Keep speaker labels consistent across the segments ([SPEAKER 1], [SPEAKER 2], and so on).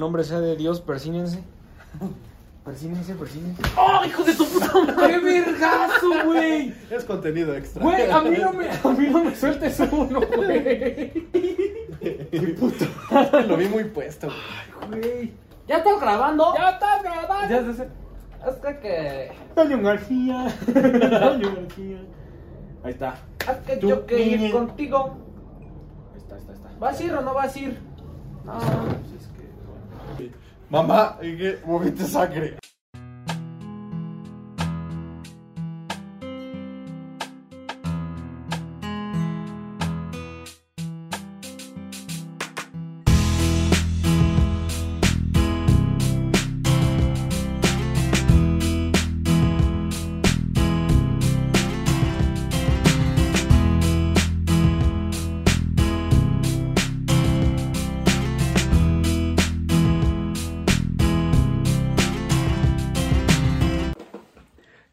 [SPEAKER 1] nombre sea de Dios, persínense. Persínense, persínense.
[SPEAKER 2] ¡Oh, hijo de tu puta madre!
[SPEAKER 1] ¡Qué vergazo, güey!
[SPEAKER 3] Es contenido extra.
[SPEAKER 1] Güey, a mí no me, a mí no me sueltes uno, güey.
[SPEAKER 3] puto. Lo vi muy puesto, güey.
[SPEAKER 1] Güey.
[SPEAKER 2] ¿Ya estás grabando?
[SPEAKER 1] ¡Ya estás grabando! Ya estás.
[SPEAKER 2] Hasta que.
[SPEAKER 1] Toño García. Toño García. Ahí está. Ahí
[SPEAKER 2] Hasta que
[SPEAKER 1] Tú
[SPEAKER 2] yo que ir
[SPEAKER 1] niñe.
[SPEAKER 2] contigo.
[SPEAKER 1] está, ahí está, ahí está.
[SPEAKER 2] ¿Vas a ir o no vas a ir? No.
[SPEAKER 3] Mamá, dije, moviste sangre.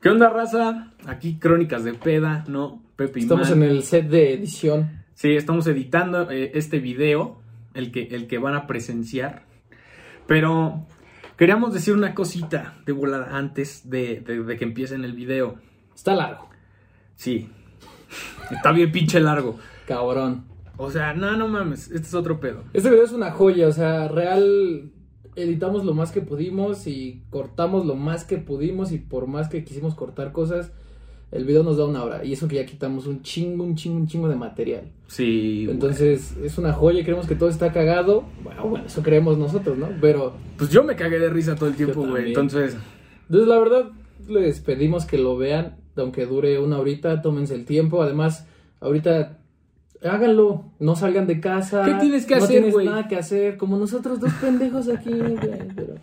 [SPEAKER 4] ¿Qué onda, raza? Aquí Crónicas de Peda, ¿no? Pepe y
[SPEAKER 5] Estamos
[SPEAKER 4] Man.
[SPEAKER 5] en el set de edición.
[SPEAKER 4] Sí, estamos editando eh, este video, el que, el que van a presenciar. Pero queríamos decir una cosita de volada antes de, de- de que empiecen el video.
[SPEAKER 5] Está largo,
[SPEAKER 4] Sí, está bien pinche largo.
[SPEAKER 5] cabrón.
[SPEAKER 4] O sea, no, no mames, este es otro pedo.
[SPEAKER 5] Este video es una joya, o sea, real editamos lo más que pudimos y cortamos lo más que pudimos y por más que quisimos cortar cosas, el video nos da una hora. Y eso que ya quitamos un chingo, un chingo, un chingo de material.
[SPEAKER 4] Sí, güey.
[SPEAKER 5] Entonces, es una joya, creemos que todo está cagado. Bueno, bueno, eso creemos nosotros, ¿no? Pero,
[SPEAKER 4] pues yo me cagué de risa todo el
[SPEAKER 5] Yo
[SPEAKER 4] tiempo, güey.
[SPEAKER 5] también.
[SPEAKER 4] Entonces,
[SPEAKER 5] entonces la verdad, les pedimos que lo vean, aunque dure una horita, tómense el tiempo. Además, ahorita háganlo, no salgan de casa.
[SPEAKER 4] ¿Qué tienes que
[SPEAKER 5] no
[SPEAKER 4] hacer,
[SPEAKER 5] tienes
[SPEAKER 4] güey?
[SPEAKER 5] nada que hacer, como nosotros dos pendejos aquí, güey, pero-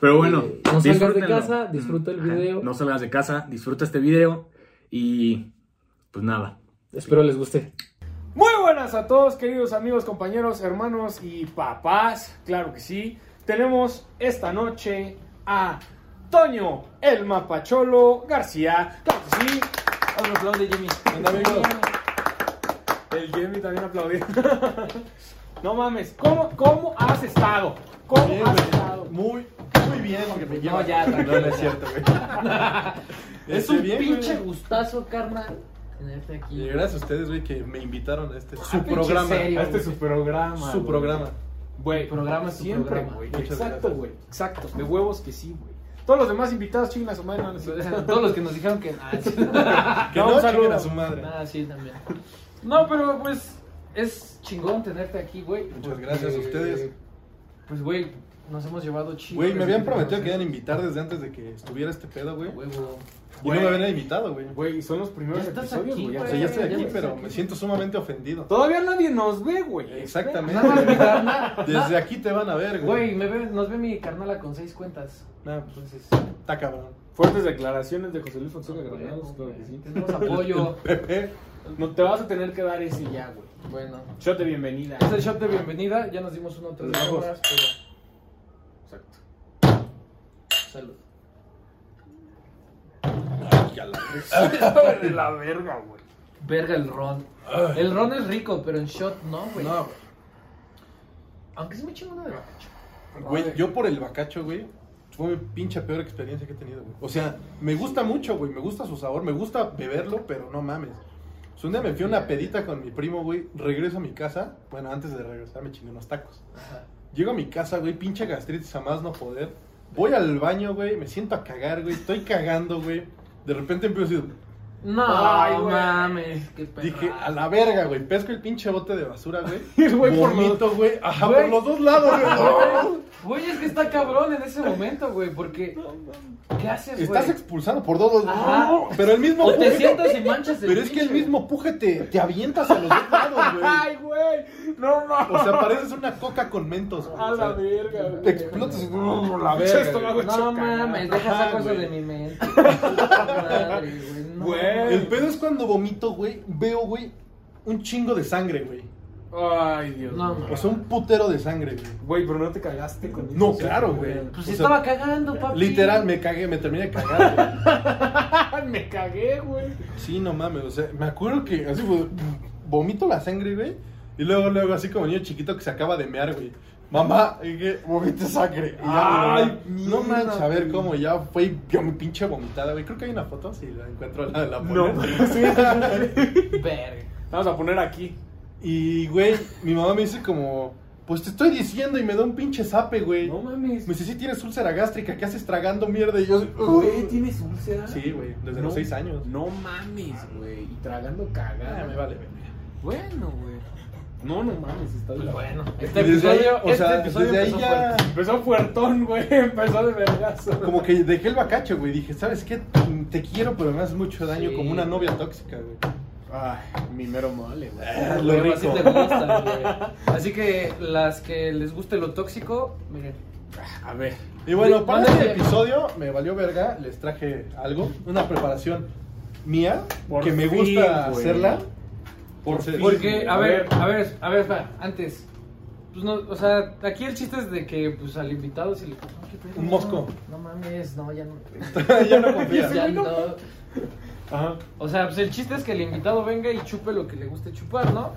[SPEAKER 4] pero bueno,
[SPEAKER 5] Eh, no salgas de
[SPEAKER 4] disfrútenlo.
[SPEAKER 5] casa, disfruta el
[SPEAKER 4] Ajá,
[SPEAKER 5] video.
[SPEAKER 4] No salgas de casa, disfruta este video y pues nada.
[SPEAKER 5] Espero les guste.
[SPEAKER 1] Muy buenas a todos, queridos amigos, compañeros, hermanos y papás. Claro que sí. Tenemos esta noche a Toño, el mapacholo García. Claro que sí.
[SPEAKER 2] Otro aplaude, Jimmy.
[SPEAKER 1] Anda, amigo. El Jimmy también aplaudió. no mames, ¿cómo, cómo has estado? ¿Cómo
[SPEAKER 3] Bien,
[SPEAKER 1] has
[SPEAKER 3] güey.
[SPEAKER 1] estado?
[SPEAKER 3] Muy, muy bien, aunque me
[SPEAKER 2] No,
[SPEAKER 3] lleva.
[SPEAKER 2] ya,
[SPEAKER 3] no,
[SPEAKER 2] tranquilo.
[SPEAKER 3] no es cierto, güey.
[SPEAKER 2] Es
[SPEAKER 3] Este,
[SPEAKER 2] un
[SPEAKER 3] bien,
[SPEAKER 2] pinche
[SPEAKER 3] güey.
[SPEAKER 2] gustazo, carnal. Tenerte aquí.
[SPEAKER 3] Y gracias a ustedes, güey, que me invitaron a este su
[SPEAKER 2] pinche
[SPEAKER 3] programa.
[SPEAKER 2] serio,
[SPEAKER 3] a
[SPEAKER 1] Este es su programa.
[SPEAKER 3] su
[SPEAKER 1] güey.
[SPEAKER 3] programa.
[SPEAKER 1] Güey,
[SPEAKER 2] Tu programa es tu
[SPEAKER 1] siempre,
[SPEAKER 2] programa.
[SPEAKER 1] güey.
[SPEAKER 3] Muchas
[SPEAKER 1] Exacto,
[SPEAKER 3] gracias.
[SPEAKER 1] güey. Exacto. De huevos que sí, güey. Todos los demás invitados, chingas o madre, no, no es cierto.
[SPEAKER 2] Todos los que nos dijeron que. Ah, sí.
[SPEAKER 3] Que
[SPEAKER 1] No,
[SPEAKER 3] no,
[SPEAKER 1] un
[SPEAKER 3] chinguen
[SPEAKER 1] saludo.
[SPEAKER 3] a su madre.
[SPEAKER 2] Ah, sí, también. No, pero pues es chingón tenerte aquí, güey.
[SPEAKER 3] Muchas gracias a ustedes.
[SPEAKER 2] Pues, güey, nos hemos llevado chido.
[SPEAKER 3] Güey, me habían
[SPEAKER 2] Desde
[SPEAKER 3] prometido que
[SPEAKER 2] nos-
[SPEAKER 3] iban a invitar desde antes de que estuviera este pedo, güey.
[SPEAKER 2] Huevo.
[SPEAKER 3] Y no me habían invitado, güey. O
[SPEAKER 1] Güey, son los primeros
[SPEAKER 2] Ya estás
[SPEAKER 1] episodios,
[SPEAKER 2] aquí,
[SPEAKER 1] güey.
[SPEAKER 2] güey.
[SPEAKER 3] sea, ya estoy
[SPEAKER 2] Ya
[SPEAKER 3] aquí,
[SPEAKER 2] me
[SPEAKER 3] pero
[SPEAKER 2] saqué.
[SPEAKER 3] me siento sumamente ofendido.
[SPEAKER 1] Todavía nadie nos ve, güey.
[SPEAKER 3] Exactamente. güey. Desde aquí te van a ver, güey.
[SPEAKER 2] Güey, me ve- nos ve mi carnala con seis cuentas.
[SPEAKER 3] Nah, pues
[SPEAKER 2] Entonces,
[SPEAKER 3] está cabrón.
[SPEAKER 1] Fuertes declaraciones de José Luis Fonseca
[SPEAKER 2] Ah, güey,
[SPEAKER 1] Granados, claro que sí.
[SPEAKER 2] eh, tenemos apoyo.
[SPEAKER 3] Pepe,
[SPEAKER 1] No te vas a tener que dar ese ya, güey.
[SPEAKER 2] bueno,
[SPEAKER 1] Shot de bienvenida.
[SPEAKER 2] este es el shot de bienvenida. Ya nos dimos uno o tres
[SPEAKER 1] Vamos.
[SPEAKER 2] horas, pero
[SPEAKER 1] Exacto.
[SPEAKER 2] salud.
[SPEAKER 1] De la verga, güey.
[SPEAKER 2] Verga el ron. El ron es rico, pero en shot no, güey.
[SPEAKER 3] No, güey.
[SPEAKER 2] Aunque es muy chingona de bacacho.
[SPEAKER 3] Güey, yo por el bacacho, güey, fue mi pinche peor experiencia que he tenido, güey. O sea, me gusta mucho, güey, me gusta su sabor, me gusta beberlo, pero no mames. O sea, un día me fui a una pedita con mi primo, güey, regreso a mi casa. Bueno, antes de regresar me chingué unos tacos.
[SPEAKER 2] Ajá.
[SPEAKER 3] Llego a mi casa, güey, pinche gastritis a más no poder. Voy al baño, güey, me siento a cagar, güey, estoy cagando, güey. De repente empiezo a decir,
[SPEAKER 2] No,
[SPEAKER 1] Ay, güey.
[SPEAKER 2] mames, qué
[SPEAKER 1] Pues
[SPEAKER 2] perra.
[SPEAKER 3] dije, a la verga, güey, pesco el pinche bote de basura, güey.
[SPEAKER 1] Y el güey por los-
[SPEAKER 3] Vomito, güey, ajá,
[SPEAKER 2] Güey.
[SPEAKER 3] por los dos lados, güey. ¡No!
[SPEAKER 2] Güey, es que está cabrón en ese momento, güey, porque. ¿Qué haces, güey?
[SPEAKER 3] Estás expulsando por todos lados.
[SPEAKER 2] Ajá.
[SPEAKER 3] Pero el mismo
[SPEAKER 2] O te
[SPEAKER 3] puje-
[SPEAKER 2] sientas y manchas el
[SPEAKER 3] Pero es que el
[SPEAKER 2] pinche.
[SPEAKER 3] mismo puje te, te avientas a los dos lados, güey.
[SPEAKER 1] Ay, güey. No mames.
[SPEAKER 3] O sea, pareces una coca con mentos. güey.
[SPEAKER 1] A
[SPEAKER 3] O sea,
[SPEAKER 1] la verga, güey.
[SPEAKER 3] Te explotas. brr, La
[SPEAKER 1] Pinche
[SPEAKER 3] verga.
[SPEAKER 1] estómago
[SPEAKER 3] güey.
[SPEAKER 2] No mames, deja
[SPEAKER 3] Ajá,
[SPEAKER 2] esa cosa
[SPEAKER 3] güey.
[SPEAKER 2] de mi mente. Madre, güey. no.
[SPEAKER 1] Güey.
[SPEAKER 3] El pedo es cuando vomito, güey. Veo, güey, un chingo de sangre, güey.
[SPEAKER 1] Ay, Dios.
[SPEAKER 2] No,
[SPEAKER 1] güey.
[SPEAKER 3] O sea, un putero de sangre, güey.
[SPEAKER 1] Güey, pero no te cagaste con
[SPEAKER 3] No,
[SPEAKER 1] eso,
[SPEAKER 3] claro, güey.
[SPEAKER 2] Pues
[SPEAKER 3] O sea,
[SPEAKER 2] estaba cagando, papi.
[SPEAKER 3] Literal, me cagué, me terminé de cagar, güey.
[SPEAKER 1] Me cagué, güey.
[SPEAKER 3] Sí, no mames, o sea, me acuerdo que así fue, vomito la sangre, güey. Y luego, luego, así como niño chiquito que se acaba de mear, güey. Mamá, dije, vomité sangre. Y ya,
[SPEAKER 1] Ay,
[SPEAKER 3] güey, no
[SPEAKER 1] mierda,
[SPEAKER 3] manches, a ver
[SPEAKER 1] güey.
[SPEAKER 3] cómo ya fue y vio mi pinche vomitada, güey. Creo que hay una foto, si la encuentro, la, la
[SPEAKER 1] No.
[SPEAKER 3] ponemos.
[SPEAKER 2] Verga.
[SPEAKER 1] Vamos a poner aquí.
[SPEAKER 3] Y, güey, mi mamá me dice como, pues te estoy diciendo y me da un pinche zape, güey.
[SPEAKER 1] No
[SPEAKER 3] Me
[SPEAKER 1] mames.
[SPEAKER 3] dice, sí tienes úlcera gástrica, ¿qué haces tragando mierda? Y yo,
[SPEAKER 1] Güey, ¿tienes úlcera?
[SPEAKER 3] Sí, güey, desde
[SPEAKER 1] No.
[SPEAKER 3] los seis años.
[SPEAKER 1] No mames, güey. Y tragando
[SPEAKER 3] Ah,
[SPEAKER 1] cagada.
[SPEAKER 3] me vale, güey.
[SPEAKER 1] Bueno, güey. No, no mames, está
[SPEAKER 2] Pues
[SPEAKER 1] bien.
[SPEAKER 2] bueno, este
[SPEAKER 3] Y desde ahí,
[SPEAKER 2] episodio,
[SPEAKER 3] o sea,
[SPEAKER 2] este episodio
[SPEAKER 3] desde ahí
[SPEAKER 2] empezó
[SPEAKER 3] ya...
[SPEAKER 2] fuerte.
[SPEAKER 1] Empezó fuertón, güey. Empezó de vergazo.
[SPEAKER 3] Como que dejé el bacacho, güey. Dije, ¿sabes qué? Te quiero, pero me haces mucho daño
[SPEAKER 2] Sí.
[SPEAKER 3] como una novia tóxica, güey.
[SPEAKER 1] Ay, mi mero mole, güey.
[SPEAKER 3] Ah, lo
[SPEAKER 2] Luego así
[SPEAKER 3] rico.
[SPEAKER 2] te gustan, güey. Así que las que les guste lo tóxico, miren.
[SPEAKER 1] A ver.
[SPEAKER 3] Y bueno,
[SPEAKER 2] Güey,
[SPEAKER 3] para
[SPEAKER 2] mándale.
[SPEAKER 3] este episodio, me valió verga, les traje algo, una preparación mía,
[SPEAKER 1] Por
[SPEAKER 3] que me
[SPEAKER 1] fin,
[SPEAKER 3] gusta
[SPEAKER 1] güey.
[SPEAKER 3] hacerla.
[SPEAKER 1] Por
[SPEAKER 3] Entonces,
[SPEAKER 1] fin.
[SPEAKER 2] Porque, a
[SPEAKER 1] A
[SPEAKER 2] ver,
[SPEAKER 1] ver.
[SPEAKER 2] a ver, a ver, espera, antes. Pues no, o sea, aquí el chiste es de que pues al invitado se le no, qué pedo,
[SPEAKER 3] Un mosco.
[SPEAKER 2] No, no mames, no, ya no.
[SPEAKER 3] ya no confía.
[SPEAKER 2] Ya no.
[SPEAKER 3] Ajá.
[SPEAKER 2] O sea, pues el chiste es que el invitado venga y chupe lo que le guste chupar, ¿no?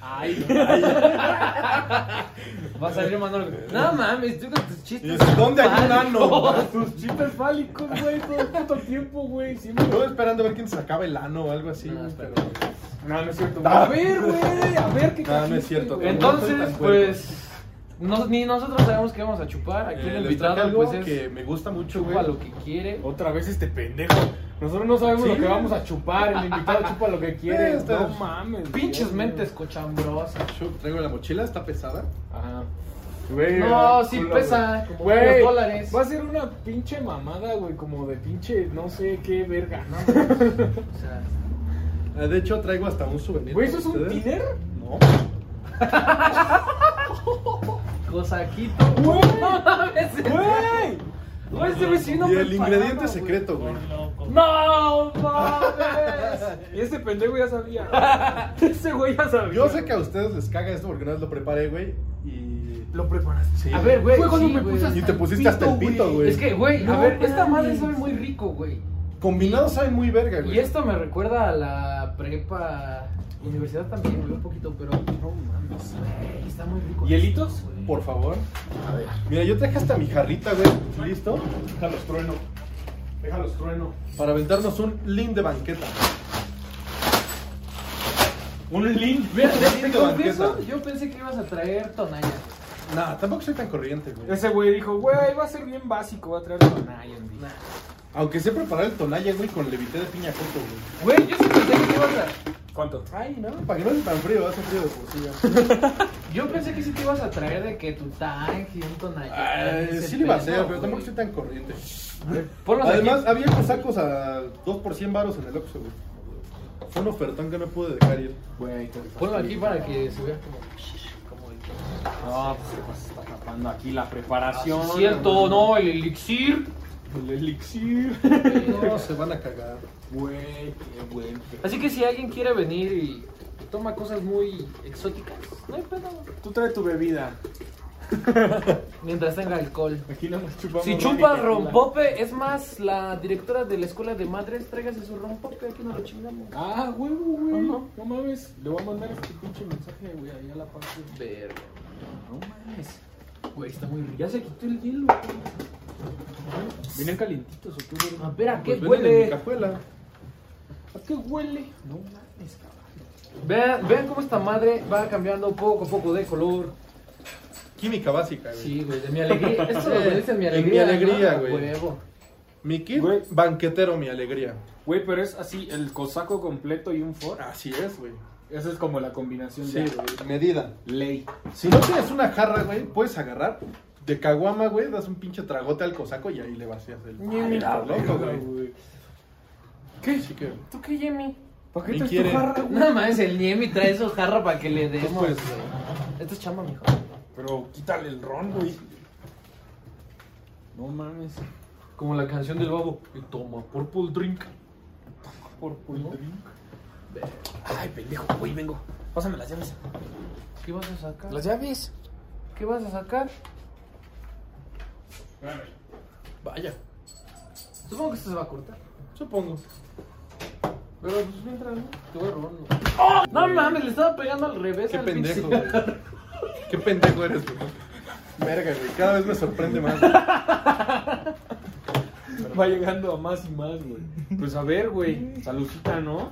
[SPEAKER 1] Ay,
[SPEAKER 2] Va a salir Manolo. No mames, tú con tus
[SPEAKER 3] Y
[SPEAKER 2] chistes.
[SPEAKER 3] es, ¿Dónde hay un ano?
[SPEAKER 2] pálidos".
[SPEAKER 3] güey?
[SPEAKER 1] tus chistes fálicos, güey, todo el puto tiempo, güey. Siempre.
[SPEAKER 3] Estuve esperando a ver quién se sacaba el ano o algo así.
[SPEAKER 2] No,
[SPEAKER 3] güey,
[SPEAKER 2] espera.
[SPEAKER 3] pero-
[SPEAKER 1] No, no es cierto.
[SPEAKER 3] Ah.
[SPEAKER 1] A ver, güey. A ver qué
[SPEAKER 3] No, no es
[SPEAKER 1] cachiste,
[SPEAKER 3] cierto,
[SPEAKER 1] güey.
[SPEAKER 3] No soy
[SPEAKER 2] Entonces,
[SPEAKER 3] tan cuerdo.
[SPEAKER 2] pues. no- ni nosotros sabemos qué vamos a chupar. Aquí
[SPEAKER 3] Eh,
[SPEAKER 2] el
[SPEAKER 3] les traje
[SPEAKER 2] invitado,
[SPEAKER 3] algo
[SPEAKER 2] pues es.
[SPEAKER 3] que me gusta mucho,
[SPEAKER 2] chupa
[SPEAKER 3] güey.
[SPEAKER 2] lo que quiere.
[SPEAKER 1] Otra vez este pendejo. Nosotros no sabemos
[SPEAKER 3] Sí.
[SPEAKER 1] lo que vamos a chupar. El invitado chupa lo que quiere.
[SPEAKER 3] Eh, está-
[SPEAKER 1] No mames.
[SPEAKER 2] Pinches
[SPEAKER 1] Dios,
[SPEAKER 2] mentes cochambrosas.
[SPEAKER 3] Yo traigo la mochila, está pesada.
[SPEAKER 1] Ajá. Güey,
[SPEAKER 2] No,
[SPEAKER 1] ah,
[SPEAKER 2] sí
[SPEAKER 1] culo,
[SPEAKER 2] pesa, como
[SPEAKER 1] güey.
[SPEAKER 2] unos
[SPEAKER 1] Güey,
[SPEAKER 2] dólares.
[SPEAKER 1] Va a ser una pinche mamada, güey, como de pinche no sé qué verga.
[SPEAKER 2] No, mames, o sea,
[SPEAKER 3] Eh, De hecho, traigo hasta un souvenir.
[SPEAKER 1] Güey, ¿eso
[SPEAKER 3] para
[SPEAKER 1] es un
[SPEAKER 3] ustedes.
[SPEAKER 1] tiner?
[SPEAKER 3] No.
[SPEAKER 2] cosaquito.
[SPEAKER 1] Güey.
[SPEAKER 2] No mames.
[SPEAKER 1] Güey.
[SPEAKER 2] Güey, este vecino.
[SPEAKER 3] Y el
[SPEAKER 2] preparado,
[SPEAKER 3] ingrediente
[SPEAKER 2] güey.
[SPEAKER 3] secreto, güey.
[SPEAKER 2] No mames.
[SPEAKER 1] Y este pendejo ya sabía. Ese güey ya sabía.
[SPEAKER 3] Yo sé que a ustedes les caga esto porque una vez lo preparé, güey. Y.
[SPEAKER 1] lo preparaste.
[SPEAKER 3] Sí,
[SPEAKER 2] A ver, güey.
[SPEAKER 5] Fue cuando
[SPEAKER 2] sí,
[SPEAKER 5] me
[SPEAKER 2] güey.
[SPEAKER 5] puse hasta
[SPEAKER 3] Y te pusiste hasta el pito, güey.
[SPEAKER 2] Es que, güey, a
[SPEAKER 5] No
[SPEAKER 2] ver, esta
[SPEAKER 5] mames.
[SPEAKER 2] madre sabe muy rico, güey.
[SPEAKER 3] Combinados saben muy verga, güey.
[SPEAKER 2] Y esto me recuerda a la prepa, universidad también, güey, un poquito, pero no mames, güey, está muy rico.
[SPEAKER 1] ¿Hielitos?
[SPEAKER 2] Güey.
[SPEAKER 3] Por favor. Mira, yo traje hasta mi jarrita, güey. ¿Listo?
[SPEAKER 1] Déjalos trueno. Déjalos trueno.
[SPEAKER 3] Para aventarnos un link de banqueta.
[SPEAKER 1] Un link.
[SPEAKER 2] Mira,
[SPEAKER 3] Un
[SPEAKER 2] te- te
[SPEAKER 3] link de banqueta.
[SPEAKER 2] confieso, yo pensé que ibas a traer tonalla.
[SPEAKER 3] Nah, tampoco soy tan corriente, güey.
[SPEAKER 1] Ese güey dijo, güey, va a ser bien básico, va a traer tonallas, güey.
[SPEAKER 2] Nah.
[SPEAKER 3] Aunque sé preparar el tonalla, güey, con levité de piña coco, güey.
[SPEAKER 2] Güey, yo sí pensé que ibas a,
[SPEAKER 1] ¿Cuánto?
[SPEAKER 3] Ay, no, para que no sea tan frío, hace frío de por sí.
[SPEAKER 2] yo pensé que sí te ibas a traer de que tu tank y un tonalla.
[SPEAKER 3] Ay,
[SPEAKER 2] Ah, Ese
[SPEAKER 3] Eh, Sí le iba a
[SPEAKER 2] pedo,
[SPEAKER 3] hacer, pero
[SPEAKER 2] güey.
[SPEAKER 3] tampoco soy tan corriente.
[SPEAKER 2] Ponlos
[SPEAKER 3] Además,
[SPEAKER 2] Además,
[SPEAKER 3] había cosacos a 2 por 100 baros en el Oxxo, güey. Fue un ofertón que no pude dejar ir.
[SPEAKER 1] Güey, te rifaste.
[SPEAKER 2] ponlo aquí para que se vea como, como el que-
[SPEAKER 1] No, pues te vas a estar tapando aquí la preparación.
[SPEAKER 2] Ah, Cierto, no, el elixir.
[SPEAKER 1] El elixir.
[SPEAKER 3] No, se van a cagar.
[SPEAKER 1] Güey, qué buen. pedo.
[SPEAKER 2] Así que si alguien quiere venir y toma cosas muy exóticas, no hay pedo.
[SPEAKER 1] Tú trae tu bebida.
[SPEAKER 2] Mientras tenga alcohol.
[SPEAKER 1] Aquí no nos chupamos.
[SPEAKER 2] Si
[SPEAKER 1] ron
[SPEAKER 2] chupa
[SPEAKER 1] ni tequila.
[SPEAKER 2] rompope, es más, la directora de la escuela de madres, tráigase su rompope, aquí nos lo chingamos.
[SPEAKER 1] Ah, huevo, güey.
[SPEAKER 2] Ajá.
[SPEAKER 1] No mames. Le voy a mandar este pinche mensaje, güey, ahí a la parte.
[SPEAKER 2] Verga.
[SPEAKER 1] No mames.
[SPEAKER 2] Güey, está muy rico.
[SPEAKER 1] Ya se quitó el hielo, güey. Vienen calientitos o qué, güey.
[SPEAKER 2] Ah, Espera, ¿qué
[SPEAKER 3] Pues venden en mi
[SPEAKER 2] huele?
[SPEAKER 3] cajuela.
[SPEAKER 1] ¿A qué huele? No mames, cabrón.
[SPEAKER 2] Vean, vean cómo esta madre va cambiando poco a poco de color.
[SPEAKER 3] Química básica, güey.
[SPEAKER 2] Sí, güey, de mi alegría. Esto lo
[SPEAKER 3] Sí,
[SPEAKER 2] dice mi
[SPEAKER 3] en
[SPEAKER 2] alegría.
[SPEAKER 3] mi alegría,
[SPEAKER 2] ¿no?
[SPEAKER 3] güey.
[SPEAKER 2] Huevo.
[SPEAKER 3] Mi kit
[SPEAKER 1] Güey.
[SPEAKER 3] banquetero, mi alegría.
[SPEAKER 1] Güey, pero es así, el cosaco completo y un fora.
[SPEAKER 3] Así es, güey.
[SPEAKER 1] Esa es como la combinación
[SPEAKER 3] Sí,
[SPEAKER 1] de
[SPEAKER 3] güey. Medida.
[SPEAKER 1] ley.
[SPEAKER 3] Si no tienes una jarra, güey, puedes agarrar de caguama, güey, das un pinche tragote al cosaco y ahí le vacías el.
[SPEAKER 1] Ay, la
[SPEAKER 3] por loco,
[SPEAKER 1] verga,
[SPEAKER 3] güey.
[SPEAKER 1] güey.
[SPEAKER 3] ¿Qué? Así que.
[SPEAKER 2] ¿Tú qué, Jimmy?
[SPEAKER 1] ¿Para qué
[SPEAKER 3] ¿Quién
[SPEAKER 1] traes tu
[SPEAKER 3] quiere?
[SPEAKER 1] jarra, güey?
[SPEAKER 2] Nada más el Niemi trae su jarra para que le demos.
[SPEAKER 3] Pues,
[SPEAKER 2] güey. Esto es chamba, mijo.
[SPEAKER 1] Pero quítale el ron, güey. No mames.
[SPEAKER 2] Como la canción del babo. Y toma purple drink.
[SPEAKER 1] Por pulmón. Ay, pendejo, güey, vengo. Pásame las llaves.
[SPEAKER 2] ¿Qué vas a sacar?
[SPEAKER 1] llaves?
[SPEAKER 2] ¿Qué vas a sacar?
[SPEAKER 3] Vaya.
[SPEAKER 2] Supongo que esto se va a cortar.
[SPEAKER 3] Supongo.
[SPEAKER 2] Pero pues mientras, ¿no? Te voy a robar uno. No mames, le estaba pegando al revés.
[SPEAKER 3] Qué
[SPEAKER 2] al pinche
[SPEAKER 3] pendejo, güey. Qué pendejo eres, güey. Verga, güey. Cada vez me sorprende más.
[SPEAKER 1] Va llegando a más y más, güey. Pues a ver, güey. Saludcita, ¿no?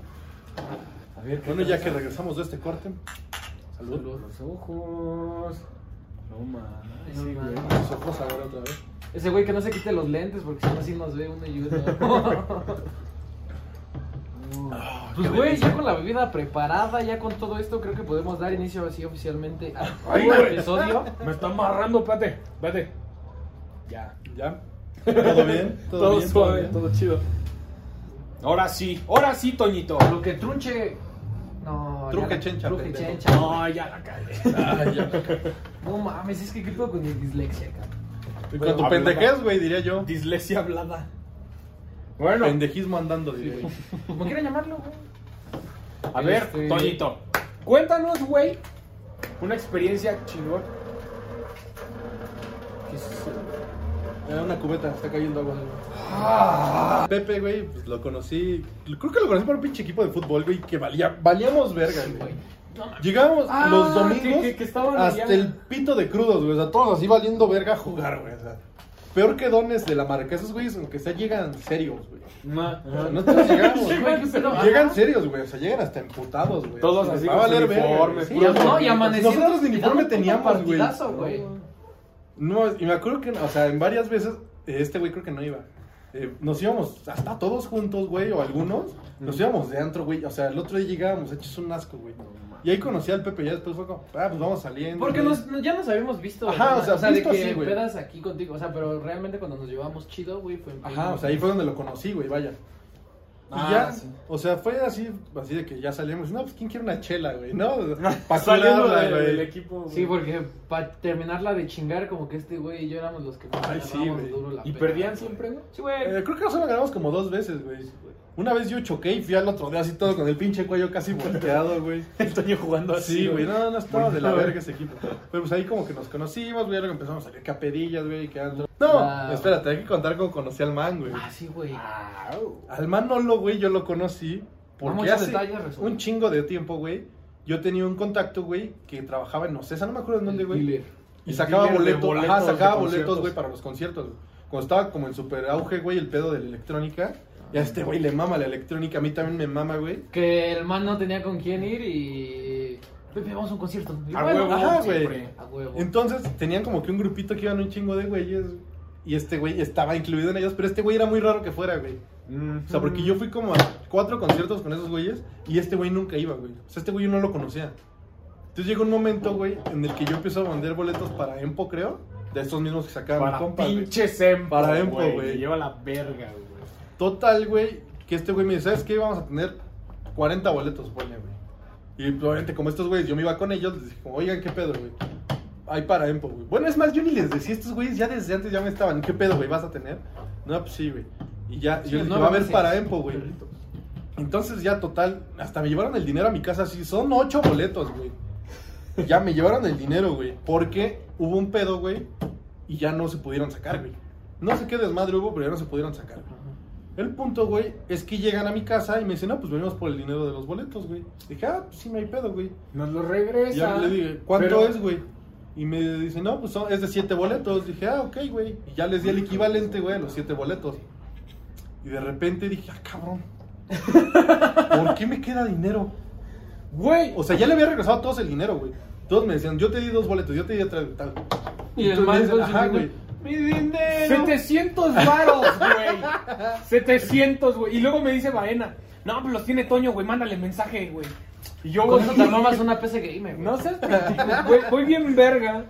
[SPEAKER 1] A ver, ¿qué
[SPEAKER 3] Bueno, ya
[SPEAKER 1] pasa?
[SPEAKER 3] que regresamos de este corte. Salud.
[SPEAKER 1] Los ojos. No mames,
[SPEAKER 2] No
[SPEAKER 1] güey.
[SPEAKER 2] mames.
[SPEAKER 3] Los ojos ahora otra vez.
[SPEAKER 2] Ese güey que no se quite los lentes porque si no así nos ve uno y uno. Pues güey, ya con la bebida preparada, ya con todo esto, creo que podemos dar inicio así oficialmente al
[SPEAKER 1] Ay,
[SPEAKER 2] nuevo
[SPEAKER 1] güey.
[SPEAKER 2] episodio.
[SPEAKER 1] Me está amarrando, espérate, espérate. Ya.
[SPEAKER 3] ¿Ya? ¿Todo bien?
[SPEAKER 1] Todo,
[SPEAKER 3] bien?
[SPEAKER 1] suave,
[SPEAKER 3] bien?
[SPEAKER 1] todo chido. Ahora sí, ahora sí, Toñito.
[SPEAKER 2] Lo que trunche. No,
[SPEAKER 3] Trunque
[SPEAKER 2] ya la-
[SPEAKER 3] chencha,
[SPEAKER 2] Trunque
[SPEAKER 3] pendejo.
[SPEAKER 2] chencha.
[SPEAKER 1] No, ya la cagué.
[SPEAKER 3] Ay, ya.
[SPEAKER 2] No mames, es que qué pedo con mi dislexia, cabrón.
[SPEAKER 3] Y Con tu
[SPEAKER 1] Hablaba.
[SPEAKER 3] pendejez, güey, diría yo.
[SPEAKER 1] Dislexia hablada. Bueno,
[SPEAKER 3] Pendejismo andando, diría yo.
[SPEAKER 2] ¿Cómo quieran llamarlo, güey?
[SPEAKER 1] a ver,
[SPEAKER 2] Este-
[SPEAKER 1] Toñito. Cuéntanos, güey, una experiencia chingón.
[SPEAKER 3] Era una cubeta, está cayendo agua.
[SPEAKER 1] Ah.
[SPEAKER 3] Pepe, güey, pues lo conocí. Creo que lo conocí por un pinche equipo de fútbol, güey, que valía, valíamos verga, güey. Llegábamos
[SPEAKER 1] Ah,
[SPEAKER 3] los domingos
[SPEAKER 1] que- que- que estaban
[SPEAKER 3] hasta
[SPEAKER 1] allá.
[SPEAKER 3] el pito de crudos, güey. O sea, todos así valiendo verga a jugar, güey. O sea, peor que dones de la marca. Esos güeyes, aunque sea, llegan serios, güey. O sea, nosotros llegamos, güey.
[SPEAKER 2] Güey, qué pedo.
[SPEAKER 3] Llegan serios, güey. O sea, llegan hasta emputados, güey.
[SPEAKER 1] Todos
[SPEAKER 3] les
[SPEAKER 1] así
[SPEAKER 3] va
[SPEAKER 1] con
[SPEAKER 3] a
[SPEAKER 1] su
[SPEAKER 3] valer verga,
[SPEAKER 1] uniforme,
[SPEAKER 3] güey.
[SPEAKER 1] puro
[SPEAKER 2] Y, no, y
[SPEAKER 1] güey.
[SPEAKER 2] amanecieron.
[SPEAKER 3] Nosotros de
[SPEAKER 2] y
[SPEAKER 3] uniforme
[SPEAKER 2] dando un
[SPEAKER 3] teníamos, güey.
[SPEAKER 2] partidazo, güey.
[SPEAKER 3] No, y me acuerdo que, o sea, en varias veces, eh, este güey creo que no iba. Eh, nos íbamos hasta todos juntos, güey, o algunos. Nos íbamos de antro, güey. O sea, el otro día llegábamos hechos un asco, güey. Y ahí conocí al Pepe, ya después fue como, ah, pues vamos saliendo.
[SPEAKER 2] Porque
[SPEAKER 3] güey.
[SPEAKER 2] nos, no- ya nos habíamos visto.
[SPEAKER 3] Ajá,
[SPEAKER 2] güey.
[SPEAKER 3] o sea,
[SPEAKER 2] de
[SPEAKER 3] visto
[SPEAKER 2] que
[SPEAKER 3] sí, güey.
[SPEAKER 2] pedas aquí contigo. O sea, pero realmente cuando nos llevamos chido, güey, fue en
[SPEAKER 3] Ajá, o sea, ahí fue donde lo conocí, güey, vaya. Y
[SPEAKER 1] Ah,
[SPEAKER 3] ya,
[SPEAKER 1] sí.
[SPEAKER 3] o sea, fue así, así de que ya salimos. No, pues, ¿quién quiere una chela, güey? No, pa'
[SPEAKER 1] Saliendo
[SPEAKER 3] curarla,
[SPEAKER 1] de-
[SPEAKER 3] güey.
[SPEAKER 1] del equipo.
[SPEAKER 2] Sí,
[SPEAKER 1] güey.
[SPEAKER 2] porque para terminarla de chingar, como que este güey y yo éramos los que más
[SPEAKER 3] Ay, sí,
[SPEAKER 2] agarrábamos
[SPEAKER 3] güey.
[SPEAKER 2] duro la
[SPEAKER 1] ¿Y
[SPEAKER 2] peda,
[SPEAKER 1] perdían
[SPEAKER 2] güey.
[SPEAKER 1] siempre, güey?
[SPEAKER 2] Sí, güey.
[SPEAKER 3] Eh, creo que nosotros ganamos como dos veces, güey. Una vez yo choqué y fui al otro día así todo con el pinche cuello casi volteado, güey.
[SPEAKER 1] El Toño jugando así.
[SPEAKER 3] Sí, güey, no, no estaba de la
[SPEAKER 1] Bueno,
[SPEAKER 3] verga ese equipo. Pero pues ahí como que nos conocimos, güey, luego empezamos a salir capedillas, güey, que andro. No,
[SPEAKER 2] Wow.
[SPEAKER 3] espérate, hay que contar cómo conocí al man, güey.
[SPEAKER 2] Ah, sí, güey.
[SPEAKER 1] Au.
[SPEAKER 3] Al man no lo, güey, yo lo conocí porque
[SPEAKER 2] muchos
[SPEAKER 3] hace
[SPEAKER 2] detalles, resulta.
[SPEAKER 3] un chingo de tiempo, güey. Yo tenía un contacto, güey, que trabajaba en Ocesa, no me acuerdo en dónde,
[SPEAKER 2] El
[SPEAKER 3] güey.
[SPEAKER 2] dealer.
[SPEAKER 3] Y
[SPEAKER 1] El
[SPEAKER 3] sacaba
[SPEAKER 1] dealer de
[SPEAKER 3] boletos,
[SPEAKER 1] boletos
[SPEAKER 3] ajá,
[SPEAKER 1] de
[SPEAKER 3] sacaba
[SPEAKER 1] conciertos.
[SPEAKER 3] boletos, güey, para los conciertos. güey. Cuando estaba como en super auge, güey, el pedo de la electrónica. Y a este güey le mama la electrónica, a mí también me mama, güey.
[SPEAKER 2] Que el man no tenía con quién ir y. Pepe, vamos a un concierto. Y
[SPEAKER 1] A
[SPEAKER 2] bueno,
[SPEAKER 1] huevo,
[SPEAKER 3] ajá, güey.
[SPEAKER 1] siempre.
[SPEAKER 2] A huevo.
[SPEAKER 3] Entonces tenían como que un grupito que iban un chingo de güeyes. Y este güey estaba incluido en ellos, pero este güey era muy raro que fuera, güey.
[SPEAKER 1] Mm,
[SPEAKER 3] O sea, porque yo fui como a cuatro conciertos con esos güeyes y este güey nunca iba, güey. O sea, este güey yo no lo conocía. Entonces llegó un momento, güey, en el que yo empiezo a vender boletos para Empo, creo. De estos mismos que sacaban
[SPEAKER 1] Para
[SPEAKER 3] mi compa, güey.
[SPEAKER 1] pinche Sempo.
[SPEAKER 3] Para Empo, güey.
[SPEAKER 1] que Lleva la verga, güey.
[SPEAKER 3] Total, güey, que este güey me dice, ¿sabes qué? Vamos a tener 40 boletos, ponle, güey. Y obviamente, como estos güeyes, yo me iba con ellos, les dije, como, oigan, ¿qué pedo, güey? Hay para Empo, güey. Bueno, es más, yo ni les decía, estos güeyes ya desde antes ya me estaban, ¿qué pedo, güey? ¿Vas a tener? No, pues sí, güey. Y ya,
[SPEAKER 2] Sí,
[SPEAKER 3] yo les dije,
[SPEAKER 2] nueve
[SPEAKER 3] va a haber
[SPEAKER 2] meses.
[SPEAKER 3] para Empo, güey. Entonces ya, total, hasta me llevaron el dinero a mi casa, así, son 8 boletos, güey. Ya me llevaron el dinero, güey. Porque hubo un pedo, güey, y ya no se pudieron sacar, güey. No sé qué desmadre hubo, pero ya no se pudieron sacar, güey. El punto, güey, es que llegan a mi casa y me dicen, no, pues venimos por el dinero de los boletos, güey. Dije, ah, pues sí, no hay pedo, güey.
[SPEAKER 1] Nos lo
[SPEAKER 3] Y
[SPEAKER 1] regresa.
[SPEAKER 3] ya le dije, ¿cuánto
[SPEAKER 1] Pero-
[SPEAKER 3] es, güey? Y me dicen, no, pues son- es de siete boletos. Dije, ah, ok, güey. Y ya les di el equivalente, güey, a los siete boletos. Y de repente dije, ah, cabrón. ¿Por qué me queda dinero?
[SPEAKER 1] Güey.
[SPEAKER 3] O sea, ya le había regresado a todos el dinero, güey. Todos me decían, yo te di dos boletos, yo te di tres, tal.
[SPEAKER 2] y
[SPEAKER 3] Entonces
[SPEAKER 2] el
[SPEAKER 3] me
[SPEAKER 2] man
[SPEAKER 3] dicen,
[SPEAKER 2] con
[SPEAKER 3] ajá,
[SPEAKER 2] su
[SPEAKER 3] güey.
[SPEAKER 2] Mi dinero.
[SPEAKER 1] 700 varos, güey. 700, güey. Y luego me dice Baena. No, pues los tiene Toño, güey. Mándale mensaje, güey. Y yo,
[SPEAKER 2] Con
[SPEAKER 1] güey.
[SPEAKER 2] eso te armabas una PC Gamer, güey.
[SPEAKER 1] No seas pendejo, güey. Voy bien verga.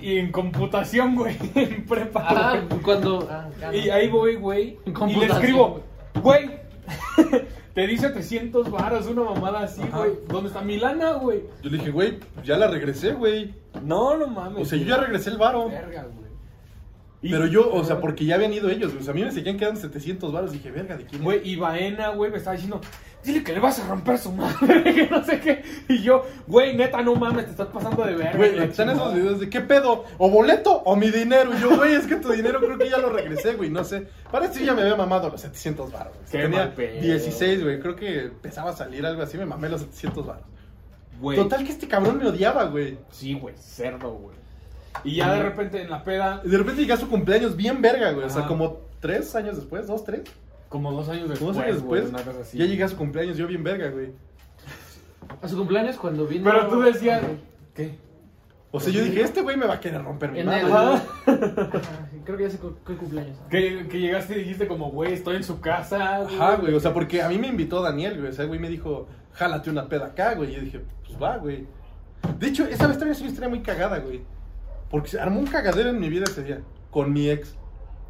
[SPEAKER 1] Y en computación, güey. En prepa.
[SPEAKER 2] Ah,
[SPEAKER 1] güey.
[SPEAKER 2] cuando. ah, ya
[SPEAKER 1] Y
[SPEAKER 2] no.
[SPEAKER 1] ahí voy, güey. Y le
[SPEAKER 2] Computación.
[SPEAKER 1] escribo, güey. Te dice 300 varos, una mamada así,
[SPEAKER 3] Ajá.
[SPEAKER 1] güey. ¿Dónde está Milana, güey?
[SPEAKER 3] Yo le dije, güey, ya la regresé, güey.
[SPEAKER 1] No, no mames.
[SPEAKER 3] O sea, yo ya regresé el varo.
[SPEAKER 1] Verga, güey. Y-
[SPEAKER 3] Pero yo, o sea, porque ya habían ido ellos, güey. O sea, a mí me seguían quedando 700 baros. Dije, verga, ¿de quién es?
[SPEAKER 1] Güey, y Baena, güey, me estaba diciendo, dile que le vas a romper su madre, que no sé qué. Y yo, güey, neta, no mames, te estás pasando de verga.
[SPEAKER 3] Güey,
[SPEAKER 1] la
[SPEAKER 3] están
[SPEAKER 1] chingada.
[SPEAKER 3] esos videos de qué pedo, o boleto o mi dinero. Y yo, güey, es que tu dinero creo que ya lo regresé, güey, no sé. Para esto yo ya me había mamado los 700 baros. güey.
[SPEAKER 1] Qué mal
[SPEAKER 3] Tenía
[SPEAKER 1] pedo.
[SPEAKER 3] 16, güey, creo que empezaba a salir algo así, me mamé los 700 baros.
[SPEAKER 1] Güey,
[SPEAKER 3] Total que este cabrón me odiaba, güey.
[SPEAKER 1] Sí, güey, cerdo, güey. Y ya de repente en la peda,
[SPEAKER 3] Y De repente llega su cumpleaños bien verga, güey. O sea,
[SPEAKER 1] Ajá.
[SPEAKER 3] como tres años después, dos, tres.
[SPEAKER 1] como dos años después,
[SPEAKER 3] Dos años
[SPEAKER 1] güey,
[SPEAKER 3] después,
[SPEAKER 1] una cosa así.
[SPEAKER 3] ya llegué a su cumpleaños yo bien verga, güey.
[SPEAKER 2] A su cumpleaños cuando vino.
[SPEAKER 1] Pero tú decías, ¿qué?
[SPEAKER 3] O
[SPEAKER 1] Pues
[SPEAKER 3] sea, yo dije, este güey me va a querer romper mi
[SPEAKER 2] En
[SPEAKER 3] madre.
[SPEAKER 2] el-
[SPEAKER 1] Ajá.
[SPEAKER 2] Ah, Creo que ya sé cu- qué cumpleaños. Ah,
[SPEAKER 1] Que, que llegaste y dijiste como, güey, estoy en su casa, güey.
[SPEAKER 3] Ajá, güey, o sea, porque a mí me invitó Daniel, güey, o sea, el güey me dijo, jálate una peda acá, güey, y yo dije, pues va, güey. De hecho, esa vez también es una historia muy cagada, güey, porque se armó un cagadero en mi vida ese día, con mi ex.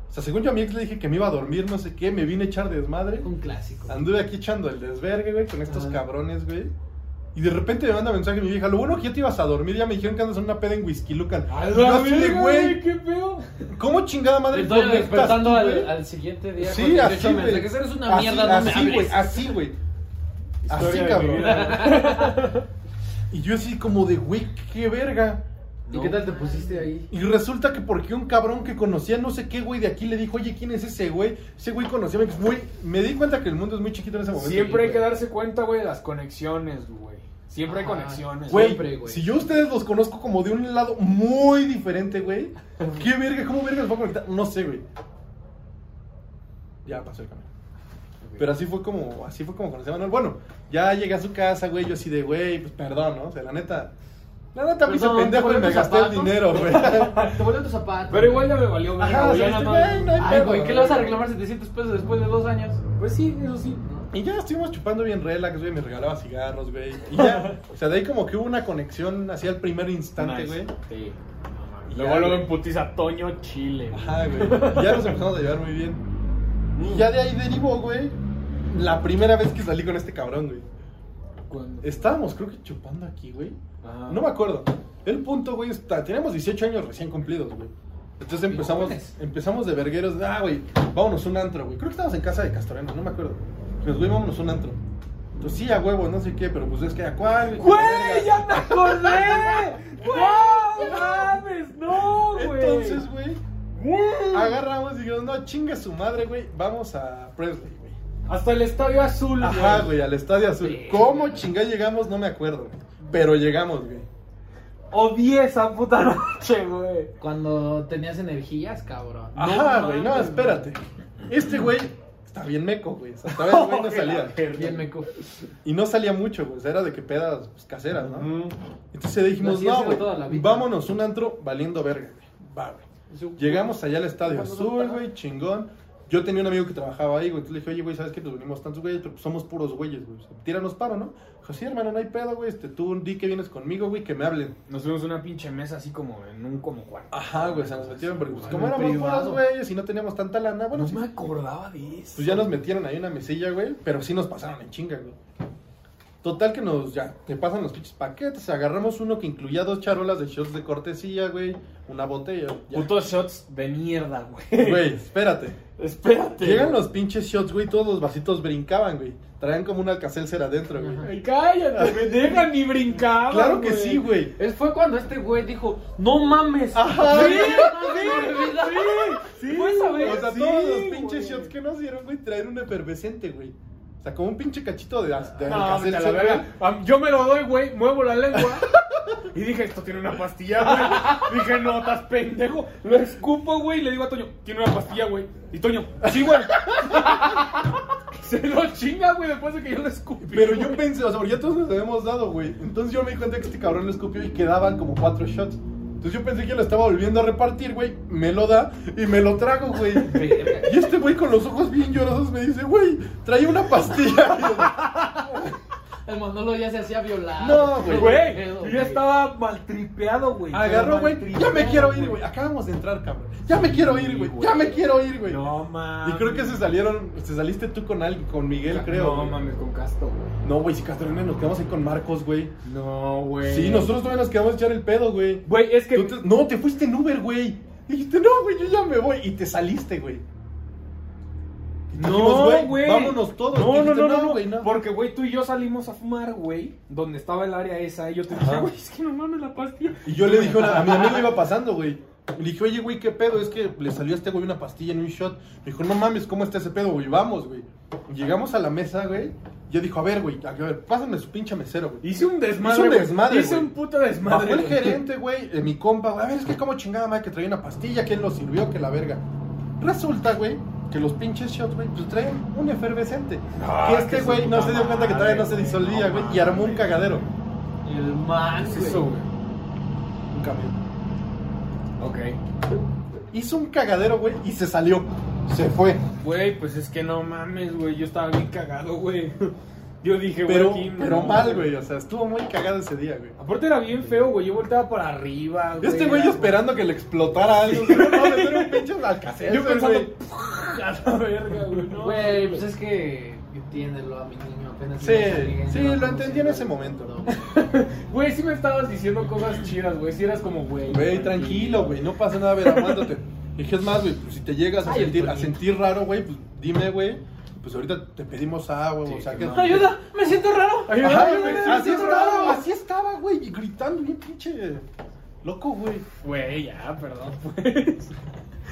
[SPEAKER 3] O sea, según yo a mi ex le dije que me iba a dormir, no sé qué, me vine a echar desmadre.
[SPEAKER 2] Un clásico.
[SPEAKER 3] Anduve aquí echando el desvergue, güey, con estos
[SPEAKER 2] Ajá.
[SPEAKER 3] cabrones, güey. Y de repente me manda mensaje mi vieja, lo bueno que ya te ibas a dormir, ya me dijeron que andas en una peda en Whisky Lucan.
[SPEAKER 1] A
[SPEAKER 3] Y yo
[SPEAKER 1] la
[SPEAKER 3] así de,
[SPEAKER 1] verga, güey,
[SPEAKER 3] güey,
[SPEAKER 1] qué pedo.
[SPEAKER 3] ¿cómo chingada madre?
[SPEAKER 2] Estoy
[SPEAKER 3] conectas
[SPEAKER 2] despertando
[SPEAKER 3] tú,
[SPEAKER 2] al,
[SPEAKER 3] güey?
[SPEAKER 2] al siguiente día.
[SPEAKER 3] Sí,
[SPEAKER 2] cuando te
[SPEAKER 3] así,
[SPEAKER 2] echo
[SPEAKER 3] güey.
[SPEAKER 2] mensajes, Eres una mierda,
[SPEAKER 3] así,
[SPEAKER 2] no me
[SPEAKER 3] así, güey,
[SPEAKER 2] hables.
[SPEAKER 3] así, güey. Así,
[SPEAKER 1] Historia de mi
[SPEAKER 3] cabrón.
[SPEAKER 1] vida.
[SPEAKER 3] Y yo así como de, güey, qué verga.
[SPEAKER 2] ¿Y qué tal te pusiste ahí?
[SPEAKER 3] Y resulta que porque un cabrón que conocía no sé qué güey de aquí le dijo, oye, ¿quién es ese güey? Ese güey conocía a mi ex. Güey, me di cuenta que el mundo es muy chiquito en ese momento.
[SPEAKER 1] Siempre hay que darse cuenta, güey, de las conexiones, güey. Siempre hay
[SPEAKER 2] Ajá.
[SPEAKER 1] conexiones.
[SPEAKER 3] Güey,
[SPEAKER 2] siempre, güey.
[SPEAKER 3] si yo a ustedes los conozco como de un lado muy diferente, güey. ¿Qué verga? ¿Cómo verga los va a conectar? No sé, güey. Ya pasó el camino. Pero así fue como, así fue como conocí a Manuel. Bueno, ya llegué a su casa, güey, yo así de, güey, pues perdón, ¿no? O sea, la neta, la neta me hice
[SPEAKER 2] Perdón,
[SPEAKER 3] pendejo y
[SPEAKER 2] ponle
[SPEAKER 3] me
[SPEAKER 2] tus
[SPEAKER 3] gasté el
[SPEAKER 2] zapatos.
[SPEAKER 3] dinero, güey.
[SPEAKER 2] Te vuelven tus zapatos.
[SPEAKER 1] Pero igual ya me valió, güey.
[SPEAKER 3] Ajá, o sea, este, güey, no hay
[SPEAKER 2] Ay,
[SPEAKER 3] pedo,
[SPEAKER 2] güey, ¿qué le vas a reclamar 700 pesos después de dos años?
[SPEAKER 1] Pues sí, eso sí.
[SPEAKER 3] Y ya estuvimos chupando bien relax, güey, me regalaba cigarros, güey. Y ya, o sea, de ahí como que hubo una conexión así al primer instante,
[SPEAKER 1] Nice.
[SPEAKER 3] güey.
[SPEAKER 1] Sí.
[SPEAKER 3] Y
[SPEAKER 1] Luego,
[SPEAKER 3] ya,
[SPEAKER 1] luego
[SPEAKER 3] güey.
[SPEAKER 1] emputiza Toño Chile, güey.
[SPEAKER 3] Ajá, güey. Y Ya nos empezamos a llevar muy bien. Y ya de ahí derivó, güey, la primera vez que salí con este cabrón, güey.
[SPEAKER 1] Cuando-
[SPEAKER 3] Estábamos, creo que chupando aquí, güey.
[SPEAKER 1] Ajá.
[SPEAKER 3] No me acuerdo. El punto, güey, está. Tenemos 18 años recién cumplidos, güey. Entonces empezamos,
[SPEAKER 2] jóvenes.
[SPEAKER 3] empezamos de vergueros. Ah, güey, vámonos un antro, güey. Creo que estábamos en casa de Castoreno, no me acuerdo. Nos, güey, vámonos un antro. Entonces, sí, a huevo, no sé qué, pero pues es que a cuál.
[SPEAKER 1] ¡Güey! ¡Ya me acordé! ¡No mames! ¡No, güey!
[SPEAKER 3] Entonces, güey,
[SPEAKER 1] Güey.
[SPEAKER 3] agarramos y dijimos, no, chinga su madre, güey, vamos a Presley, güey.
[SPEAKER 1] Hasta el Estadio Azul,
[SPEAKER 3] Ajá, güey, al Estadio Azul.
[SPEAKER 2] Sí.
[SPEAKER 3] ¿Cómo chinga llegamos? No me acuerdo, güey. Pero llegamos, güey.
[SPEAKER 1] Odié esa puta noche, güey.
[SPEAKER 2] Cuando tenías energías, cabrón.
[SPEAKER 3] Ajá,
[SPEAKER 1] No
[SPEAKER 3] güey, no,
[SPEAKER 1] mames,
[SPEAKER 3] espérate. Este güey está bien meco, güey. O sea, estaba el güey no salía.
[SPEAKER 2] Bien me cu-
[SPEAKER 3] Y no salía mucho, güey. o sea, Era de que pedas pues, caseras, ¿no?
[SPEAKER 1] Mm.
[SPEAKER 3] Entonces dijimos,
[SPEAKER 2] Así ha
[SPEAKER 3] no,
[SPEAKER 2] sido toda la
[SPEAKER 3] güey.
[SPEAKER 2] vida".
[SPEAKER 3] Vámonos un antro valiendo verga, güey. Va, güey. Llegamos allá al Estadio
[SPEAKER 2] Cuando
[SPEAKER 3] Azul,
[SPEAKER 2] nos
[SPEAKER 3] güey, chingón. Yo tenía un amigo que trabajaba ahí, güey. Entonces le dije, oye, güey, ¿sabes qué? Pues venimos tantos, güey, pero pues somos puros güeyes, güey. O sea, tíranos paro, ¿no? Dijo, sí, hermano, no hay pedo, güey. Este, tú di que vienes conmigo, güey, que me hablen.
[SPEAKER 1] Nos fuimos a una pinche mesa así como en un como cuarto.
[SPEAKER 3] Ajá, güey, se nos metieron porque pues,
[SPEAKER 2] Igual,
[SPEAKER 3] como
[SPEAKER 2] en
[SPEAKER 3] éramos puros
[SPEAKER 2] privado.
[SPEAKER 3] güeyes y no teníamos tanta lana, bueno, sí,
[SPEAKER 1] acordaba de eso.
[SPEAKER 3] pues ya nos metieron ahí una mesilla, güey, pero sí nos pasaron en chinga, güey. Total que nos, ya, te pasan los pinches paquetes, agarramos uno que incluía dos charolas de shots de cortesía, güey, una botella, ya.
[SPEAKER 1] Putos shots de mierda, güey.
[SPEAKER 3] Güey, espérate.
[SPEAKER 1] Espérate.
[SPEAKER 3] Llegan los pinches shots, güey, todos los vasitos brincaban, güey. Traían como un alcacelcer adentro, güey.
[SPEAKER 2] Ajá.
[SPEAKER 1] Ay, cállate, pendeja, ni brincaba.
[SPEAKER 3] Claro que sí, güey.
[SPEAKER 2] Es fue cuando este güey dijo, no mames.
[SPEAKER 3] Ajá.
[SPEAKER 2] Sí, sí,
[SPEAKER 1] Sí,
[SPEAKER 2] Fue esa vez.
[SPEAKER 3] O sea,
[SPEAKER 1] Sí,
[SPEAKER 3] todos los pinches
[SPEAKER 1] güey.
[SPEAKER 3] shots que nos dieron, güey, traían un efervescente, güey. O sea, como un pinche cachito de, de
[SPEAKER 1] No, vete a la
[SPEAKER 3] alcacelcer,
[SPEAKER 1] verga.
[SPEAKER 3] güey.
[SPEAKER 1] Am- Yo me lo doy, güey, muevo la lengua. Y dije, esto tiene una pastilla, güey. Dije, no, estás pendejo. Lo escupo, güey, y le digo a Toño, tiene una pastilla, güey. Y Toño, sí, güey. Se lo chinga, güey, después de que yo lo escupí.
[SPEAKER 3] Pero yo
[SPEAKER 1] güey.
[SPEAKER 3] pensé, o sea, porque ya todos nos habíamos dado, güey. Entonces yo me di cuenta que este cabrón lo escupió y quedaban como cuatro shots. Entonces yo pensé que lo estaba volviendo a repartir, güey. Me lo da y me lo trago, güey.
[SPEAKER 2] Verga.
[SPEAKER 3] Y este güey con los ojos bien llorosos me dice, güey, trae una pastilla.
[SPEAKER 2] El Manolo ya se hacía violar.
[SPEAKER 3] No, güey.
[SPEAKER 1] Güey, yo ya estaba maltripeado, güey. Pero
[SPEAKER 3] Agarró, güey. Ya me
[SPEAKER 1] maltripeado,
[SPEAKER 3] quiero ir, güey. Acabamos de entrar, cabrón. Ya me quiero ir, güey. Ya me quiero ir, güey.
[SPEAKER 1] No mames.
[SPEAKER 3] Y creo que se salieron, se saliste tú con alguien, con Miguel, creo.
[SPEAKER 1] No
[SPEAKER 3] güey.
[SPEAKER 1] mames, con Casto, güey.
[SPEAKER 3] No, güey, si Castrolina nos quedamos ahí con Marcos, güey.
[SPEAKER 1] No, güey.
[SPEAKER 3] Sí, nosotros todavía nos quedamos a echar el pedo, güey.
[SPEAKER 1] Güey, es que.
[SPEAKER 3] Tú te- No, te fuiste en Uber, güey. Dijiste, no, güey, yo ya me voy. Y te saliste, güey. Y dijimos,
[SPEAKER 1] No, güey.
[SPEAKER 3] Vámonos todos. Y
[SPEAKER 1] No, no,
[SPEAKER 3] dijiste,
[SPEAKER 1] no, no,
[SPEAKER 3] güey,
[SPEAKER 1] no. Porque, güey, tú y yo salimos a fumar, güey. Donde estaba el área esa. Y yo te dije,
[SPEAKER 3] Ajá.
[SPEAKER 1] güey, es que no mames la pastilla.
[SPEAKER 3] Y yo le dije a, una- a mi amigo iba pasando, güey. Le dije, oye, güey, ¿qué pedo? Es que le salió a este güey una pastilla en un shot. Me dijo, no mames, ¿cómo está ese pedo, güey? Vamos, güey. Llegamos a la mesa, güey. Yo dijo, a ver, güey, a ver, pásame su pinche mesero, güey.
[SPEAKER 1] Hice un desmadre.
[SPEAKER 3] Hice un
[SPEAKER 1] güey.
[SPEAKER 3] desmadre,
[SPEAKER 1] Hice
[SPEAKER 3] güey.
[SPEAKER 1] un puto
[SPEAKER 3] Bajó
[SPEAKER 1] desmadre.
[SPEAKER 3] el
[SPEAKER 1] güey.
[SPEAKER 3] gerente, güey, eh, mi compa, güey. A ver, es que como chingada madre que traía una pastilla, ¿quién lo sirvió? Que la verga. Resulta, güey, que los pinches shots, güey, pues traen un efervescente.
[SPEAKER 1] Ah,
[SPEAKER 3] que
[SPEAKER 1] que
[SPEAKER 3] este
[SPEAKER 1] su
[SPEAKER 3] güey no
[SPEAKER 1] puta
[SPEAKER 3] se dio cuenta que
[SPEAKER 1] madre,
[SPEAKER 3] todavía no se
[SPEAKER 1] güey.
[SPEAKER 3] disolvía,
[SPEAKER 1] No
[SPEAKER 3] güey, y armó un
[SPEAKER 1] mames.
[SPEAKER 3] cagadero.
[SPEAKER 2] El man,
[SPEAKER 1] ¿Qué
[SPEAKER 2] güey.
[SPEAKER 1] es eso, güey?
[SPEAKER 3] Un camión.
[SPEAKER 1] Ok.
[SPEAKER 3] Hizo un cagadero, güey, y se salió. Se fue.
[SPEAKER 1] Güey, pues es que no mames, güey. Yo estaba bien cagado, güey. Yo dije, güey,
[SPEAKER 3] Pero,
[SPEAKER 1] aquí no
[SPEAKER 3] pero
[SPEAKER 1] mames.
[SPEAKER 3] mal, güey. O sea, estuvo muy cagado ese día, güey.
[SPEAKER 1] Aparte era bien feo, güey. Yo volteaba para arriba, güey.
[SPEAKER 3] Este güey
[SPEAKER 1] Era-
[SPEAKER 3] esperando que le explotara algo. güey, No mames, era un pinche alcacer.
[SPEAKER 1] Yo pensando,
[SPEAKER 3] güey.
[SPEAKER 1] A la verga, güey. No,
[SPEAKER 2] Güey, pues es que entiéndelo a mi niño apenas.
[SPEAKER 3] Sí, sí, lo entendí en ese momento.
[SPEAKER 1] Güey, sí me estabas diciendo cosas chidas, güey. Si eras como, güey.
[SPEAKER 3] Güey, tranquilo, güey. No pasa nada, a ver, aguántate. Dije, es más, güey, pues, si te llegas a
[SPEAKER 2] Ay, el
[SPEAKER 3] sentir, a
[SPEAKER 2] Toñito.
[SPEAKER 3] sentir raro, güey, pues dime, güey. Pues ahorita te pedimos agua, o sea, que...
[SPEAKER 2] Ayuda, me siento raro.
[SPEAKER 1] Ayuda,
[SPEAKER 3] Ajá,
[SPEAKER 1] ayuda,
[SPEAKER 3] güey,
[SPEAKER 1] ayuda,
[SPEAKER 3] así
[SPEAKER 1] ayuda,
[SPEAKER 3] estaba,
[SPEAKER 1] ayuda.
[SPEAKER 3] así estaba, güey, y gritando bien pinche loco, güey.
[SPEAKER 1] Güey, ya, perdón, pues.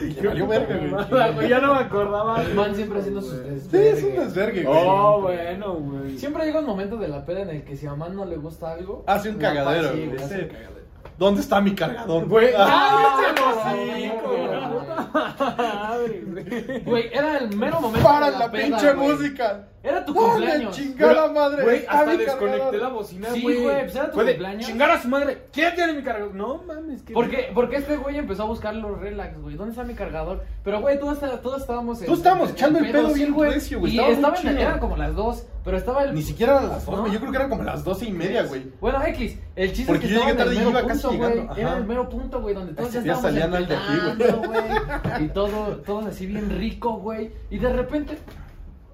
[SPEAKER 3] Y le valió verga,
[SPEAKER 1] Nada,
[SPEAKER 3] güey.
[SPEAKER 1] güey, ya no me acordaba.
[SPEAKER 2] El man siempre haciendo sus
[SPEAKER 3] Sí, es un desvergue, güey.
[SPEAKER 1] Oh, bueno, güey.
[SPEAKER 2] Siempre llega un momento de la peda en el que si a mamá no le gusta algo.
[SPEAKER 3] Hace un
[SPEAKER 2] la
[SPEAKER 3] cagadero,
[SPEAKER 2] pa- sí,
[SPEAKER 3] güey.
[SPEAKER 2] güey, hace
[SPEAKER 3] Sí.
[SPEAKER 2] un cagadero.
[SPEAKER 3] ¿Dónde está mi cargador?
[SPEAKER 1] Güey,
[SPEAKER 3] Ah,
[SPEAKER 1] cállate el hocico,
[SPEAKER 2] Ah,
[SPEAKER 1] güey. Madre, güey.
[SPEAKER 2] Güey, era el mero momento.
[SPEAKER 3] ¡Para
[SPEAKER 2] de
[SPEAKER 3] la
[SPEAKER 2] peda,
[SPEAKER 3] pinche
[SPEAKER 2] güey.
[SPEAKER 3] música!
[SPEAKER 2] Era tu
[SPEAKER 3] ¡Dónde
[SPEAKER 2] cumpleaños.
[SPEAKER 3] chingada madre!
[SPEAKER 1] Güey,
[SPEAKER 3] está
[SPEAKER 1] hasta
[SPEAKER 3] mi cargador!
[SPEAKER 1] desconecté la bocina,
[SPEAKER 2] Sí,
[SPEAKER 1] güey.
[SPEAKER 2] güey, pues era tu
[SPEAKER 1] Fue de
[SPEAKER 2] cumpleaños.
[SPEAKER 1] Chingar a su madre. ¿Quién tiene mi cargador? No mames, que.
[SPEAKER 2] Porque, porque este güey empezó a buscar los relax, güey. ¿Dónde está mi cargador? Pero, güey, todos, todos estábamos. en-
[SPEAKER 3] Todos estábamos
[SPEAKER 2] en-
[SPEAKER 3] echando
[SPEAKER 2] en
[SPEAKER 3] el pedo
[SPEAKER 2] sí,
[SPEAKER 3] bien recio, güey,
[SPEAKER 2] Y
[SPEAKER 3] estaba muy
[SPEAKER 2] estaban,
[SPEAKER 3] chido.
[SPEAKER 2] eran como las dos. Pero estaba el.
[SPEAKER 3] Ni siquiera eran las dos,
[SPEAKER 2] ¿No?
[SPEAKER 3] güey. Yo creo que eran como las doce y media, güey.
[SPEAKER 2] Bueno, X, el chiste
[SPEAKER 3] Porque
[SPEAKER 2] es que
[SPEAKER 3] yo
[SPEAKER 2] estaba
[SPEAKER 3] llegué
[SPEAKER 2] en
[SPEAKER 3] tarde y
[SPEAKER 2] el mero
[SPEAKER 3] iba casi
[SPEAKER 2] punto,
[SPEAKER 3] llegando,
[SPEAKER 2] güey. Era
[SPEAKER 3] ajá.
[SPEAKER 2] el mero punto, güey, donde todos
[SPEAKER 3] Este,
[SPEAKER 2] ya
[SPEAKER 3] ya
[SPEAKER 2] estábamos
[SPEAKER 3] salían al de aquí, güey.
[SPEAKER 2] empedando, güey. Y todo, todos así bien rico, güey. Y de repente,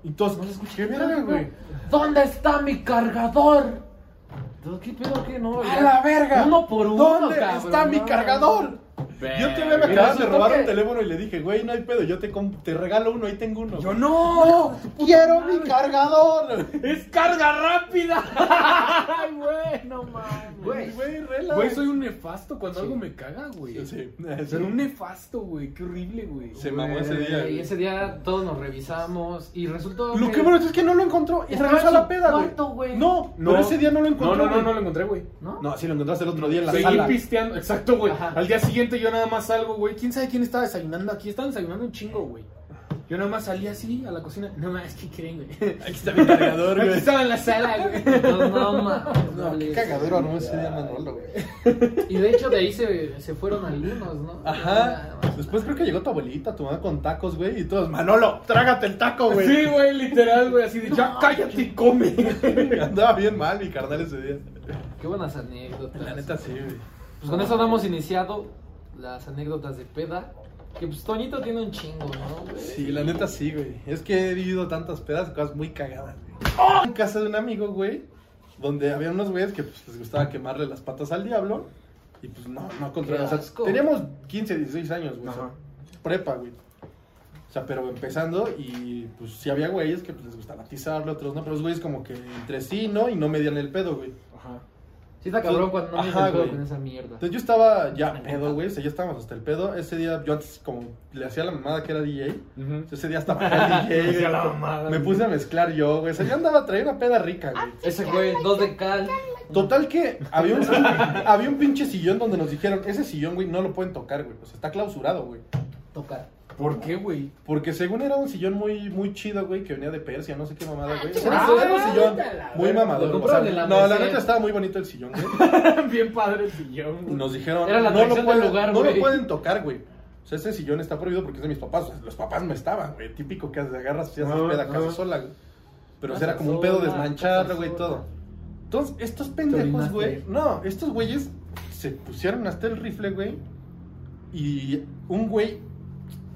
[SPEAKER 3] Y todos,
[SPEAKER 2] no se escucha
[SPEAKER 3] ¿qué
[SPEAKER 2] nada,
[SPEAKER 3] verga, güey?
[SPEAKER 2] ¿Dónde está mi cargador? Entonces, ¿Qué pedo que no?
[SPEAKER 3] ¡A
[SPEAKER 2] Ya,
[SPEAKER 3] la verga!
[SPEAKER 2] Uno por uno,
[SPEAKER 3] ¿Dónde
[SPEAKER 2] cabrón,
[SPEAKER 3] está mi
[SPEAKER 2] no,
[SPEAKER 3] cargador? Yo te me
[SPEAKER 2] Mira,
[SPEAKER 3] acabas de
[SPEAKER 2] resultó
[SPEAKER 3] robar un
[SPEAKER 2] que-
[SPEAKER 3] teléfono y le dije, güey, no hay pedo, yo te, com- te regalo uno, ahí tengo uno.
[SPEAKER 1] Yo
[SPEAKER 3] güey.
[SPEAKER 1] no.
[SPEAKER 3] ¡Quiero mi cargador!
[SPEAKER 1] ¡Es carga rápida! Ay, güey, no mames.
[SPEAKER 2] Güey.
[SPEAKER 3] Güey, relax.
[SPEAKER 1] Güey, soy un nefasto cuando
[SPEAKER 2] Sí.
[SPEAKER 1] algo me caga, güey.
[SPEAKER 3] Sí,
[SPEAKER 1] Pero un nefasto, güey. Qué horrible, güey.
[SPEAKER 3] Se mamó ese día.
[SPEAKER 2] Y
[SPEAKER 3] güey.
[SPEAKER 2] ese día todos nos revisamos y resultó
[SPEAKER 3] Lo que bueno es que no lo encontró y
[SPEAKER 2] Estaba
[SPEAKER 3] regresó a
[SPEAKER 2] en
[SPEAKER 3] la
[SPEAKER 2] su
[SPEAKER 3] peda,
[SPEAKER 2] cuarto, güey.
[SPEAKER 3] güey. No, pero ese día no lo encontró.
[SPEAKER 1] No, no, no,
[SPEAKER 3] güey.
[SPEAKER 1] no lo encontré, güey.
[SPEAKER 2] ¿No?
[SPEAKER 3] No, sí lo encontraste el otro día en la
[SPEAKER 1] Seguí
[SPEAKER 3] sala.
[SPEAKER 1] pisteando, exacto, güey.
[SPEAKER 2] Ajá.
[SPEAKER 1] Al día siguiente yo nada más salgo, güey. ¿Quién sabe quién estaba desayunando aquí? Estaban desayunando un chingo, güey. Yo nada más salí así a la cocina. No más, ¿qué creen, güey?
[SPEAKER 3] Aquí está mi cargador,
[SPEAKER 1] Aquí
[SPEAKER 3] güey.
[SPEAKER 1] estaba en la sala, güey.
[SPEAKER 2] No, no, mames,
[SPEAKER 3] No,
[SPEAKER 2] vale.
[SPEAKER 3] qué cagadero armó ese día Manolo, güey.
[SPEAKER 2] Y de hecho de ahí se, se fueron algunos, ¿no?
[SPEAKER 3] Ajá. Después creo que llegó tu abuelita, tu mamá con tacos, güey, y todos, Manolo, trágate el taco, güey.
[SPEAKER 1] Sí, güey, literal, güey. Así de, ya cállate y come.
[SPEAKER 3] Andaba bien mal mi carnal ese día.
[SPEAKER 2] Qué buenas anécdotas.
[SPEAKER 3] La neta sí, güey.
[SPEAKER 2] Pues con eso damos iniciado las anécdotas de peda. Que pues Toñito tiene un chingo, ¿no? güey?
[SPEAKER 3] Sí, la neta sí, güey. Es que he vivido tantas pedas, cosas muy cagadas, güey. En casa de un amigo, güey, donde había unos güeyes que pues, les gustaba quemarle las patas al diablo. Y pues no, no contra.
[SPEAKER 2] Qué
[SPEAKER 3] O sea,
[SPEAKER 2] asco.
[SPEAKER 3] teníamos 15, 16 años, güey. o sea,
[SPEAKER 1] Ajá.
[SPEAKER 3] prepa, güey. O sea, pero empezando y pues sí había güeyes que pues, les gustaba atizarle, otros no, pero los güeyes como que entre sí, ¿no? Y no medían el pedo, güey.
[SPEAKER 1] Ajá.
[SPEAKER 2] Sí está cabrón cuando no me
[SPEAKER 3] Ajá,
[SPEAKER 2] pedo
[SPEAKER 3] güey.
[SPEAKER 2] con esa mierda.
[SPEAKER 3] Entonces yo estaba ya pedo, güey. O sea, ya estábamos hasta el pedo. Ese día yo antes como le hacía la mamada que era DJ.
[SPEAKER 1] Ujú.
[SPEAKER 3] Ese día estaba acá el DJ.
[SPEAKER 1] Hacía la
[SPEAKER 3] güey.
[SPEAKER 1] mamada,
[SPEAKER 3] Me
[SPEAKER 1] güey.
[SPEAKER 3] puse a mezclar yo, güey. O sea, yo andaba a traer una peda rica, güey.
[SPEAKER 2] Ese güey, dos de cal.
[SPEAKER 3] Total que había un, había un pinche sillón donde nos dijeron, ese sillón, güey, no lo pueden tocar, güey. O sea, está clausurado, güey.
[SPEAKER 2] Tocar.
[SPEAKER 1] ¿Por qué, güey?
[SPEAKER 3] Porque según era un sillón muy, muy chido, güey, que venía de Persia, no sé qué mamada, güey.
[SPEAKER 1] Ah,
[SPEAKER 3] era un sillón
[SPEAKER 2] la
[SPEAKER 3] muy
[SPEAKER 2] verga.
[SPEAKER 3] mamador.
[SPEAKER 2] Lo
[SPEAKER 3] o sea,
[SPEAKER 2] compraron en la
[SPEAKER 3] no, la
[SPEAKER 2] mesera.
[SPEAKER 3] neta estaba muy bonito el sillón, güey.
[SPEAKER 1] Bien padre el sillón,
[SPEAKER 3] Y
[SPEAKER 1] güey.
[SPEAKER 3] nos dijeron,
[SPEAKER 2] Era la
[SPEAKER 3] no, lo
[SPEAKER 2] atracción del
[SPEAKER 3] pueden,
[SPEAKER 2] lugar,
[SPEAKER 3] no lo
[SPEAKER 2] güey".
[SPEAKER 3] pueden tocar, güey. O sea, ese sillón está prohibido porque es de mis papás. O sea, los papás no estaban, güey. Típico que agarras y haces
[SPEAKER 1] Ah,
[SPEAKER 3] peda a casa
[SPEAKER 1] ah.
[SPEAKER 3] sola, güey. Pero o sea, era
[SPEAKER 2] Casa
[SPEAKER 3] como un pedo
[SPEAKER 2] sola,
[SPEAKER 3] desmancharlo,
[SPEAKER 2] casa
[SPEAKER 3] güey,
[SPEAKER 2] sola.
[SPEAKER 3] todo. Entonces, estos pendejos,
[SPEAKER 2] orinaste.
[SPEAKER 3] güey. No, estos güeyes se pusieron hasta el rifle, güey. Y un güey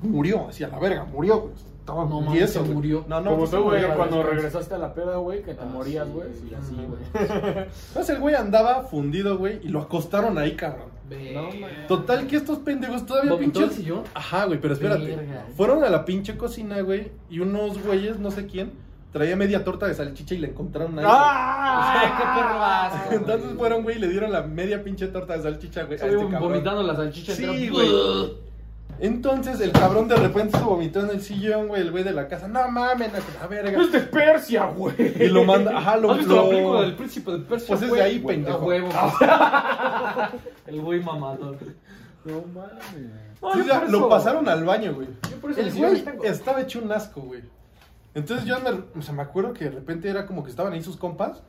[SPEAKER 3] murió, así a la verga, murió, güey. Estaba
[SPEAKER 2] No mames,
[SPEAKER 3] tieso,
[SPEAKER 2] se
[SPEAKER 3] güey.
[SPEAKER 2] murió.
[SPEAKER 3] No, no,
[SPEAKER 1] Como
[SPEAKER 3] pues,
[SPEAKER 1] tú, güey,
[SPEAKER 3] murió,
[SPEAKER 1] cuando
[SPEAKER 3] güey.
[SPEAKER 1] regresaste a la peda, güey, que te
[SPEAKER 2] Ah,
[SPEAKER 1] morías,
[SPEAKER 2] sí,
[SPEAKER 1] güey. Y así,
[SPEAKER 2] Ah,
[SPEAKER 1] güey.
[SPEAKER 3] Entonces el güey andaba fundido, güey, y lo acostaron ahí, cabrón.
[SPEAKER 2] No,
[SPEAKER 3] Total que estos pendejos todavía
[SPEAKER 2] ¿Vomitó el
[SPEAKER 3] pinches.
[SPEAKER 2] sillón?
[SPEAKER 3] Ajá, güey, pero espérate.
[SPEAKER 2] Verga.
[SPEAKER 3] Fueron a la pinche cocina, güey, y unos güeyes, no sé quién, traía media torta de salchicha y le encontraron ahí. güey.
[SPEAKER 1] ¡Ah!
[SPEAKER 2] qué perro asco, güey.
[SPEAKER 3] Entonces fueron, güey, y le dieron la media pinche torta de salchicha, güey, a
[SPEAKER 2] Estoy
[SPEAKER 3] este cabrón.
[SPEAKER 2] vomitando la salchicha.
[SPEAKER 3] Sí,
[SPEAKER 2] entera.
[SPEAKER 3] güey. Entonces el cabrón de repente se vomitó en el sillón, güey, el güey de la casa. No mames, a la verga.
[SPEAKER 1] ¡Es de Persia, güey!
[SPEAKER 3] Y lo manda, ajá, lo
[SPEAKER 2] ¿Has visto la
[SPEAKER 3] lo-
[SPEAKER 2] película del príncipe de Persia?
[SPEAKER 3] Pues es
[SPEAKER 2] güey?
[SPEAKER 3] de ahí,
[SPEAKER 2] Güey, a
[SPEAKER 3] pendejo.
[SPEAKER 2] huevo. El güey mamador.
[SPEAKER 1] No mames.
[SPEAKER 3] Sí, o sea, lo pasaron al baño, güey.
[SPEAKER 2] por eso
[SPEAKER 3] El
[SPEAKER 2] el
[SPEAKER 3] güey
[SPEAKER 2] sillón está-
[SPEAKER 3] estaba hecho un asco, güey. Entonces yo me, o sea, me acuerdo que de repente era como que estaban ahí sus compas.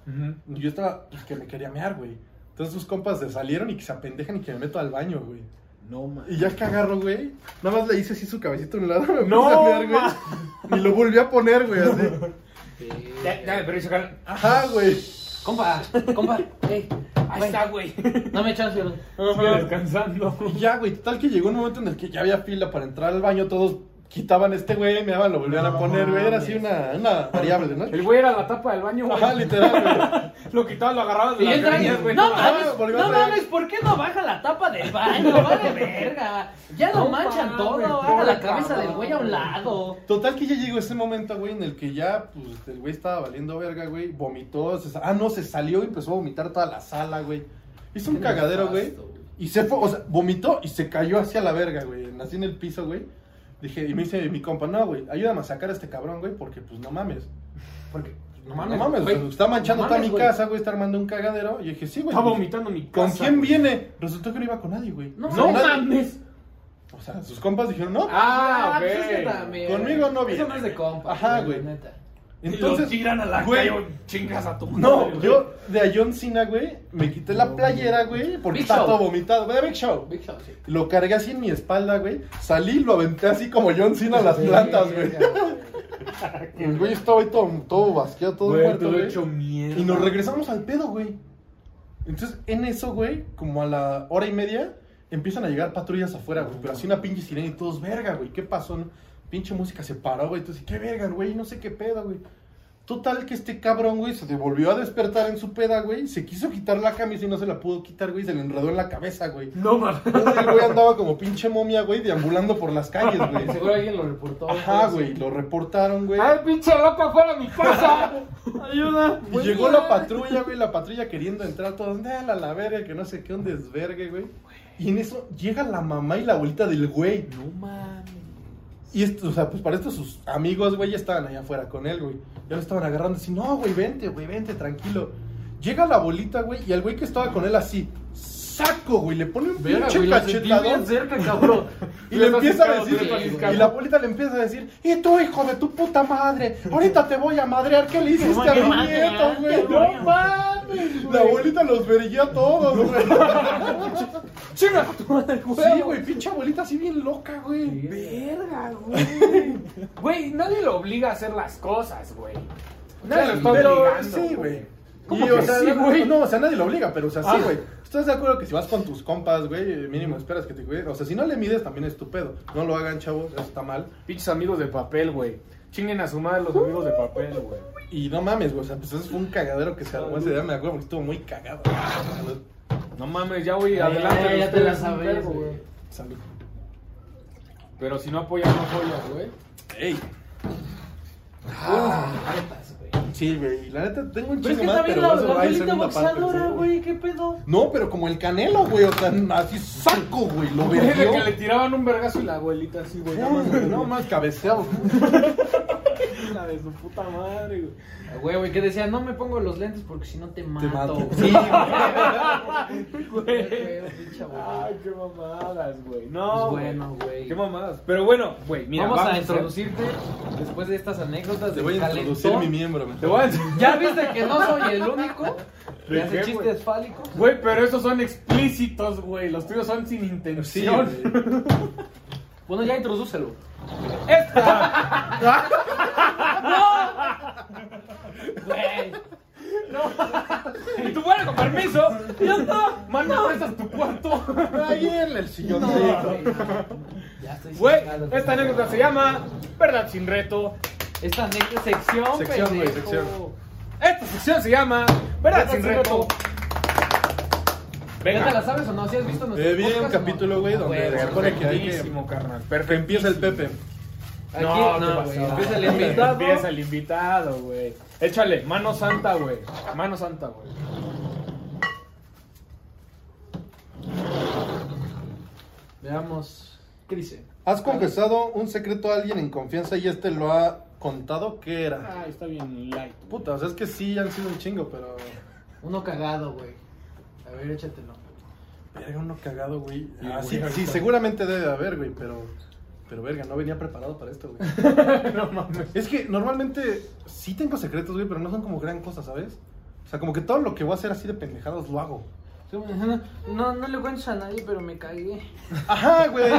[SPEAKER 3] Y yo estaba, pues que me quería mear, güey. Entonces sus compas se salieron y que se apendejan y que me meto al baño, güey.
[SPEAKER 1] No mames.
[SPEAKER 3] Y ya que agarro, güey, nada más le hice así su cabecito a un lado, me
[SPEAKER 1] No,
[SPEAKER 3] puse a mear, güey. Y lo volví a poner, güey, así.
[SPEAKER 1] Ya, dame permiso, carnal.
[SPEAKER 3] Ajá, güey.
[SPEAKER 2] Compa, compa. Ey,
[SPEAKER 1] Ahí
[SPEAKER 2] güey,
[SPEAKER 1] está, güey.
[SPEAKER 2] Dame chance, güey.
[SPEAKER 1] Sigue descansando.
[SPEAKER 3] Y ya, güey, total que llegó un momento en el que ya había fila para entrar al baño, todos quitaban a este güey, me daban, lo volvían a poner, güey. Era así una, una variable, ¿no?
[SPEAKER 1] El güey era la tapa del baño, güey.
[SPEAKER 3] Ajá, literal, güey.
[SPEAKER 1] Lo quitabas, lo agarrabas de
[SPEAKER 2] Y
[SPEAKER 1] la
[SPEAKER 2] entra
[SPEAKER 1] greña,
[SPEAKER 2] y-
[SPEAKER 1] güey.
[SPEAKER 2] No
[SPEAKER 3] Ah,
[SPEAKER 2] mames,
[SPEAKER 3] volvió a
[SPEAKER 2] no
[SPEAKER 3] traer.
[SPEAKER 2] mames, ¿por qué no baja la tapa del baño? Vale verga. Ya lo
[SPEAKER 1] No
[SPEAKER 2] manchan
[SPEAKER 1] mames,
[SPEAKER 2] todo. Haga la
[SPEAKER 1] pobre
[SPEAKER 2] cabeza del
[SPEAKER 1] cabrón.
[SPEAKER 2] güey a un lado.
[SPEAKER 3] Total que ya llegó ese momento, güey, en el que ya, pues, el güey estaba valiendo verga, güey. Vomitó, se sa- ah, no, se salió y empezó a vomitar toda la sala, güey. Hizo un cagadero, güey. Y se fue, o sea, vomitó y se cayó hacia la verga, güey. Así en el piso, güey. Dije, y me dice mi compa, no, güey, ayúdame a sacar a este cabrón, güey, porque pues no mames. Porque, no mames, no mames,
[SPEAKER 2] güey.
[SPEAKER 3] está manchando
[SPEAKER 2] No
[SPEAKER 3] toda mi
[SPEAKER 2] mames, güey.
[SPEAKER 3] casa, güey, está armando un cagadero. Y dije, sí, güey.
[SPEAKER 1] Está
[SPEAKER 3] pues,
[SPEAKER 1] vomitando mi
[SPEAKER 3] ¿Con
[SPEAKER 1] casa.
[SPEAKER 3] quién viene? Resultó que no iba con nadie, güey.
[SPEAKER 2] No,
[SPEAKER 3] O sea,
[SPEAKER 2] no
[SPEAKER 3] nadie-
[SPEAKER 2] mames.
[SPEAKER 3] O sea, sus compas dijeron, no.
[SPEAKER 1] Ah, ok.
[SPEAKER 2] pues es que también.
[SPEAKER 3] Conmigo no viene.
[SPEAKER 2] Eso no es de compa.
[SPEAKER 3] Ajá, güey.
[SPEAKER 2] neta.
[SPEAKER 1] Entonces,
[SPEAKER 3] Entonces,
[SPEAKER 1] los tiran a la
[SPEAKER 3] güey,
[SPEAKER 1] calle, chingas a tu madre,
[SPEAKER 3] No,
[SPEAKER 1] güey.
[SPEAKER 3] yo de a John Cena, güey, me quité la playera, güey, porque
[SPEAKER 2] Big
[SPEAKER 3] estaba
[SPEAKER 2] Show.
[SPEAKER 3] todo vomitado. Güey, Big Show.
[SPEAKER 2] Big Show, sí.
[SPEAKER 3] Lo cargué así en mi espalda, güey. Salí y lo aventé así como John Cena a las plantas, güey. El güey estaba ahí todo, todo basqueado, todo
[SPEAKER 1] Güey,
[SPEAKER 3] muerto,
[SPEAKER 1] todo
[SPEAKER 3] güey.
[SPEAKER 1] hecho mierda.
[SPEAKER 3] Y nos regresamos al pedo, güey. Entonces, en eso, güey, como a la hora y media, empiezan a llegar patrullas afuera, güey. Pero así una pinche sirena y todos, verga, güey, ¿qué pasó? no? Pinche música se paró, güey. Entonces, qué verga, güey, no sé qué pedo, güey. Total que este cabrón, güey, se devolvió a despertar en su peda, güey. Se quiso quitar la camisa y no se la pudo quitar, güey. Se le enredó en la cabeza, güey.
[SPEAKER 1] No mames.
[SPEAKER 3] Entonces el güey andaba como pinche momia, güey, deambulando por las calles, güey.
[SPEAKER 2] Seguro alguien lo reportó.
[SPEAKER 3] Ajá, güey, lo reportaron, güey.
[SPEAKER 1] ¡Ay, pinche loca fuera de mi casa! ¡Ayuda!
[SPEAKER 3] Y llegó la patrulla, güey, la patrulla queriendo entrar todo, ¿dónde a la, la verga? Que no sé qué, un desvergue, güey. Y en eso llega la mamá y la abuelita del güey.
[SPEAKER 2] No mames.
[SPEAKER 3] Y esto, o sea, pues para esto sus amigos, güey, ya estaban allá afuera con él, güey. Ya lo estaban agarrando así, no, güey, vente, güey, vente, tranquilo. Llega la abuelita, güey, y al güey que estaba con él así, saco, güey, le pone un
[SPEAKER 2] Verga,
[SPEAKER 3] pinche
[SPEAKER 2] güey, lo sentí bien
[SPEAKER 3] cachetadón.
[SPEAKER 2] cerca, cabrón.
[SPEAKER 3] Y le empieza a
[SPEAKER 1] Tres
[SPEAKER 3] decir,
[SPEAKER 1] patiscados.
[SPEAKER 3] y la abuelita le empieza a decir, y tú, hijo de tu puta madre, ahorita te voy a madrear, ¿qué le hiciste a mi nieto, güey? No mames, La abuelita los vería a todos, güey.
[SPEAKER 1] ¡Chingas a tu madre, güey!
[SPEAKER 3] Sí, güey, pinche abuelita así bien loca, güey.
[SPEAKER 1] ¡Verga, güey! Güey, nadie lo obliga a hacer las cosas, güey. Nadie lo está
[SPEAKER 3] Pero
[SPEAKER 1] obligando.
[SPEAKER 3] sí, güey.
[SPEAKER 1] ¿Cómo
[SPEAKER 3] Y, o
[SPEAKER 1] que
[SPEAKER 3] sea,
[SPEAKER 1] sí,
[SPEAKER 3] no,
[SPEAKER 1] güey?
[SPEAKER 3] No, o sea, nadie lo obliga, pero o sea,
[SPEAKER 1] Ah.
[SPEAKER 3] sí, güey. ¿Estás de acuerdo que si vas con tus compas, güey, mínimo esperas que te cuiden? O sea, si no le mides, también es tu pedo. No lo hagan, chavos, eso está mal.
[SPEAKER 1] Pinches amigos de papel, güey. Chinguen a su madre los amigos de papel, güey.
[SPEAKER 3] Y no mames, güey, o sea, pues eso fue un cagadero que se armó ese día, me acuerdo, porque estuvo muy cagado.
[SPEAKER 1] No mames, ya voy
[SPEAKER 2] Ya,
[SPEAKER 1] adelante.
[SPEAKER 2] ya, ya te
[SPEAKER 1] ustedes
[SPEAKER 2] la
[SPEAKER 1] un
[SPEAKER 2] sabes,
[SPEAKER 1] vergo,
[SPEAKER 2] güey.
[SPEAKER 3] Salud.
[SPEAKER 1] Pero si no apoyas, no apoyas, güey.
[SPEAKER 3] Ey.
[SPEAKER 2] Arepas, güey.
[SPEAKER 3] Sí, güey. y La neta, tengo un
[SPEAKER 2] Ah. Pero es
[SPEAKER 3] chingo
[SPEAKER 2] que
[SPEAKER 3] más, pero eso va en segunda
[SPEAKER 2] está bien la la abuelita
[SPEAKER 3] parte,
[SPEAKER 2] boxeadora,
[SPEAKER 3] sí,
[SPEAKER 2] güey. ¿Qué pedo?
[SPEAKER 3] No, pero como el canelo, güey. O sea, así saco, güey. Lo
[SPEAKER 1] Güey, de
[SPEAKER 3] vendió.
[SPEAKER 1] que le tiraban un vergazo y la abuelita así, güey. nada más,
[SPEAKER 3] No, más cabeceado.
[SPEAKER 1] la de su puta madre, güey.
[SPEAKER 2] Ah, Güey, güey, que decía, no me pongo los lentes porque si no te
[SPEAKER 3] Te
[SPEAKER 2] mato.
[SPEAKER 3] mato.
[SPEAKER 2] güey.
[SPEAKER 3] Sí, güey.
[SPEAKER 1] Güey.
[SPEAKER 2] Güey, pinche abuela.
[SPEAKER 1] Ay, qué mamadas, güey.
[SPEAKER 2] Pues
[SPEAKER 1] No,
[SPEAKER 2] bueno, güey.
[SPEAKER 1] Qué mamadas. Pero bueno, güey, mira. ¿eh?
[SPEAKER 2] vamos, a
[SPEAKER 1] hacer-
[SPEAKER 2] introducirte después de estas anécdotas
[SPEAKER 3] Te
[SPEAKER 2] de
[SPEAKER 3] voy a
[SPEAKER 2] calentón.
[SPEAKER 3] introducir mi miembro.
[SPEAKER 1] Te voy a enseñar.
[SPEAKER 2] Ya viste que no soy el único
[SPEAKER 1] ¿De
[SPEAKER 2] que hace
[SPEAKER 1] qué,
[SPEAKER 2] chistes
[SPEAKER 1] güey?
[SPEAKER 2] fálicos.
[SPEAKER 1] Güey, pero esos son explícitos, güey. Los tuyos son sin
[SPEAKER 3] Sí,
[SPEAKER 1] intención.
[SPEAKER 3] güey.
[SPEAKER 2] Bueno, ya introdúcelo. ¡Esta! ¡No! Güey.
[SPEAKER 1] Y tú, bueno, con permiso. Ya está. Mano, prestas tu cuarto.
[SPEAKER 3] Ahí en el sillón.
[SPEAKER 2] No, güey, no. Ya estoy
[SPEAKER 1] Güey,
[SPEAKER 2] chingado.
[SPEAKER 1] esta anécdota se llama Verdad sin reto.
[SPEAKER 2] Esta anécdota sección,
[SPEAKER 3] Sección, güey,
[SPEAKER 2] pendejo.
[SPEAKER 3] sección.
[SPEAKER 1] Esta sección se llama Verdad sin reto.
[SPEAKER 2] ¿Ya te la
[SPEAKER 1] Venga.
[SPEAKER 2] sabes o no? ¿Si has visto nuestro
[SPEAKER 3] Eh, vi un capítulo,
[SPEAKER 2] Ah,
[SPEAKER 3] güey, donde se supone que hay que...
[SPEAKER 1] Perfectísimo, carnal.
[SPEAKER 3] que empieza el Pepe.
[SPEAKER 2] No, no, güey. Empieza el invitado.
[SPEAKER 1] Empieza el invitado, güey. Échale, mano santa, güey. Mano santa, güey.
[SPEAKER 2] Veamos. ¿Qué dice?
[SPEAKER 3] ¿Has confesado un secreto a alguien en confianza y este lo ha contado? ¿Qué era?
[SPEAKER 1] Ah, está bien light.
[SPEAKER 3] Puta, o sea, es que sí han sido un chingo, pero...
[SPEAKER 2] Uno cagado, güey. A ver, échatelo.
[SPEAKER 3] Verga, uno cagado, güey.
[SPEAKER 2] Sí,
[SPEAKER 3] Ah,
[SPEAKER 2] güey,
[SPEAKER 3] sí,
[SPEAKER 2] ahorita.
[SPEAKER 3] sí, seguramente debe de haber, güey, pero... Pero verga, no venía preparado para esto, güey.
[SPEAKER 1] no mames.
[SPEAKER 3] Es que normalmente sí tengo secretos, güey, pero no son como gran cosa, ¿sabes? O sea, como que todo lo que voy a hacer así de pendejadas lo hago.
[SPEAKER 2] No, no le cuentes a nadie, pero me cagué.
[SPEAKER 3] Ajá, güey.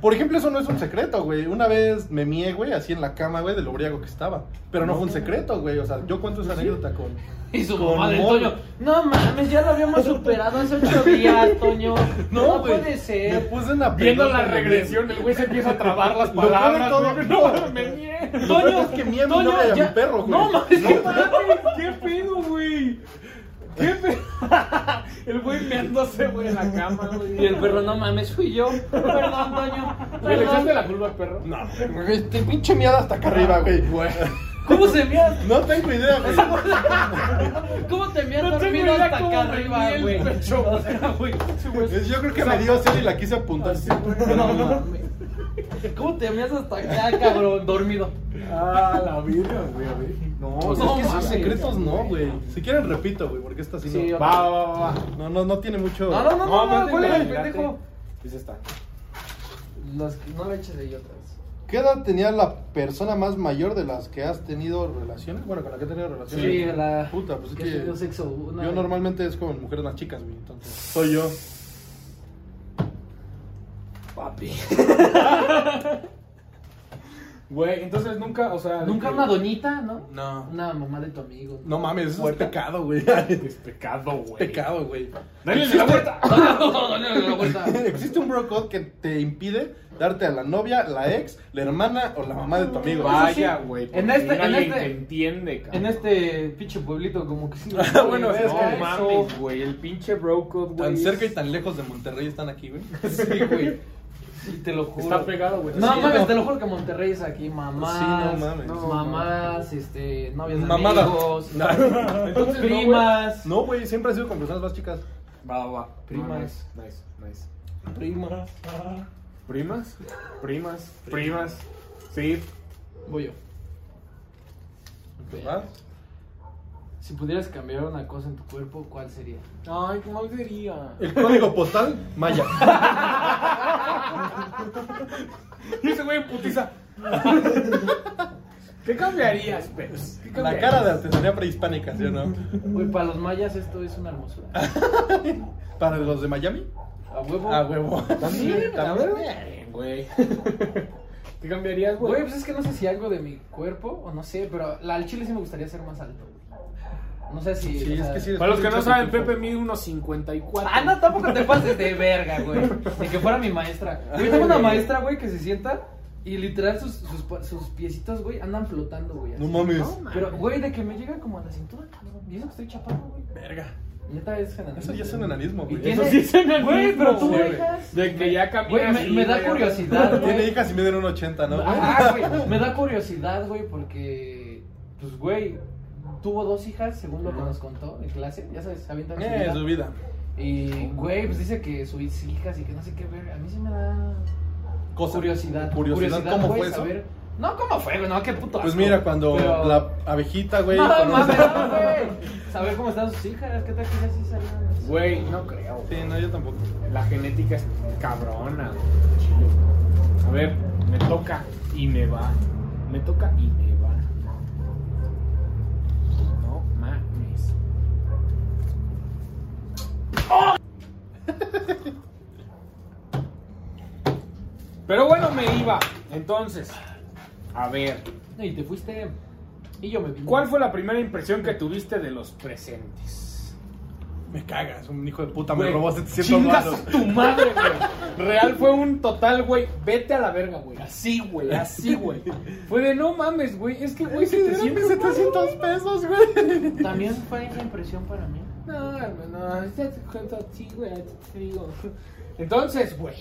[SPEAKER 3] Por ejemplo, eso no es un secreto, güey. Una vez me mié, güey, así en la cama, güey, de lo briago que estaba. Pero no fue un secreto, güey. O sea, yo cuento esa anécdota con...
[SPEAKER 2] Y su
[SPEAKER 3] Con
[SPEAKER 2] mamá del
[SPEAKER 3] Moy.
[SPEAKER 2] Toño. No mames, ya lo habíamos superado hace ocho días, Toño. No,
[SPEAKER 3] güey,
[SPEAKER 2] puede
[SPEAKER 3] Me
[SPEAKER 2] ser.
[SPEAKER 3] puse una
[SPEAKER 1] Viendo
[SPEAKER 3] pelota,
[SPEAKER 1] la regresión, el güey se empieza a trabar las
[SPEAKER 3] Lo peor de
[SPEAKER 1] palabras.
[SPEAKER 3] todo-
[SPEAKER 1] güey. No, me mie-
[SPEAKER 3] güey. Lo peor es que mié a mi novia y a mi perro, güey.
[SPEAKER 2] No mames,
[SPEAKER 1] No mames, ¿Qué pedo, güey? ¿Qué pedo? El güey meándose, güey, en la cama, güey.
[SPEAKER 2] Y el perro, no mames, fui yo. Perdón, Toño.
[SPEAKER 1] ¿Le echaste
[SPEAKER 2] Perdón.
[SPEAKER 1] la culpa al perro?
[SPEAKER 3] No, güey, te pinche miada hasta acá arriba, güey.
[SPEAKER 2] ¿Cómo se mía?
[SPEAKER 3] No tengo idea, güey.
[SPEAKER 2] ¿Cómo te me has
[SPEAKER 1] No tengo
[SPEAKER 2] dormido
[SPEAKER 1] idea
[SPEAKER 2] hasta
[SPEAKER 1] cómo
[SPEAKER 2] acá
[SPEAKER 1] me
[SPEAKER 2] arriba,
[SPEAKER 1] vi el
[SPEAKER 2] güey?
[SPEAKER 1] pecho.
[SPEAKER 2] O sea, güey.
[SPEAKER 3] Es- Yo creo que me dio sed y la quise apuntar.
[SPEAKER 2] No mames. ¿Cómo te meas hasta acá, cabrón? Dormido.
[SPEAKER 1] Ah, la vida, güey, a ver. No,
[SPEAKER 3] O sea,
[SPEAKER 2] No
[SPEAKER 3] pues es que
[SPEAKER 2] mames.
[SPEAKER 3] esos secretos no, güey. Si quieren repito, güey, porque esta sí,
[SPEAKER 2] Sí,
[SPEAKER 3] no.
[SPEAKER 2] yo-
[SPEAKER 1] Va, va, va, va.
[SPEAKER 3] No, no, no tiene mucho.
[SPEAKER 2] No, no, no, no, no,
[SPEAKER 1] espérate,
[SPEAKER 2] ¿cuál era el
[SPEAKER 1] espérate.
[SPEAKER 2] pendejo?
[SPEAKER 1] Es esta.
[SPEAKER 2] Los que no la eches de otras.
[SPEAKER 3] ¿Qué edad tenía la persona más mayor de las que has tenido relaciones? Bueno, con la que he tenido relaciones.
[SPEAKER 2] Sí, la.
[SPEAKER 3] Puta, pues es
[SPEAKER 2] que
[SPEAKER 3] que.
[SPEAKER 2] ha tenido sexo una.
[SPEAKER 3] Yo normalmente es con mujeres más chicas, güey. Entonces, soy yo.
[SPEAKER 2] Papi.
[SPEAKER 1] Güey, entonces nunca, o sea.
[SPEAKER 2] Nunca
[SPEAKER 1] de que-
[SPEAKER 2] una doñita, ¿no?
[SPEAKER 3] No.
[SPEAKER 2] Una mamá de tu amigo.
[SPEAKER 3] No mames, eso es
[SPEAKER 1] Puerta.
[SPEAKER 3] pecado, güey.
[SPEAKER 1] Es pecado, güey.
[SPEAKER 3] pecado, güey.
[SPEAKER 1] Dale la vuelta.
[SPEAKER 2] No, no, no, no,
[SPEAKER 3] Existe un bro code que te impide darte a la novia, la ex, la hermana o la mamá de tu amigo.
[SPEAKER 1] Vaya, güey.
[SPEAKER 2] En
[SPEAKER 1] porque
[SPEAKER 2] este-
[SPEAKER 1] no
[SPEAKER 2] en
[SPEAKER 1] alguien
[SPEAKER 2] este-
[SPEAKER 1] que entiende, cabrón.
[SPEAKER 2] En este pinche pueblito, como que sí.
[SPEAKER 3] Ah, bueno,
[SPEAKER 2] güey,
[SPEAKER 3] es
[SPEAKER 1] No
[SPEAKER 3] que
[SPEAKER 2] eso.
[SPEAKER 1] mames, güey. El pinche bro code, güey.
[SPEAKER 3] Tan
[SPEAKER 1] es-
[SPEAKER 3] cerca y tan lejos de Monterrey están aquí, güey.
[SPEAKER 2] Sí, güey. Sí, te lo juro.
[SPEAKER 1] Está pegado, güey.
[SPEAKER 2] No
[SPEAKER 3] Sí,
[SPEAKER 2] mames,
[SPEAKER 3] no.
[SPEAKER 2] te lo juro que Monterrey es aquí. Mamás.
[SPEAKER 3] Sí, no mames.
[SPEAKER 2] no, mamás, este. Novias de
[SPEAKER 3] Mamada.
[SPEAKER 2] amigos.
[SPEAKER 3] No.
[SPEAKER 1] Entonces, no, güey.
[SPEAKER 2] primas.
[SPEAKER 3] No, güey, siempre ha sido con personas más chicas.
[SPEAKER 1] Va, va, va.
[SPEAKER 2] Primas.
[SPEAKER 1] No, Nice, nice, nice.
[SPEAKER 3] Primas.
[SPEAKER 1] ¿Primas? Primas. Primas. Sí.
[SPEAKER 2] Voy yo.
[SPEAKER 3] ¿Vas?
[SPEAKER 2] Si pudieras cambiar una cosa en tu cuerpo, ¿cuál sería?
[SPEAKER 1] Ay, ¿cómo diría?
[SPEAKER 3] El código postal, Maya.
[SPEAKER 1] Y ese güey en putiza. ¿Qué cambiarías, Peps? ¿Qué
[SPEAKER 3] La
[SPEAKER 1] cambiarías?
[SPEAKER 3] cara de artesanía prehispánica, ¿sí o no?
[SPEAKER 2] Güey, para los mayas esto es una hermosura.
[SPEAKER 3] Para los de Miami,
[SPEAKER 2] A huevo.
[SPEAKER 3] a huevo.
[SPEAKER 1] También, a
[SPEAKER 3] también.
[SPEAKER 1] ver, güey. ¿Qué cambiarías,
[SPEAKER 2] Güey,
[SPEAKER 1] güey?
[SPEAKER 2] pues es que no sé si algo de mi cuerpo o no sé, pero la, al chile sí me gustaría ser más alto, güey. No sé si.
[SPEAKER 3] Sí,
[SPEAKER 2] o
[SPEAKER 3] es
[SPEAKER 2] sea-
[SPEAKER 3] que sí.
[SPEAKER 1] Para los que no saben, Pepe mide unos 54.
[SPEAKER 2] Ah, no, tampoco te pases de verga, güey. Ni que fuera mi maestra. Yo tengo una maestra, güey, que se sienta y literal sus, sus, pa- sus piecitos, güey, andan flotando, güey. así.
[SPEAKER 3] No mames.
[SPEAKER 2] Pero, güey, de que me llega como a la cintura, cabrón. Y eso que estoy chapado, güey.
[SPEAKER 3] Verga.
[SPEAKER 2] Neta es enanismo.
[SPEAKER 3] Eso ya es un enanismo,
[SPEAKER 2] Y
[SPEAKER 3] güey.
[SPEAKER 2] tiene...
[SPEAKER 3] Eso
[SPEAKER 1] sí es enanismo,
[SPEAKER 2] Güey, pero tú,
[SPEAKER 1] güey.
[SPEAKER 2] güey. dejas-
[SPEAKER 1] De que ya caminas
[SPEAKER 2] Güey, me,
[SPEAKER 1] así,
[SPEAKER 2] me da
[SPEAKER 1] güey.
[SPEAKER 2] curiosidad, güey.
[SPEAKER 3] Tiene hijas y miden un 80, ¿no?
[SPEAKER 2] Ah, güey, me da curiosidad, güey, porque, pues, güey, tuvo dos hijas, según lo que nos contó en clase, ya sabes, avientan su
[SPEAKER 3] Eh,
[SPEAKER 2] vida.
[SPEAKER 3] su vida.
[SPEAKER 2] Y, güey, pues dice que sus hijas y que no sé qué ver, a mí sí me da
[SPEAKER 3] Cosa.
[SPEAKER 2] curiosidad.
[SPEAKER 3] Curiosidad, ¿cómo
[SPEAKER 2] güey,
[SPEAKER 3] fue eso?
[SPEAKER 2] saber- No, ¿cómo fue, güey? No, qué puto
[SPEAKER 3] Pues
[SPEAKER 2] asco.
[SPEAKER 3] mira, cuando
[SPEAKER 2] Pero-
[SPEAKER 3] la abejita, güey.
[SPEAKER 2] No,
[SPEAKER 3] con un-
[SPEAKER 2] mames, no, güey. Saber cómo están sus hijas, qué tal que ya sí salieron. así?
[SPEAKER 1] Güey, no creo. güey.
[SPEAKER 3] Sí, no, yo tampoco.
[SPEAKER 1] La genética es cabrona, güey. Chile. A ver, me toca y me va. Me toca y me va. No mames. ¡Oh! Pero bueno, me iba. Entonces, a ver,
[SPEAKER 2] Y te fuiste, y yo me vine.
[SPEAKER 1] ¿cuál fue la primera impresión que tuviste de los presentes?
[SPEAKER 3] Me cagas, un hijo de puta, me
[SPEAKER 1] Güey,
[SPEAKER 3] robó 700
[SPEAKER 1] Chingas
[SPEAKER 3] baros.
[SPEAKER 1] a tu madre, güey. Real fue un total, güey. Vete a la verga, güey. Así, güey. Así, güey. Fue de no mames, güey. Es que, güey,
[SPEAKER 3] Güey, se
[SPEAKER 1] 700.
[SPEAKER 3] 700 pesos, güey.
[SPEAKER 2] También fue esa impresión para mí.
[SPEAKER 1] No, hermano, ya te cuento así, güey, ya te digo. Entonces, güey.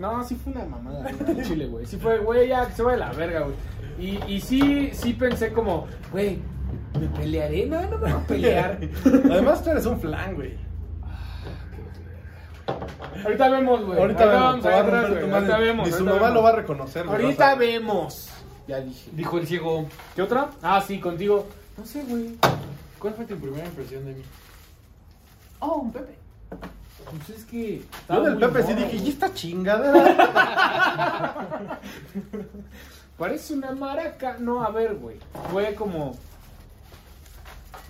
[SPEAKER 1] No, sí fue una mamada, güey, al chile, güey. Sí fue, güey, ya que se va de la verga, güey. Y, y sí, sí pensé como, güey, ¿me pelearé? No, no me voy a pelear.
[SPEAKER 3] Además, tú eres un flan, güey.
[SPEAKER 1] Ahorita vemos, güey.
[SPEAKER 3] Ahorita vemos,
[SPEAKER 1] vamos
[SPEAKER 3] te va
[SPEAKER 1] allá
[SPEAKER 3] a
[SPEAKER 1] atrás,
[SPEAKER 3] romper
[SPEAKER 1] güey.
[SPEAKER 3] tu
[SPEAKER 1] Ahorita
[SPEAKER 3] madre.
[SPEAKER 1] vemos.
[SPEAKER 3] Ni su
[SPEAKER 1] ahorita
[SPEAKER 3] mamá
[SPEAKER 1] vemos.
[SPEAKER 3] lo va a reconocer, güey.
[SPEAKER 1] Ahorita
[SPEAKER 3] Raza.
[SPEAKER 1] vemos. Ya dije.
[SPEAKER 2] Dijo el ciego.
[SPEAKER 1] ¿Qué otra? Ah, sí, contigo. No sé, güey.
[SPEAKER 2] ¿Cuál fue tu primera impresión de mí?
[SPEAKER 1] Oh, un Pepe. Pues es que.
[SPEAKER 3] Yo del Pepe sí dije, ¿y esta chingada?
[SPEAKER 1] Parece una maraca. No, a ver, güey. Fue como.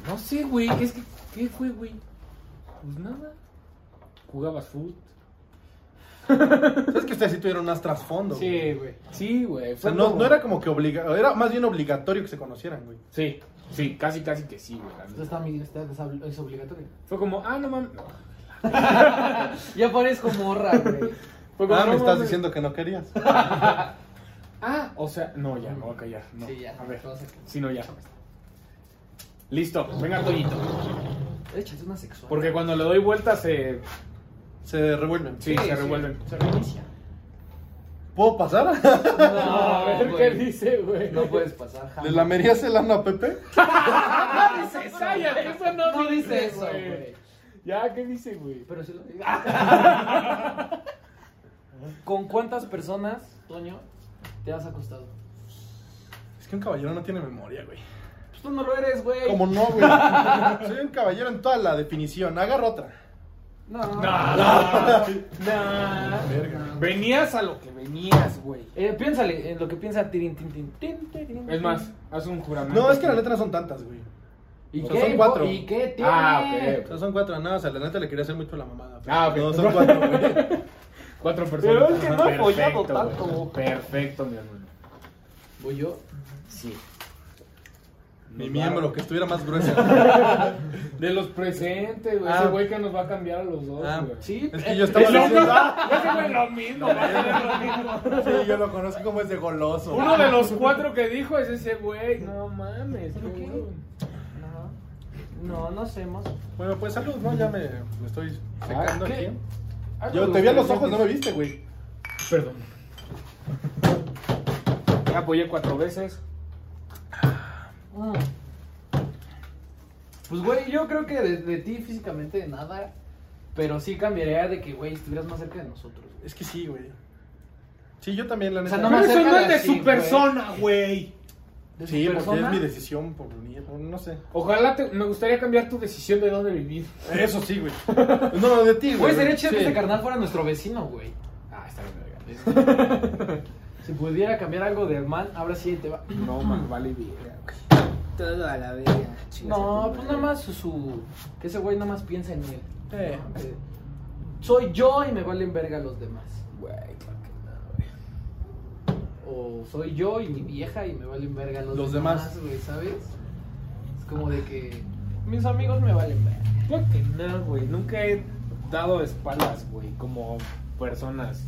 [SPEAKER 1] No sé, güey. Es que. ¿Qué fue, güey? Pues nada. Jugabas foot.
[SPEAKER 3] es que ustedes sí tuvieron más trasfondo, güey.
[SPEAKER 1] güey. Sí, güey.
[SPEAKER 3] O sea, no, no era como que obligado, era más bien obligatorio que se conocieran, güey.
[SPEAKER 1] Sí, sí, casi, casi que sí, güey. la neta.
[SPEAKER 2] Esta amiga está desab- es obligatoria.
[SPEAKER 1] Fue como, ah, no mames. No.
[SPEAKER 2] Ya parezco morra, güey.
[SPEAKER 1] Fue como,
[SPEAKER 3] Ah,
[SPEAKER 1] no
[SPEAKER 3] me estás
[SPEAKER 1] mames.
[SPEAKER 3] diciendo que no querías.
[SPEAKER 1] Ah, o sea, no, ya, me voy a callar. No.
[SPEAKER 2] Sí, ya.
[SPEAKER 1] A ver,
[SPEAKER 2] todos aquí.
[SPEAKER 1] si no, ya. Listo, venga, Toñito.
[SPEAKER 2] Échate una sexual.
[SPEAKER 1] Porque cuando le doy vuelta se.
[SPEAKER 3] Se revuelven.
[SPEAKER 1] Sí, se revuelven.
[SPEAKER 2] Se reinicia.
[SPEAKER 3] ¿Puedo pasar?
[SPEAKER 2] No,
[SPEAKER 1] a ver
[SPEAKER 2] güey.
[SPEAKER 1] qué dice, güey.
[SPEAKER 2] No puedes pasar jamás.
[SPEAKER 3] ¿Le lamerías el ano a Pepe?
[SPEAKER 1] ¡Ah, dice Saya! Eso no,
[SPEAKER 2] No dice eso, güey.
[SPEAKER 1] Ya, ¿qué dice, güey?
[SPEAKER 2] Pero sí lo digo. ¿Con cuántas personas, Toño, te has acostado?
[SPEAKER 3] Es que un caballero no tiene memoria, güey.
[SPEAKER 2] Pues tú no lo eres, güey.
[SPEAKER 3] Como no, güey. Soy un caballero en toda la definición. Agarra otra.
[SPEAKER 2] No.
[SPEAKER 1] No, no, no. Venías a lo que venías, güey.
[SPEAKER 2] Eh, piénsale en lo que piensa Tirin Tin Tin. tin, tirin,
[SPEAKER 1] Es más,
[SPEAKER 2] tin.
[SPEAKER 1] haz un juramento.
[SPEAKER 3] No, es que las letras son tantas, güey.
[SPEAKER 2] ¿Y
[SPEAKER 3] O sea,
[SPEAKER 2] qué?
[SPEAKER 3] son cuatro.
[SPEAKER 2] ¿Y qué tiene?
[SPEAKER 1] Ah, ok.
[SPEAKER 3] O sea, son cuatro. No, o sea, la neta le quería hacer mucho la mamada. pero
[SPEAKER 1] Ah, ok.
[SPEAKER 3] No, son cuatro, güey.
[SPEAKER 1] Cuatro personas.
[SPEAKER 2] Pero es que no he
[SPEAKER 1] Perfecto,
[SPEAKER 2] follado tanto.
[SPEAKER 1] güey. Perfecto, mi hermano.
[SPEAKER 2] Voy yo.
[SPEAKER 1] Sí.
[SPEAKER 3] Mi miembro, que estuviera más gruesa.
[SPEAKER 1] De los presentes, güey.
[SPEAKER 3] Ah.
[SPEAKER 1] Ese güey que nos va a cambiar a los dos,
[SPEAKER 3] Ah.
[SPEAKER 1] güey.
[SPEAKER 2] Sí. eh,
[SPEAKER 3] Es que yo estaba diciendo... "Ah".
[SPEAKER 1] Ese güey lo mismo, va a ser lo mismo.
[SPEAKER 3] Sí, yo lo conozco como ese goloso.
[SPEAKER 1] Uno de los cuatro que dijo es ese güey. No mames,
[SPEAKER 2] ¿Pero
[SPEAKER 1] qué
[SPEAKER 2] qué?
[SPEAKER 1] güey.
[SPEAKER 2] No, no, no hacemos.
[SPEAKER 3] Bueno, pues salud, ¿no? Ya me, me estoy secando
[SPEAKER 1] Ah, ¿qué?
[SPEAKER 3] aquí. Yo te vi a los ojos, no me viste, güey.
[SPEAKER 1] Perdón. Ya apoyé cuatro veces.
[SPEAKER 2] Mm. Pues, güey, yo creo que de, de ti físicamente de nada. Pero sí cambiaría de que, güey, estuvieras más cerca de nosotros. güey.
[SPEAKER 3] Es que sí, güey. Sí, yo también, la
[SPEAKER 2] O
[SPEAKER 3] neta.
[SPEAKER 2] sea, no me
[SPEAKER 1] eso no
[SPEAKER 2] acercan
[SPEAKER 1] es de
[SPEAKER 2] así,
[SPEAKER 1] su
[SPEAKER 2] güey.
[SPEAKER 1] persona, güey.
[SPEAKER 2] De
[SPEAKER 3] Sí,
[SPEAKER 2] su
[SPEAKER 3] porque
[SPEAKER 2] persona.
[SPEAKER 3] es mi decisión por unir, no sé.
[SPEAKER 1] Ojalá te, me gustaría cambiar tu decisión de dónde vivir.
[SPEAKER 3] Eso sí, güey. No, de ti, güey.
[SPEAKER 2] Güey, sería chido
[SPEAKER 3] Sí.
[SPEAKER 2] que este carnal fuera nuestro vecino, güey.
[SPEAKER 1] Ah, está bien, verga.
[SPEAKER 2] Si pudiera cambiar algo de Herman, ahora sí te va.
[SPEAKER 1] No, man, vale verga.
[SPEAKER 6] Todo a la verga. chingas a
[SPEAKER 2] No,
[SPEAKER 6] tu
[SPEAKER 2] pues
[SPEAKER 6] madre.
[SPEAKER 2] nada más su, su- Que ese güey nada más piensa en él.
[SPEAKER 3] Eh,
[SPEAKER 2] Eh, Soy yo y me valen verga los demás.
[SPEAKER 6] Güey, claro que no,
[SPEAKER 2] O soy yo y mi vieja y me valen verga los,
[SPEAKER 3] Los demás.
[SPEAKER 2] demás. güey, ¿sabes? Es como de que. Mis amigos me valen verga.
[SPEAKER 1] Creo que no, güey. Nunca he dado espaldas, güey, como personas.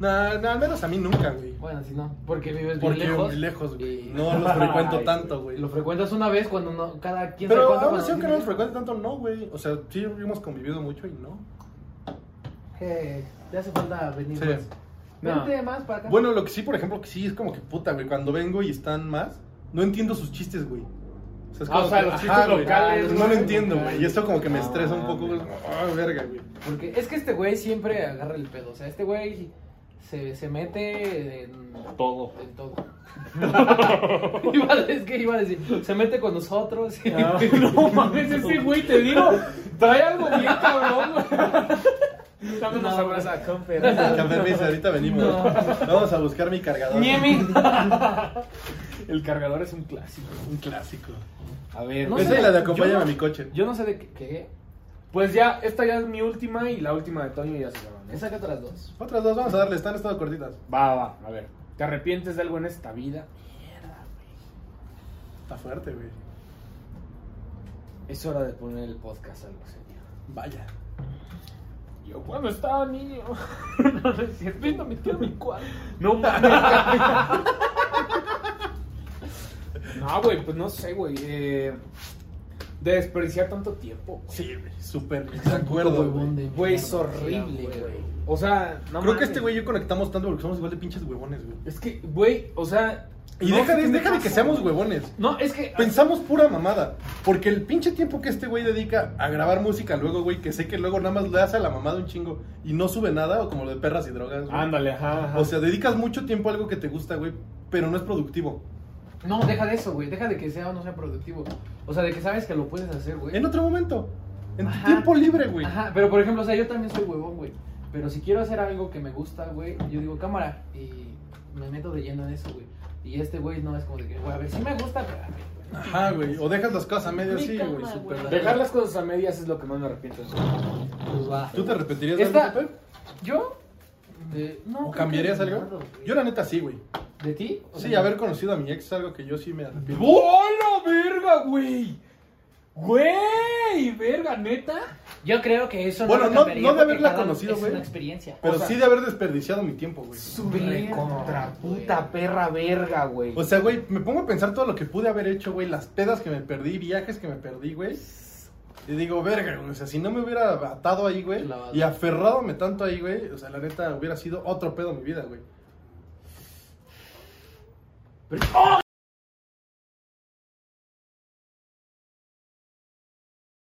[SPEAKER 3] nah, nah, al menos a mí nunca, güey.
[SPEAKER 2] Bueno, si no, porque vives bien
[SPEAKER 3] Porque
[SPEAKER 2] lejos.
[SPEAKER 3] muy lejos, güey.
[SPEAKER 2] y-
[SPEAKER 3] No los frecuento
[SPEAKER 1] Ay,
[SPEAKER 3] tanto, güey.
[SPEAKER 2] Lo frecuentas una vez cuando no. Cada quien
[SPEAKER 3] Pero
[SPEAKER 2] cuándo,
[SPEAKER 3] ahora
[SPEAKER 2] cuando
[SPEAKER 3] sí, aunque no
[SPEAKER 2] tiene-
[SPEAKER 3] los frecuente tanto, no, güey. O sea, sí hemos convivido mucho y no.
[SPEAKER 2] Eh, te hace falta venir
[SPEAKER 3] Sí.
[SPEAKER 2] más.
[SPEAKER 1] No.
[SPEAKER 2] Vente más para acá.
[SPEAKER 3] Bueno, lo que sí, por ejemplo, que sí es como que puta, güey. Cuando vengo y están más, no entiendo sus chistes, güey. sea, es
[SPEAKER 1] Ah,
[SPEAKER 3] como
[SPEAKER 1] o sea,
[SPEAKER 3] que-
[SPEAKER 1] los
[SPEAKER 3] ajá,
[SPEAKER 1] chistes
[SPEAKER 3] güey.
[SPEAKER 1] locales,
[SPEAKER 3] No lo
[SPEAKER 1] güey,
[SPEAKER 3] entiendo, güey. Y eso como que me
[SPEAKER 1] No,
[SPEAKER 3] estresa un poco, güey.
[SPEAKER 1] mames.
[SPEAKER 3] Ah, verga, güey.
[SPEAKER 2] Porque es que este güey siempre agarra el pedo. O sea, este güey se, se mete en
[SPEAKER 1] Todo.
[SPEAKER 2] En todo. Iba a- es que iba a decir, se mete con nosotros. y-
[SPEAKER 1] Ah. No mames, ese güey, te digo, trae algo bien cabrón, güey. Dame
[SPEAKER 2] No,
[SPEAKER 1] unos abrazos a
[SPEAKER 3] Campermis, ahorita venimos. Vamos a buscar mi cargador.
[SPEAKER 2] Niemi.
[SPEAKER 1] El cargador es un clásico.
[SPEAKER 3] Un clásico.
[SPEAKER 1] A ver,
[SPEAKER 2] No
[SPEAKER 1] pues,
[SPEAKER 3] Esa
[SPEAKER 2] sé,
[SPEAKER 3] es la de
[SPEAKER 2] yo
[SPEAKER 3] acompáñame
[SPEAKER 2] no-
[SPEAKER 3] a mi coche.
[SPEAKER 2] Yo no sé de qué. ¿Qué?
[SPEAKER 1] pues ya, esta ya es mi última y la última de Toño ya se acabó, ¿no?
[SPEAKER 2] Esa que otras dos.
[SPEAKER 3] Otras dos vamos a darle, están estado cortitas.
[SPEAKER 1] Va, va, a ver. ¿Te arrepientes de algo en esta vida?
[SPEAKER 3] Está fuerte, güey.
[SPEAKER 1] Es hora de poner el podcast algo serio.
[SPEAKER 3] Vaya.
[SPEAKER 1] Yo cuando estaba niño. no, no es cierto. Yo no me quiero mi cuadro. No mames. no, güey, pues no sé, güey. eh, de desperdiciar tanto tiempo. güey.
[SPEAKER 3] Sí, güey, súper. De acuerdo, güey.
[SPEAKER 1] Güey, es horrible, güey. O sea, no
[SPEAKER 3] Creo que
[SPEAKER 1] mames.
[SPEAKER 3] este güey y yo conectamos tanto porque somos igual de pinches huevones, güey.
[SPEAKER 1] Es que, güey, o sea.
[SPEAKER 3] Y
[SPEAKER 1] no
[SPEAKER 3] deja,
[SPEAKER 1] sé
[SPEAKER 3] de,
[SPEAKER 1] qué me
[SPEAKER 3] deja de que
[SPEAKER 1] pasa,
[SPEAKER 3] seamos
[SPEAKER 1] güey.
[SPEAKER 3] huevones.
[SPEAKER 1] No, es que.
[SPEAKER 3] Pensamos pura mamada. Porque el pinche tiempo que este güey dedica a grabar música luego, güey, que sé que luego nada más le hace a la mamada un chingo y no sube nada, o como lo de perras y drogas, güey.
[SPEAKER 1] Ándale, ajá. ajá.
[SPEAKER 3] O sea, dedicas mucho tiempo a algo que te gusta, güey, pero no es productivo.
[SPEAKER 2] No, deja de eso, güey. Deja de que sea o no sea productivo. O sea, de que sabes que lo puedes hacer, güey.
[SPEAKER 3] En otro momento. En tu
[SPEAKER 2] Ajá.
[SPEAKER 3] tiempo libre, güey.
[SPEAKER 2] Ajá, pero por ejemplo, o sea, yo también soy huevón, güey. Pero si quiero hacer algo que me gusta, güey, yo digo cámara y me meto de lleno en eso, güey. Y este güey no es como de que, güey, a ver, sí me gusta, pero. a ver, güey.
[SPEAKER 3] Ajá, güey. O dejas las cosas a medio
[SPEAKER 2] Mi
[SPEAKER 3] así,
[SPEAKER 2] cama,
[SPEAKER 3] güey.
[SPEAKER 2] güey.
[SPEAKER 3] súper-
[SPEAKER 1] Dejar las cosas a medias es lo que más me arrepiento.
[SPEAKER 5] Pues va.
[SPEAKER 3] ¿Tú te repetirías
[SPEAKER 2] Esta-
[SPEAKER 3] algo, Pepe?
[SPEAKER 2] ¿Yo? De, no.
[SPEAKER 3] Mm. ¿O
[SPEAKER 2] creo
[SPEAKER 3] cambiarías
[SPEAKER 2] que-
[SPEAKER 3] algo? Yo la neta sí, güey.
[SPEAKER 2] ¿De ti? O
[SPEAKER 3] Sí,
[SPEAKER 2] sea,
[SPEAKER 3] haber conocido a mi ex es algo que yo sí me arrepiento.
[SPEAKER 1] ¡Oh, la verga, güey! ¡Güey! ¿Verga, neta?
[SPEAKER 2] Yo creo que eso
[SPEAKER 3] Bueno,
[SPEAKER 2] lo
[SPEAKER 3] no-
[SPEAKER 2] cambiaría
[SPEAKER 3] no de
[SPEAKER 2] porque
[SPEAKER 3] haberla
[SPEAKER 2] cada-
[SPEAKER 3] conocido,
[SPEAKER 2] Es
[SPEAKER 3] güey.
[SPEAKER 2] una experiencia.
[SPEAKER 3] Pero
[SPEAKER 1] o sea-
[SPEAKER 3] sí de haber desperdiciado mi tiempo, güey.
[SPEAKER 2] Verga,
[SPEAKER 1] Contra
[SPEAKER 2] güey.
[SPEAKER 1] puta perra verga, güey.
[SPEAKER 3] O sea, güey, me pongo a pensar todo lo que pude haber hecho, güey, las pedas que me perdí, viajes que me perdí, güey. Y digo, verga, güey, o sea, si no me hubiera atado ahí, güey,
[SPEAKER 2] Clavado.
[SPEAKER 3] y aferradome tanto ahí, güey, o sea, la neta hubiera sido otro pedo mi vida, güey.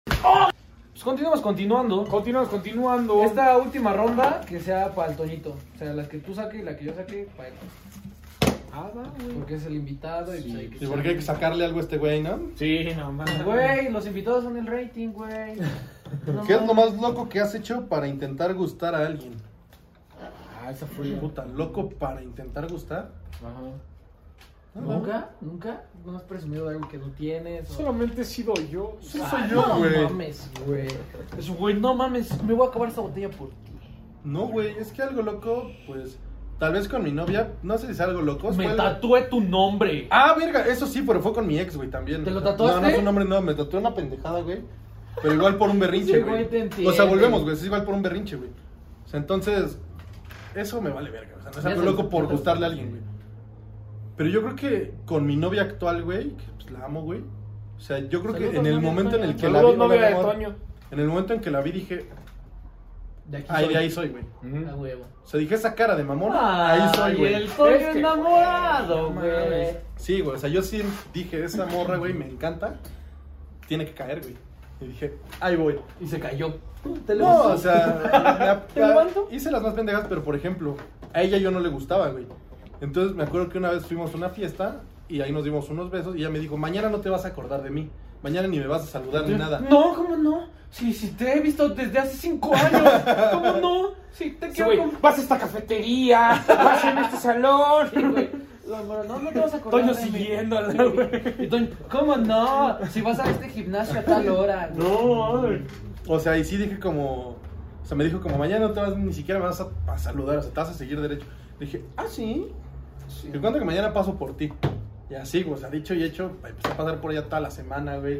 [SPEAKER 2] Pues continuamos continuando.
[SPEAKER 1] Continuamos, continuando.
[SPEAKER 2] Esta última ronda que sea para el Toñito. O sea, las que tú saques y la que yo saque, para él.
[SPEAKER 1] Ah, va, güey.
[SPEAKER 2] Porque es el invitado y pues hay
[SPEAKER 3] Y porque hay que sacarle algo a este güey, ¿no?
[SPEAKER 1] Sí, no mames.
[SPEAKER 2] Güey, los invitados son el rating, güey. No
[SPEAKER 3] ¿Qué es lo
[SPEAKER 2] mames.
[SPEAKER 3] más loco que has hecho para intentar gustar a alguien?
[SPEAKER 1] Ah, esa fue.
[SPEAKER 3] Puta, loco para intentar gustar.
[SPEAKER 1] Ajá.
[SPEAKER 2] ¿Nunca? ¿Nunca? ¿No has presumido de algo que no tienes? o-
[SPEAKER 1] Solamente he sido yo.
[SPEAKER 3] Sí,
[SPEAKER 2] Ah,
[SPEAKER 3] soy yo, güey.
[SPEAKER 2] No mames, güey. Es, Güey, no mames, me voy a acabar esta botella por ti.
[SPEAKER 3] No, güey, es que algo loco, pues, tal vez con mi novia, no sé si es algo loco. fue
[SPEAKER 2] Me
[SPEAKER 3] algo-
[SPEAKER 2] tatué tu nombre.
[SPEAKER 3] Ah, verga, eso sí, pero fue con mi ex, güey, también.
[SPEAKER 2] ¿Te lo
[SPEAKER 3] No, no
[SPEAKER 2] tatuaste?
[SPEAKER 3] su nombre, no, me tatué una pendejada, güey. Pero igual por un berrinche,
[SPEAKER 2] Sí,
[SPEAKER 3] güey.
[SPEAKER 2] güey, te entiendo.
[SPEAKER 3] o sea, volvemos, güey, es igual por un berrinche, güey. O sea, entonces, eso me vale verga. O sea, no es
[SPEAKER 2] Ya
[SPEAKER 3] algo
[SPEAKER 2] te-
[SPEAKER 3] loco por
[SPEAKER 2] ya te-
[SPEAKER 3] gustarle a alguien, güey. Pero yo creo que con mi novia actual, güey, que pues la amo, güey. O sea, yo creo que
[SPEAKER 2] Saludos,
[SPEAKER 3] en el
[SPEAKER 2] novia
[SPEAKER 3] momento en el que la vi,
[SPEAKER 1] Saludos,
[SPEAKER 3] hola,
[SPEAKER 1] novia
[SPEAKER 3] mi
[SPEAKER 1] de
[SPEAKER 3] amor.
[SPEAKER 1] Toño.
[SPEAKER 3] en el momento en que la vi dije,
[SPEAKER 2] De aquí
[SPEAKER 3] ahí
[SPEAKER 2] soy.
[SPEAKER 3] de ahí soy, güey.
[SPEAKER 2] A huevo.
[SPEAKER 3] O sea, dije esa cara de mamón, ahí
[SPEAKER 2] Ay,
[SPEAKER 3] soy, güey.
[SPEAKER 2] el Toño
[SPEAKER 1] Es que, güey,
[SPEAKER 2] enamorado,
[SPEAKER 1] no
[SPEAKER 2] güey.
[SPEAKER 1] mames.
[SPEAKER 3] Sí, güey, o sea, yo sí dije, esa morra, güey, me encanta. Tiene que caer, güey. Y dije, ahí voy.
[SPEAKER 2] Y se cayó.
[SPEAKER 3] No, o sea,
[SPEAKER 2] ¿Te
[SPEAKER 3] me- me-
[SPEAKER 2] levanto?
[SPEAKER 3] hice las más pendejas, pero por ejemplo, a ella yo no le gustaba, güey. Entonces me acuerdo que una vez fuimos a una fiesta y ahí nos dimos unos besos y ella me dijo, mañana no te vas a acordar de mí, mañana ni me vas a saludar ni nada.
[SPEAKER 2] No, ¿cómo no? Sí, sí, te he visto desde hace cinco años. ¿Cómo no? Sí, te
[SPEAKER 1] Sí,
[SPEAKER 2] quiero
[SPEAKER 1] güey.
[SPEAKER 2] con-
[SPEAKER 1] Vas a esta cafetería. vas en este salón.
[SPEAKER 2] Sí, güey. No, no, no, no te vas a acordar.
[SPEAKER 1] Toño
[SPEAKER 2] de mí.
[SPEAKER 1] siguiéndola,
[SPEAKER 2] Sí, Y Toño, ¿cómo no? Si vas a este gimnasio a tal hora. güey.
[SPEAKER 1] No, güey.
[SPEAKER 3] O sea, y sí dije como, o sea, me dijo como, mañana no te vas, ni siquiera me vas a, a saludar, o sea, te vas a seguir derecho. Le dije, ah, sí,
[SPEAKER 2] Sí.
[SPEAKER 3] te cuento que mañana paso por ti. Y así, güey, o sea, dicho y hecho, empecé a pasar por ella toda la semana, güey.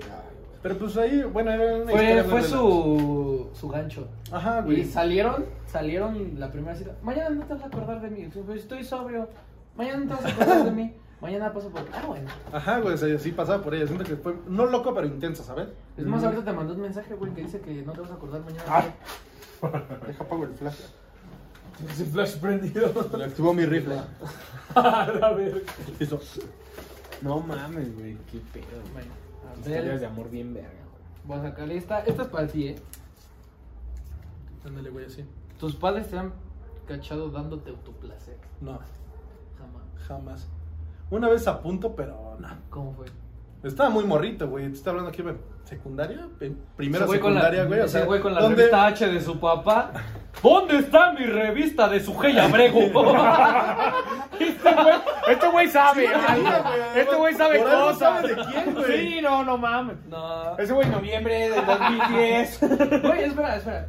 [SPEAKER 3] Pero pues ahí, bueno, era una
[SPEAKER 2] Fue,
[SPEAKER 3] historia
[SPEAKER 2] fue
[SPEAKER 3] muy
[SPEAKER 2] su, su gancho.
[SPEAKER 3] relax. Ajá,
[SPEAKER 2] Y
[SPEAKER 3] Ah, güey.
[SPEAKER 2] salieron, salieron la primera cita. Mañana no te vas a acordar de mí. Pues, Estoy sobrio. Mañana no te vas a acordar de mí. Mañana paso por. Ah, bueno.
[SPEAKER 3] Ajá, güey, o sea, sí pasaba por ella. Siento que fue, no loco, pero intensa, ¿sabes?
[SPEAKER 2] Es
[SPEAKER 3] Mm.
[SPEAKER 2] más, ahorita te mandó un mensaje, güey, que dice que no te vas a acordar mañana.
[SPEAKER 3] Ah. Deja apago el flash.
[SPEAKER 1] Ese flash prendido.
[SPEAKER 3] Le activó mi rifle.
[SPEAKER 1] A la verga.
[SPEAKER 3] Listo.
[SPEAKER 1] No mames, güey. Qué pedo. güey.
[SPEAKER 2] Bueno, a
[SPEAKER 1] Historias
[SPEAKER 2] ver.
[SPEAKER 1] de amor bien verga, güey.
[SPEAKER 2] Voy a sacarle esta. Esta es para ti, eh.
[SPEAKER 3] Ándale, güey, así.
[SPEAKER 2] ¿Tus padres te han cachado dándote autoplacer?
[SPEAKER 3] No,
[SPEAKER 2] Jamás.
[SPEAKER 3] jamás. Una vez a punto, pero no.
[SPEAKER 2] ¿Cómo fue?
[SPEAKER 3] Estaba muy morrito, güey. Te está hablando aquí, güey. ¿Secundaria? Pe- Primera
[SPEAKER 2] Ese güey con la-
[SPEAKER 3] secundaria, güey. O
[SPEAKER 2] ese
[SPEAKER 3] sea,
[SPEAKER 2] güey con la
[SPEAKER 3] ¿dónde-
[SPEAKER 2] revista H de su papá. ¿Dónde está mi revista de su Abrego?
[SPEAKER 1] Este güey sabe.
[SPEAKER 3] Sí,
[SPEAKER 1] algo.
[SPEAKER 3] güey.
[SPEAKER 1] este güey sabe
[SPEAKER 3] Por algo
[SPEAKER 1] cosas.
[SPEAKER 3] sabe de quién, güey.
[SPEAKER 1] Sí, no, no mames.
[SPEAKER 2] no.
[SPEAKER 1] Ese güey noviembre del 2010.
[SPEAKER 2] Güey, espera, espera.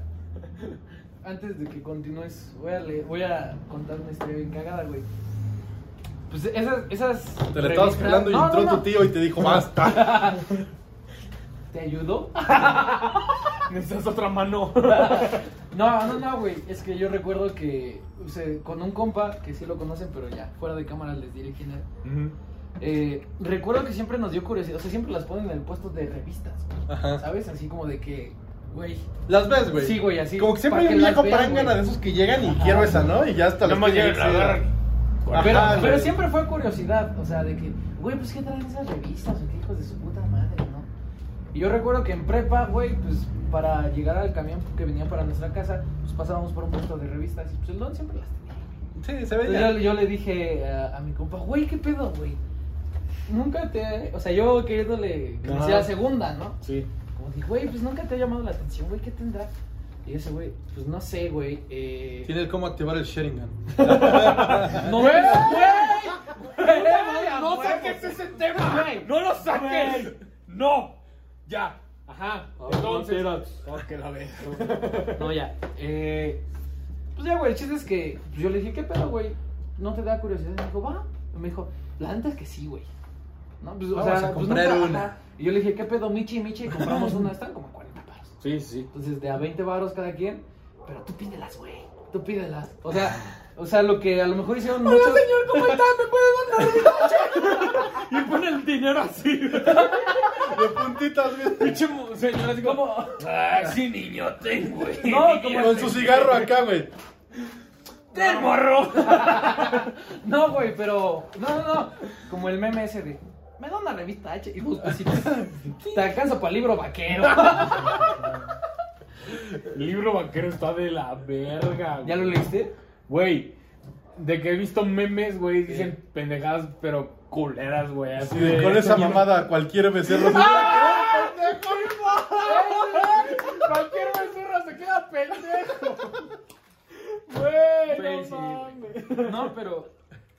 [SPEAKER 2] Antes de que continúes, voy a, leer- voy a contar una historia bien cagada, güey. Pues esas. esas
[SPEAKER 3] Te la estabas
[SPEAKER 2] revistas-
[SPEAKER 3] jalando y
[SPEAKER 2] No,
[SPEAKER 3] entró
[SPEAKER 2] no, no.
[SPEAKER 3] tu tío y te dijo, basta.
[SPEAKER 2] ¿Te ayudó?
[SPEAKER 1] Necesitas otra mano.
[SPEAKER 2] No, no, no, güey. Es que yo recuerdo que o sea, con un compa, que sí lo conocen, pero ya, fuera de cámara les diré quién era. eh, recuerdo que siempre nos dio curiosidad. O sea, siempre las ponen en el puesto de revistas, güey,
[SPEAKER 3] Ajá.
[SPEAKER 2] ¿sabes? Así como de que, güey.
[SPEAKER 3] Las ves, güey.
[SPEAKER 2] Sí, güey, así.
[SPEAKER 3] Como que siempre
[SPEAKER 2] pa'
[SPEAKER 3] hay un
[SPEAKER 2] las
[SPEAKER 3] viejo
[SPEAKER 2] veas,
[SPEAKER 3] prangana
[SPEAKER 2] güey.
[SPEAKER 3] de esos que llegan y
[SPEAKER 2] Ajá.
[SPEAKER 3] quiero esa, ¿no? Y ya hasta
[SPEAKER 1] Nada más
[SPEAKER 3] piden
[SPEAKER 1] llegan a
[SPEAKER 3] extra.
[SPEAKER 1] agarrar.
[SPEAKER 3] Ajá,
[SPEAKER 2] Pero,
[SPEAKER 3] güey.
[SPEAKER 2] pero siempre fue curiosidad, o sea, de que, güey, pues qué traen esas revistas, o qué hijos de su puta madre, ¿no? Y yo recuerdo que en prepa, güey, pues para llegar al camión que venía para nuestra casa, pues pasábamos por un puesto de revistas y pues el don siempre las tenía.
[SPEAKER 3] Sí, se
[SPEAKER 2] Entonces,
[SPEAKER 3] veía.
[SPEAKER 2] yo, yo le dije a, a mi compa, güey, ¿qué pedo, güey? Nunca te. O sea, yo queriéndole que me
[SPEAKER 3] Ajá.
[SPEAKER 2] hiciera segunda, ¿no?
[SPEAKER 1] Sí.
[SPEAKER 2] Como dije, güey, pues nunca te ha llamado la atención, güey, ¿qué tendrá? Y ese, güey, pues no sé, güey. Eh...
[SPEAKER 3] Tiene cómo activar el Sheringan.
[SPEAKER 2] ¡No, güey! ¡Güey!
[SPEAKER 1] No saques ese tema.
[SPEAKER 2] Güey.
[SPEAKER 1] No lo saques. No. Ya. Ajá.
[SPEAKER 2] Oh,
[SPEAKER 1] Entonces.
[SPEAKER 2] no
[SPEAKER 1] Oh, que la vez.
[SPEAKER 2] No, ya. Eh, pues ya, güey, el chiste es que pues yo le dije, ¿qué pedo, güey? ¿No te da curiosidad? Me dijo, va. Y me dijo, la neta es que sí, güey. No, pues, o
[SPEAKER 3] Vamos
[SPEAKER 2] sea,
[SPEAKER 3] a
[SPEAKER 2] pues
[SPEAKER 3] comprar
[SPEAKER 2] nunca-
[SPEAKER 3] una.
[SPEAKER 2] ajá. Y yo le dije, ¿qué pedo, Michi, Michi? Y compramos una, están como 40 paros.
[SPEAKER 1] Sí, sí.
[SPEAKER 2] Entonces, de a 20 baros cada quien, pero tú pídelas, güey. Tú pídelas. O sea, o sea, lo que a lo mejor hicieron muchos... señor, ¿cómo está? ¿Me puede mandar
[SPEAKER 1] Y pone el dinero así.
[SPEAKER 3] De puntitas, güey.
[SPEAKER 1] Pinche mo- señora así como.
[SPEAKER 2] ¿Cómo?
[SPEAKER 1] Ay, sí, niño, ten, güey.
[SPEAKER 2] No, como
[SPEAKER 3] Con su cigarro acá, güey.
[SPEAKER 1] Ten, morro.
[SPEAKER 2] No, güey, pero. No, no, no. Como el meme ese de. Me da una revista H y dos pesitos. Te alcanza para el libro vaquero.
[SPEAKER 1] El libro vaquero está de la verga. güey.
[SPEAKER 2] ¿Ya lo leíste?
[SPEAKER 1] Güey, de que he visto memes, güey, dicen pendejadas, pero culeras, güey. Así de.
[SPEAKER 3] Con esa mamada, cualquier becerro.
[SPEAKER 1] Cualquier becerra se queda pendejo. Güey,
[SPEAKER 2] Güey,
[SPEAKER 1] no
[SPEAKER 2] sí.
[SPEAKER 1] mames.
[SPEAKER 2] No, pero.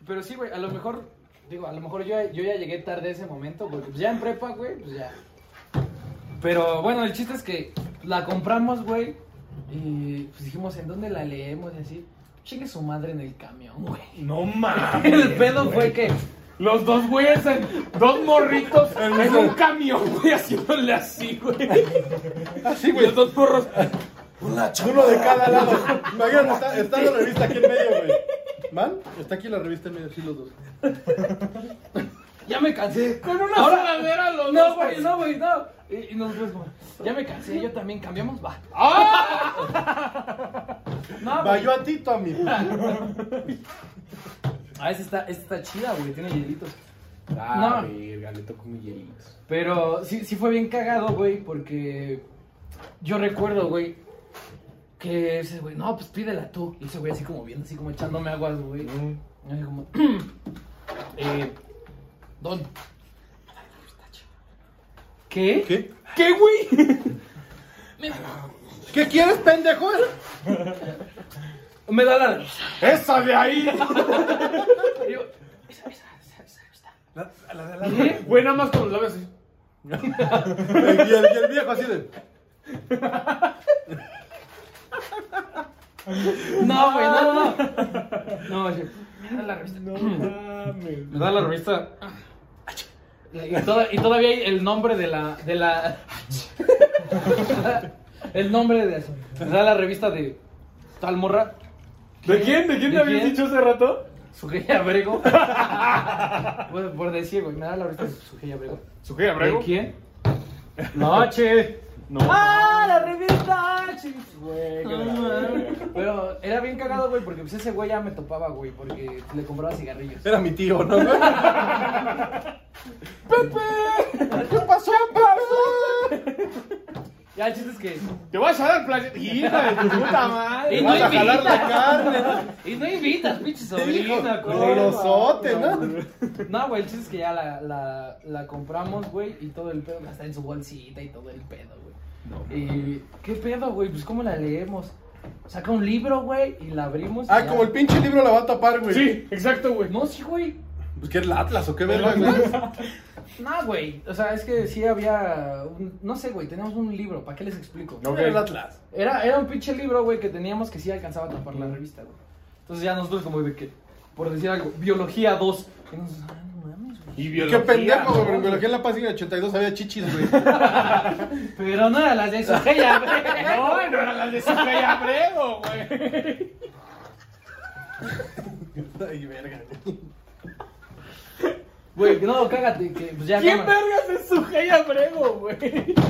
[SPEAKER 2] Pero sí, güey, a lo mejor. Digo, a lo mejor yo, yo ya llegué tarde a ese momento, porque pues ya en prepa, güey, pues ya. Pero bueno, el chiste es que la compramos, güey. Y pues dijimos, ¿en dónde la leemos? Y así. Chingue su madre en el camión, güey.
[SPEAKER 1] No mames.
[SPEAKER 2] El pedo fue que.
[SPEAKER 1] Los dos güeyes, en- dos morritos en un camión, güey, haciéndole así, güey.
[SPEAKER 3] Así,
[SPEAKER 1] Los
[SPEAKER 3] güey.
[SPEAKER 1] dos morros.
[SPEAKER 3] Uno de cada lado. Imagínate, está, está la revista aquí en medio, güey. ¿Man? Está aquí la revista en medio, sí, los dos.
[SPEAKER 2] Ah, Ya me cansé.
[SPEAKER 1] Con una
[SPEAKER 2] Ahora-
[SPEAKER 1] soladera los
[SPEAKER 2] No,
[SPEAKER 1] dos.
[SPEAKER 2] güey, no, güey, no. Y, y nos fuimos como, ya me cansé, yo también cambiamos, va. ¡Ah! No,
[SPEAKER 3] Va
[SPEAKER 2] güey.
[SPEAKER 3] yo a ti, Tommy.
[SPEAKER 2] Ah, esta está, esta está chida, güey, tiene hielitos.
[SPEAKER 1] Ah,
[SPEAKER 2] No.
[SPEAKER 1] verga, le tocó mi hielitos.
[SPEAKER 2] Pero sí, sí fue bien cagado, güey, porque yo recuerdo, güey, que ese güey, no, pues pídela tú. Y ese güey así como viendo, así como echándome aguas, güey. Y así como, eh, don. Está chida. ¿Qué?
[SPEAKER 3] ¿Qué?
[SPEAKER 1] ¿Qué, güey?
[SPEAKER 3] ¿Qué quieres, pendejo?
[SPEAKER 2] Me da la...
[SPEAKER 1] ¡Esa de ahí!
[SPEAKER 2] Y yo, esa, esa, esa, esa, ¿Eh? esa.
[SPEAKER 1] ¿Qué? Güey, nada más con los labios así.
[SPEAKER 3] Y el, y el viejo así de.
[SPEAKER 2] No, güey, no, no, no. No, sí. me da la revista.
[SPEAKER 1] mames.
[SPEAKER 2] Me da la revista. Y, toda- y todavía el nombre de la. De la... el nombre de eso. Me da la revista de. Tal morra.
[SPEAKER 1] ¿De quién? ¿De quién te
[SPEAKER 2] ¿De
[SPEAKER 1] habías
[SPEAKER 2] quién?
[SPEAKER 1] dicho hace rato?
[SPEAKER 2] Sugey Abrego. por, por decir, güey. Me da la revista de Sugey Abrego.
[SPEAKER 1] ¿Sujei
[SPEAKER 2] ¿De quién? Noche.
[SPEAKER 1] No.
[SPEAKER 2] ¡Ah! La revista. chis.
[SPEAKER 1] Güey, qué de la verga.
[SPEAKER 2] Pero era bien cagado, güey, porque pues ese güey ya me topaba, güey, porque le compraba cigarrillos.
[SPEAKER 3] Era mi tío, ¿no, güey? ¡Pepe! ¿Qué pasó, papá?
[SPEAKER 2] Ya el chiste es que.
[SPEAKER 1] Te vas a dar placer. Hija de tu puta madre.
[SPEAKER 2] Y
[SPEAKER 3] Vas
[SPEAKER 2] no
[SPEAKER 3] a jalar la
[SPEAKER 2] invitas.
[SPEAKER 3] carne.
[SPEAKER 2] Y no invitas, pinche
[SPEAKER 3] Hijo,
[SPEAKER 2] sobrina, ¿cómo?
[SPEAKER 3] grosote, ¿no?
[SPEAKER 2] No, güey, el chiste es que ya la, la, la compramos, güey, y todo el pedo, hasta en su bolsita y todo el pedo, güey. y, ¿qué pedo, güey? Pues, ¿cómo la leemos? Saca un libro, güey, y la abrimos. y
[SPEAKER 3] Ah,
[SPEAKER 2] ya.
[SPEAKER 3] como el pinche libro la va a tapar, güey.
[SPEAKER 1] Sí, exacto, güey.
[SPEAKER 2] No, sí, güey.
[SPEAKER 3] Pues que es el Atlas o qué verga, güey.
[SPEAKER 2] No, güey. O sea, es que sí había. un- no sé, güey, teníamos un libro, ¿para qué les explico?
[SPEAKER 1] No. Ok.
[SPEAKER 3] Era el Atlas.
[SPEAKER 2] Era, era un pinche libro, güey, que teníamos que sí alcanzaba a tapar la revista, güey. Entonces ya nosotros como de que, por decir algo, biología 2. Y nosotros, ah, no mames, güey.
[SPEAKER 1] Y
[SPEAKER 3] Qué
[SPEAKER 1] biología, ¿no?
[SPEAKER 3] pendejo, güey. Porque lo que en la página 82 había chichis, güey.
[SPEAKER 2] Pero no era las de su ella,
[SPEAKER 1] No, no era la de Sujei Abrego, güey.
[SPEAKER 3] Ay, verga.
[SPEAKER 2] Güey, no, cágate, que pues ya.
[SPEAKER 1] ¿Quién
[SPEAKER 2] cámara.
[SPEAKER 1] vergas es su Hey Abrego, güey?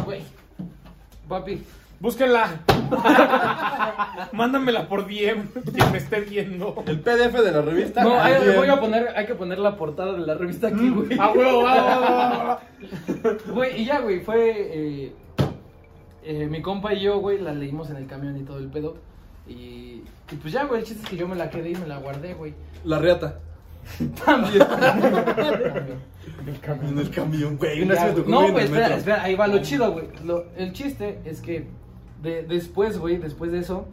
[SPEAKER 2] Güey. Papi.
[SPEAKER 1] Búsquenla. Mándamela por DM, quien me esté viendo.
[SPEAKER 3] El PDF de la revista.
[SPEAKER 2] No, ahí le
[SPEAKER 3] También.
[SPEAKER 2] voy a poner, hay que poner la portada de la revista aquí, güey.
[SPEAKER 1] A huevo, a huevo, a huevo, a huevo.
[SPEAKER 2] Güey, y ya, güey, fue. eh, eh, mi compa y yo, güey, la leímos en el camión y todo el pedo. Y, y pues ya, güey, el chiste es que yo me la quedé y me la guardé, güey.
[SPEAKER 3] La reata. En el camión, güey. Una
[SPEAKER 2] Ya,
[SPEAKER 3] vez me tocó
[SPEAKER 2] no,
[SPEAKER 3] ir en
[SPEAKER 2] güey,
[SPEAKER 3] el
[SPEAKER 2] espera,
[SPEAKER 3] metro.
[SPEAKER 2] espera, ahí va lo chido, güey. Lo- El chiste es que de- después, güey, después de eso,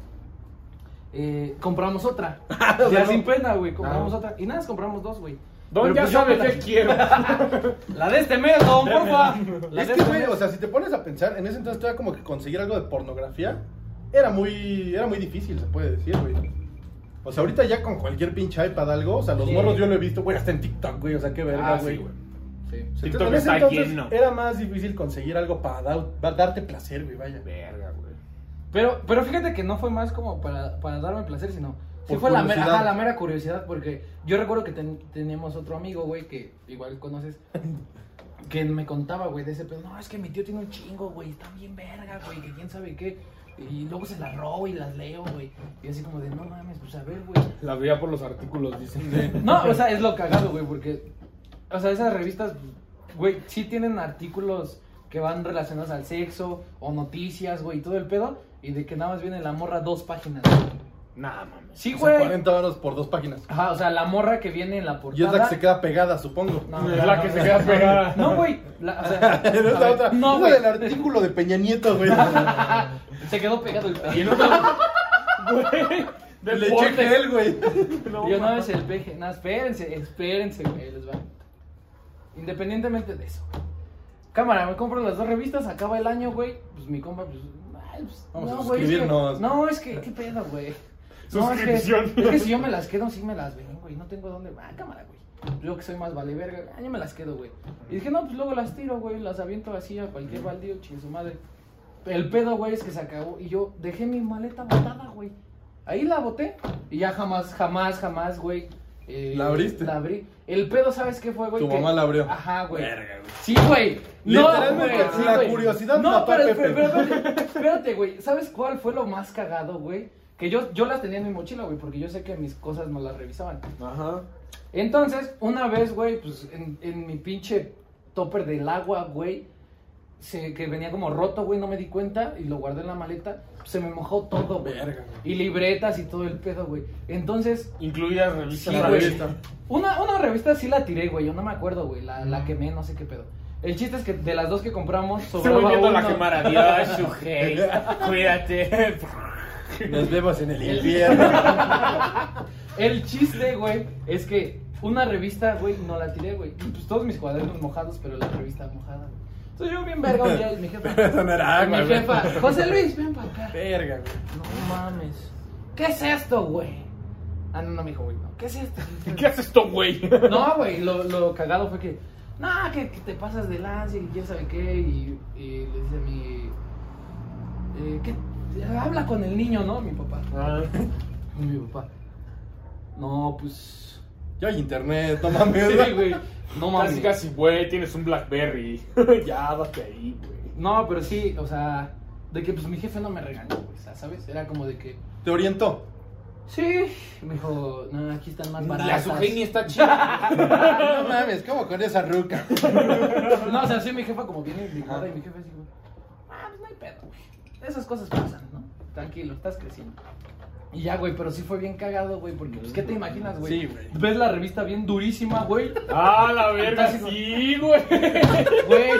[SPEAKER 2] eh, compramos otra. O sea, sin pena, güey, compramos otra. Y nada, más compramos dos, güey.
[SPEAKER 1] Don
[SPEAKER 2] Pero
[SPEAKER 1] ya
[SPEAKER 2] pues yo
[SPEAKER 1] sabe
[SPEAKER 2] me la-
[SPEAKER 1] qué quiero.
[SPEAKER 2] La de este mes, don, porfa. La
[SPEAKER 3] Es
[SPEAKER 2] de
[SPEAKER 3] que,
[SPEAKER 2] este
[SPEAKER 3] güey,
[SPEAKER 2] mes.
[SPEAKER 3] o sea, si te pones a pensar, en ese entonces todavía como que conseguir algo de pornografía era muy, era muy difícil, se puede decir, güey. O sea, ahorita ya con cualquier pinche iPad algo, o sea, los
[SPEAKER 2] Sí.
[SPEAKER 3] morros yo lo he visto, güey, hasta en TikTok, güey, o sea, qué verga,
[SPEAKER 1] Ah, sí,
[SPEAKER 3] güey.
[SPEAKER 1] güey.
[SPEAKER 2] Sí.
[SPEAKER 3] O sea,
[SPEAKER 1] TikTok
[SPEAKER 3] en ese
[SPEAKER 1] está
[SPEAKER 3] entonces
[SPEAKER 1] lleno.
[SPEAKER 3] Era más difícil conseguir algo para, dar- para darte placer, güey, vaya.
[SPEAKER 1] Verga, güey.
[SPEAKER 2] Pero, pero fíjate que no fue más como para, para darme placer, sino. Sí
[SPEAKER 3] Por
[SPEAKER 2] fue la mera,
[SPEAKER 3] curiosidad.
[SPEAKER 2] ajá, la mera curiosidad, porque yo recuerdo que ten- teníamos otro amigo, güey, que igual conoces, que me contaba, güey, de ese pedo. No, es que mi tío tiene un chingo, güey, está bien verga, güey, que quién sabe qué. Y luego se las robo y las leo, güey. Y así como de, no mames, pues a ver, güey.
[SPEAKER 1] La veía por los artículos, dicen. de-
[SPEAKER 2] No, o sea, es lo cagado, güey, porque. O sea, esas revistas, güey, sí tienen artículos que van relacionados al sexo o noticias, güey, y todo el pedo. Y de que nada más viene la morra dos páginas.
[SPEAKER 1] Nah, mames.
[SPEAKER 2] Sí,
[SPEAKER 3] O sea,
[SPEAKER 2] güey.
[SPEAKER 3] 40 varos por dos páginas.
[SPEAKER 2] Ajá, o sea, la morra que viene en la
[SPEAKER 3] Y es
[SPEAKER 2] portada.
[SPEAKER 3] la que se queda pegada, supongo.
[SPEAKER 2] No, no,
[SPEAKER 1] Es la
[SPEAKER 2] no,
[SPEAKER 1] que
[SPEAKER 2] no,
[SPEAKER 1] se
[SPEAKER 2] no,
[SPEAKER 1] queda
[SPEAKER 2] no,
[SPEAKER 1] pegada.
[SPEAKER 2] No, güey. la- o sea,
[SPEAKER 3] Es la
[SPEAKER 2] a ver,
[SPEAKER 3] otra.
[SPEAKER 2] No,
[SPEAKER 3] es
[SPEAKER 2] güey.
[SPEAKER 3] la del artículo de Peña Nieto, güey.
[SPEAKER 2] Se quedó pegado el
[SPEAKER 1] Y en otra. Güey.
[SPEAKER 3] Le
[SPEAKER 1] deportes.
[SPEAKER 3] eché gel, güey.
[SPEAKER 1] No,
[SPEAKER 2] Yo no
[SPEAKER 1] mames.
[SPEAKER 2] es el peje. No, espérense, espérense, güey. ahí Les va. Independientemente de eso. Cámara, me compro las dos revistas, acaba el año, güey. Pues mi compa, pues. ay, pues,
[SPEAKER 3] Vamos a
[SPEAKER 2] güey, es que-
[SPEAKER 3] suscribirnos.
[SPEAKER 2] no, es que, ¿qué pedo, güey? No, es que,
[SPEAKER 1] Suscripción.
[SPEAKER 2] es que si yo me las quedo, sí me las ven, güey. No tengo dónde. Ah, cámara, güey. Yo que soy más vale verga. Ah, yo me las quedo, güey. Y dije, no, pues luego las tiro, güey. Las aviento así a cualquier baldío, chingue su madre. El pedo, güey, es que se acabó. Y yo dejé mi maleta botada, güey. Ahí la boté. Y ya jamás, jamás, jamás, güey. eh,
[SPEAKER 3] ¿La abriste?
[SPEAKER 2] La abrí. El pedo, ¿sabes qué fue, güey?
[SPEAKER 3] Tu
[SPEAKER 2] Que-
[SPEAKER 3] mamá la abrió.
[SPEAKER 2] Ajá, güey.
[SPEAKER 4] Verga, güey.
[SPEAKER 2] Sí, güey.
[SPEAKER 3] Literalmente,
[SPEAKER 2] güey, sí,
[SPEAKER 3] la
[SPEAKER 2] güey.
[SPEAKER 3] curiosidad
[SPEAKER 2] No,
[SPEAKER 3] mató a
[SPEAKER 2] pero
[SPEAKER 3] Pepe.
[SPEAKER 2] pero- pero- espérate, espérate, güey. ¿Sabes cuál fue lo más cagado, güey? Que yo, yo las tenía en mi mochila, güey, porque yo sé que mis cosas no las revisaban.
[SPEAKER 1] Ajá.
[SPEAKER 2] Entonces, una vez, güey, pues en, en mi pinche topper del agua, güey, se, que venía como roto, güey, no me di cuenta y lo guardé en la maleta, se me mojó todo, güey.
[SPEAKER 3] Verga,
[SPEAKER 2] Y libretas y todo el pedo, güey. Entonces,
[SPEAKER 1] Incluidas revistas.
[SPEAKER 2] Sí,
[SPEAKER 3] La
[SPEAKER 2] güey.
[SPEAKER 3] revista.
[SPEAKER 2] una, una revista sí la tiré, güey, yo no me acuerdo, güey, la, la quemé, no sé qué pedo. El chiste es que de las dos que compramos,
[SPEAKER 1] Estoy
[SPEAKER 2] sobraba
[SPEAKER 1] volviendo a la
[SPEAKER 2] uno.
[SPEAKER 1] quemara. Dios, su hey. Cuídate.
[SPEAKER 3] Nos vemos en el infierno.
[SPEAKER 2] El chiste, güey, es que una revista, güey, no la tiré, güey. Y, Pues todos mis cuadernos mojados, pero la revista mojada, güey. Entonces yo bien verga un día, y mi jefa.
[SPEAKER 3] Eso no era
[SPEAKER 2] y
[SPEAKER 3] agua,
[SPEAKER 2] mi
[SPEAKER 3] güey.
[SPEAKER 2] jefa, José Luis, ven para acá.
[SPEAKER 3] Verga, güey.
[SPEAKER 2] No mames. ¿Qué es esto, güey? Ah, no, no, mijo, güey, no. ¿Qué es esto?
[SPEAKER 1] ¿Qué haces esto, güey?
[SPEAKER 2] No, güey, lo, lo cagado fue que, no, que, que te pasas de lance y quién sabe qué. Y, y le dice a mi. eh, ¿qué? Habla con el niño, ¿no? Mi papá.
[SPEAKER 3] Ah.
[SPEAKER 2] Y Mi papá. No, pues.
[SPEAKER 3] Ya hay internet, no mames.
[SPEAKER 2] Sí, güey. No
[SPEAKER 1] Casi,
[SPEAKER 2] mames.
[SPEAKER 1] casi, güey. Tienes un Blackberry. ya, date ahí, güey.
[SPEAKER 2] No, pero sí, o sea, de que pues mi jefe no me regañó, güey, o sea, ¿sabes? Era como de que,
[SPEAKER 3] Te orientó.
[SPEAKER 2] sí, me dijo, no, aquí están más
[SPEAKER 1] La
[SPEAKER 2] baratas.
[SPEAKER 1] Sujeni está chida.
[SPEAKER 3] Ah, no mames, ¿cómo con esa ruca?
[SPEAKER 2] No, o sea, sí, mi jefa como viene indignada y mi jefe así, güey, ah, pues no hay pedo, güey. Esas cosas pasan, ¿no? Tranquilo, estás creciendo. Y ya, güey, pero sí fue bien cagado, güey, porque, pues, ¿qué te imaginas, güey?
[SPEAKER 3] Sí, güey.
[SPEAKER 2] Ves la revista bien durísima, güey.
[SPEAKER 1] ah, la verga,
[SPEAKER 2] Casi no.
[SPEAKER 1] sí, güey.
[SPEAKER 2] Güey.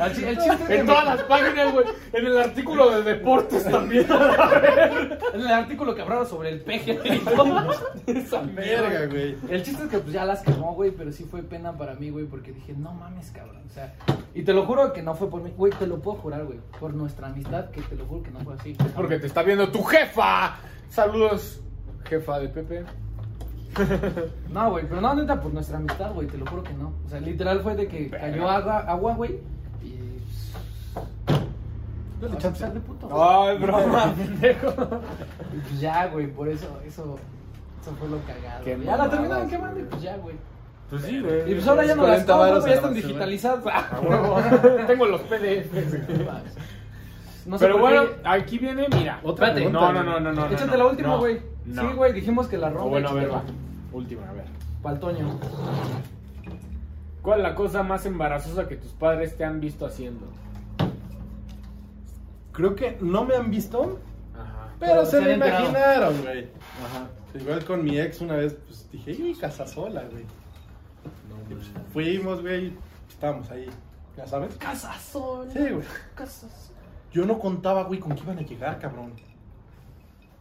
[SPEAKER 2] Al chi- El chiste es que
[SPEAKER 1] En
[SPEAKER 2] me-
[SPEAKER 1] todas las páginas, güey. En el artículo de deportes también.
[SPEAKER 2] en el artículo que hablaron sobre el peje. Esa
[SPEAKER 3] Verga, güey.
[SPEAKER 2] El chiste es que pues ya las quemó, güey, pero sí fue pena para mí, güey, porque dije, no mames, cabrón. O sea, y te lo juro que no fue por mí, güey, te lo puedo jurar, güey, por nuestra amistad, que te lo juro que no fue así.
[SPEAKER 1] Porque te está viendo tu jefa. Saludos, jefa de Pepe.
[SPEAKER 2] No, güey, pero no, neta, por nuestra amistad, güey, te lo juro que no. O sea, literal fue de que cayó agua, agua güey, y. No le echaste de puto. güey.
[SPEAKER 1] Ay, broma, pendejo.
[SPEAKER 2] Y pues ya, güey, por eso, eso, eso fue lo cagado.
[SPEAKER 1] Qué
[SPEAKER 2] güey. ya la
[SPEAKER 1] mamadas,
[SPEAKER 2] terminaron
[SPEAKER 1] güey.
[SPEAKER 2] quemando y pues ya, güey.
[SPEAKER 1] Pues sí, güey.
[SPEAKER 2] Y pues ahora ya no las
[SPEAKER 3] 40
[SPEAKER 2] compro,
[SPEAKER 3] varos
[SPEAKER 2] güey, ya
[SPEAKER 3] a la
[SPEAKER 2] están
[SPEAKER 1] ¿eh?
[SPEAKER 3] basura.
[SPEAKER 2] digitalizadas.
[SPEAKER 1] Tengo los PDFs.
[SPEAKER 2] No sé
[SPEAKER 1] Pero
[SPEAKER 2] por qué.
[SPEAKER 1] bueno, aquí viene, mira, otra
[SPEAKER 2] Espérate.
[SPEAKER 1] pregunta. No, no, no, no, no. no,
[SPEAKER 2] Échate
[SPEAKER 1] no,
[SPEAKER 2] la última,
[SPEAKER 1] no,
[SPEAKER 2] güey.
[SPEAKER 1] no.
[SPEAKER 2] Sí, güey, dijimos que la
[SPEAKER 1] O
[SPEAKER 2] ronda.
[SPEAKER 1] bueno, a ver, va.
[SPEAKER 2] échatela.
[SPEAKER 1] Última, a ver.
[SPEAKER 2] Pa'l Toño.
[SPEAKER 1] ¿Cuál es la cosa más embarazosa que tus padres te han visto haciendo?
[SPEAKER 3] Creo que no me han visto,
[SPEAKER 1] Ajá.
[SPEAKER 3] pero se
[SPEAKER 2] se
[SPEAKER 3] lo
[SPEAKER 2] han enterado.
[SPEAKER 3] imaginaron, güey.
[SPEAKER 1] Ajá.
[SPEAKER 3] Igual con mi ex una vez, pues dije, ¡y casa sola, güey! Y, pues, fuimos, güey, y estábamos ahí, ya sabes.
[SPEAKER 2] Casa
[SPEAKER 3] Sí, güey. Yo no contaba, güey, con que iban a llegar, cabrón.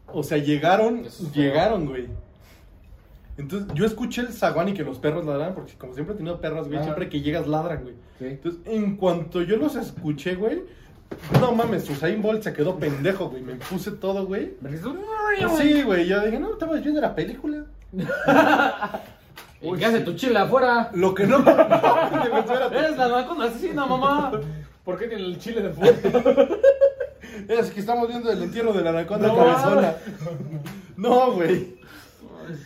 [SPEAKER 3] O sea, llegaron,
[SPEAKER 1] Eso es feo.
[SPEAKER 3] llegaron, güey. Entonces, yo escuché el zaguán y que los perros ladraban, porque como siempre he tenido perros, güey,
[SPEAKER 1] Ah.
[SPEAKER 3] siempre que llegas ladran, güey.
[SPEAKER 1] Sí.
[SPEAKER 3] Entonces, en cuanto yo los escuché, güey, no mames, Usain Bolt se quedó pendejo, güey. Me puse todo, güey. Sí, güey, yo dije, no, estaba yo de la película.
[SPEAKER 2] ¿Qué hace tu chile afuera?
[SPEAKER 3] Lo que no. Espérate.
[SPEAKER 2] Eres la vacuna asesina, mamá.
[SPEAKER 1] ¿Por qué tiene el chile de fuego?
[SPEAKER 3] Es que estamos viendo el entierro de la anaconda
[SPEAKER 2] No.
[SPEAKER 3] cabezona. No, güey.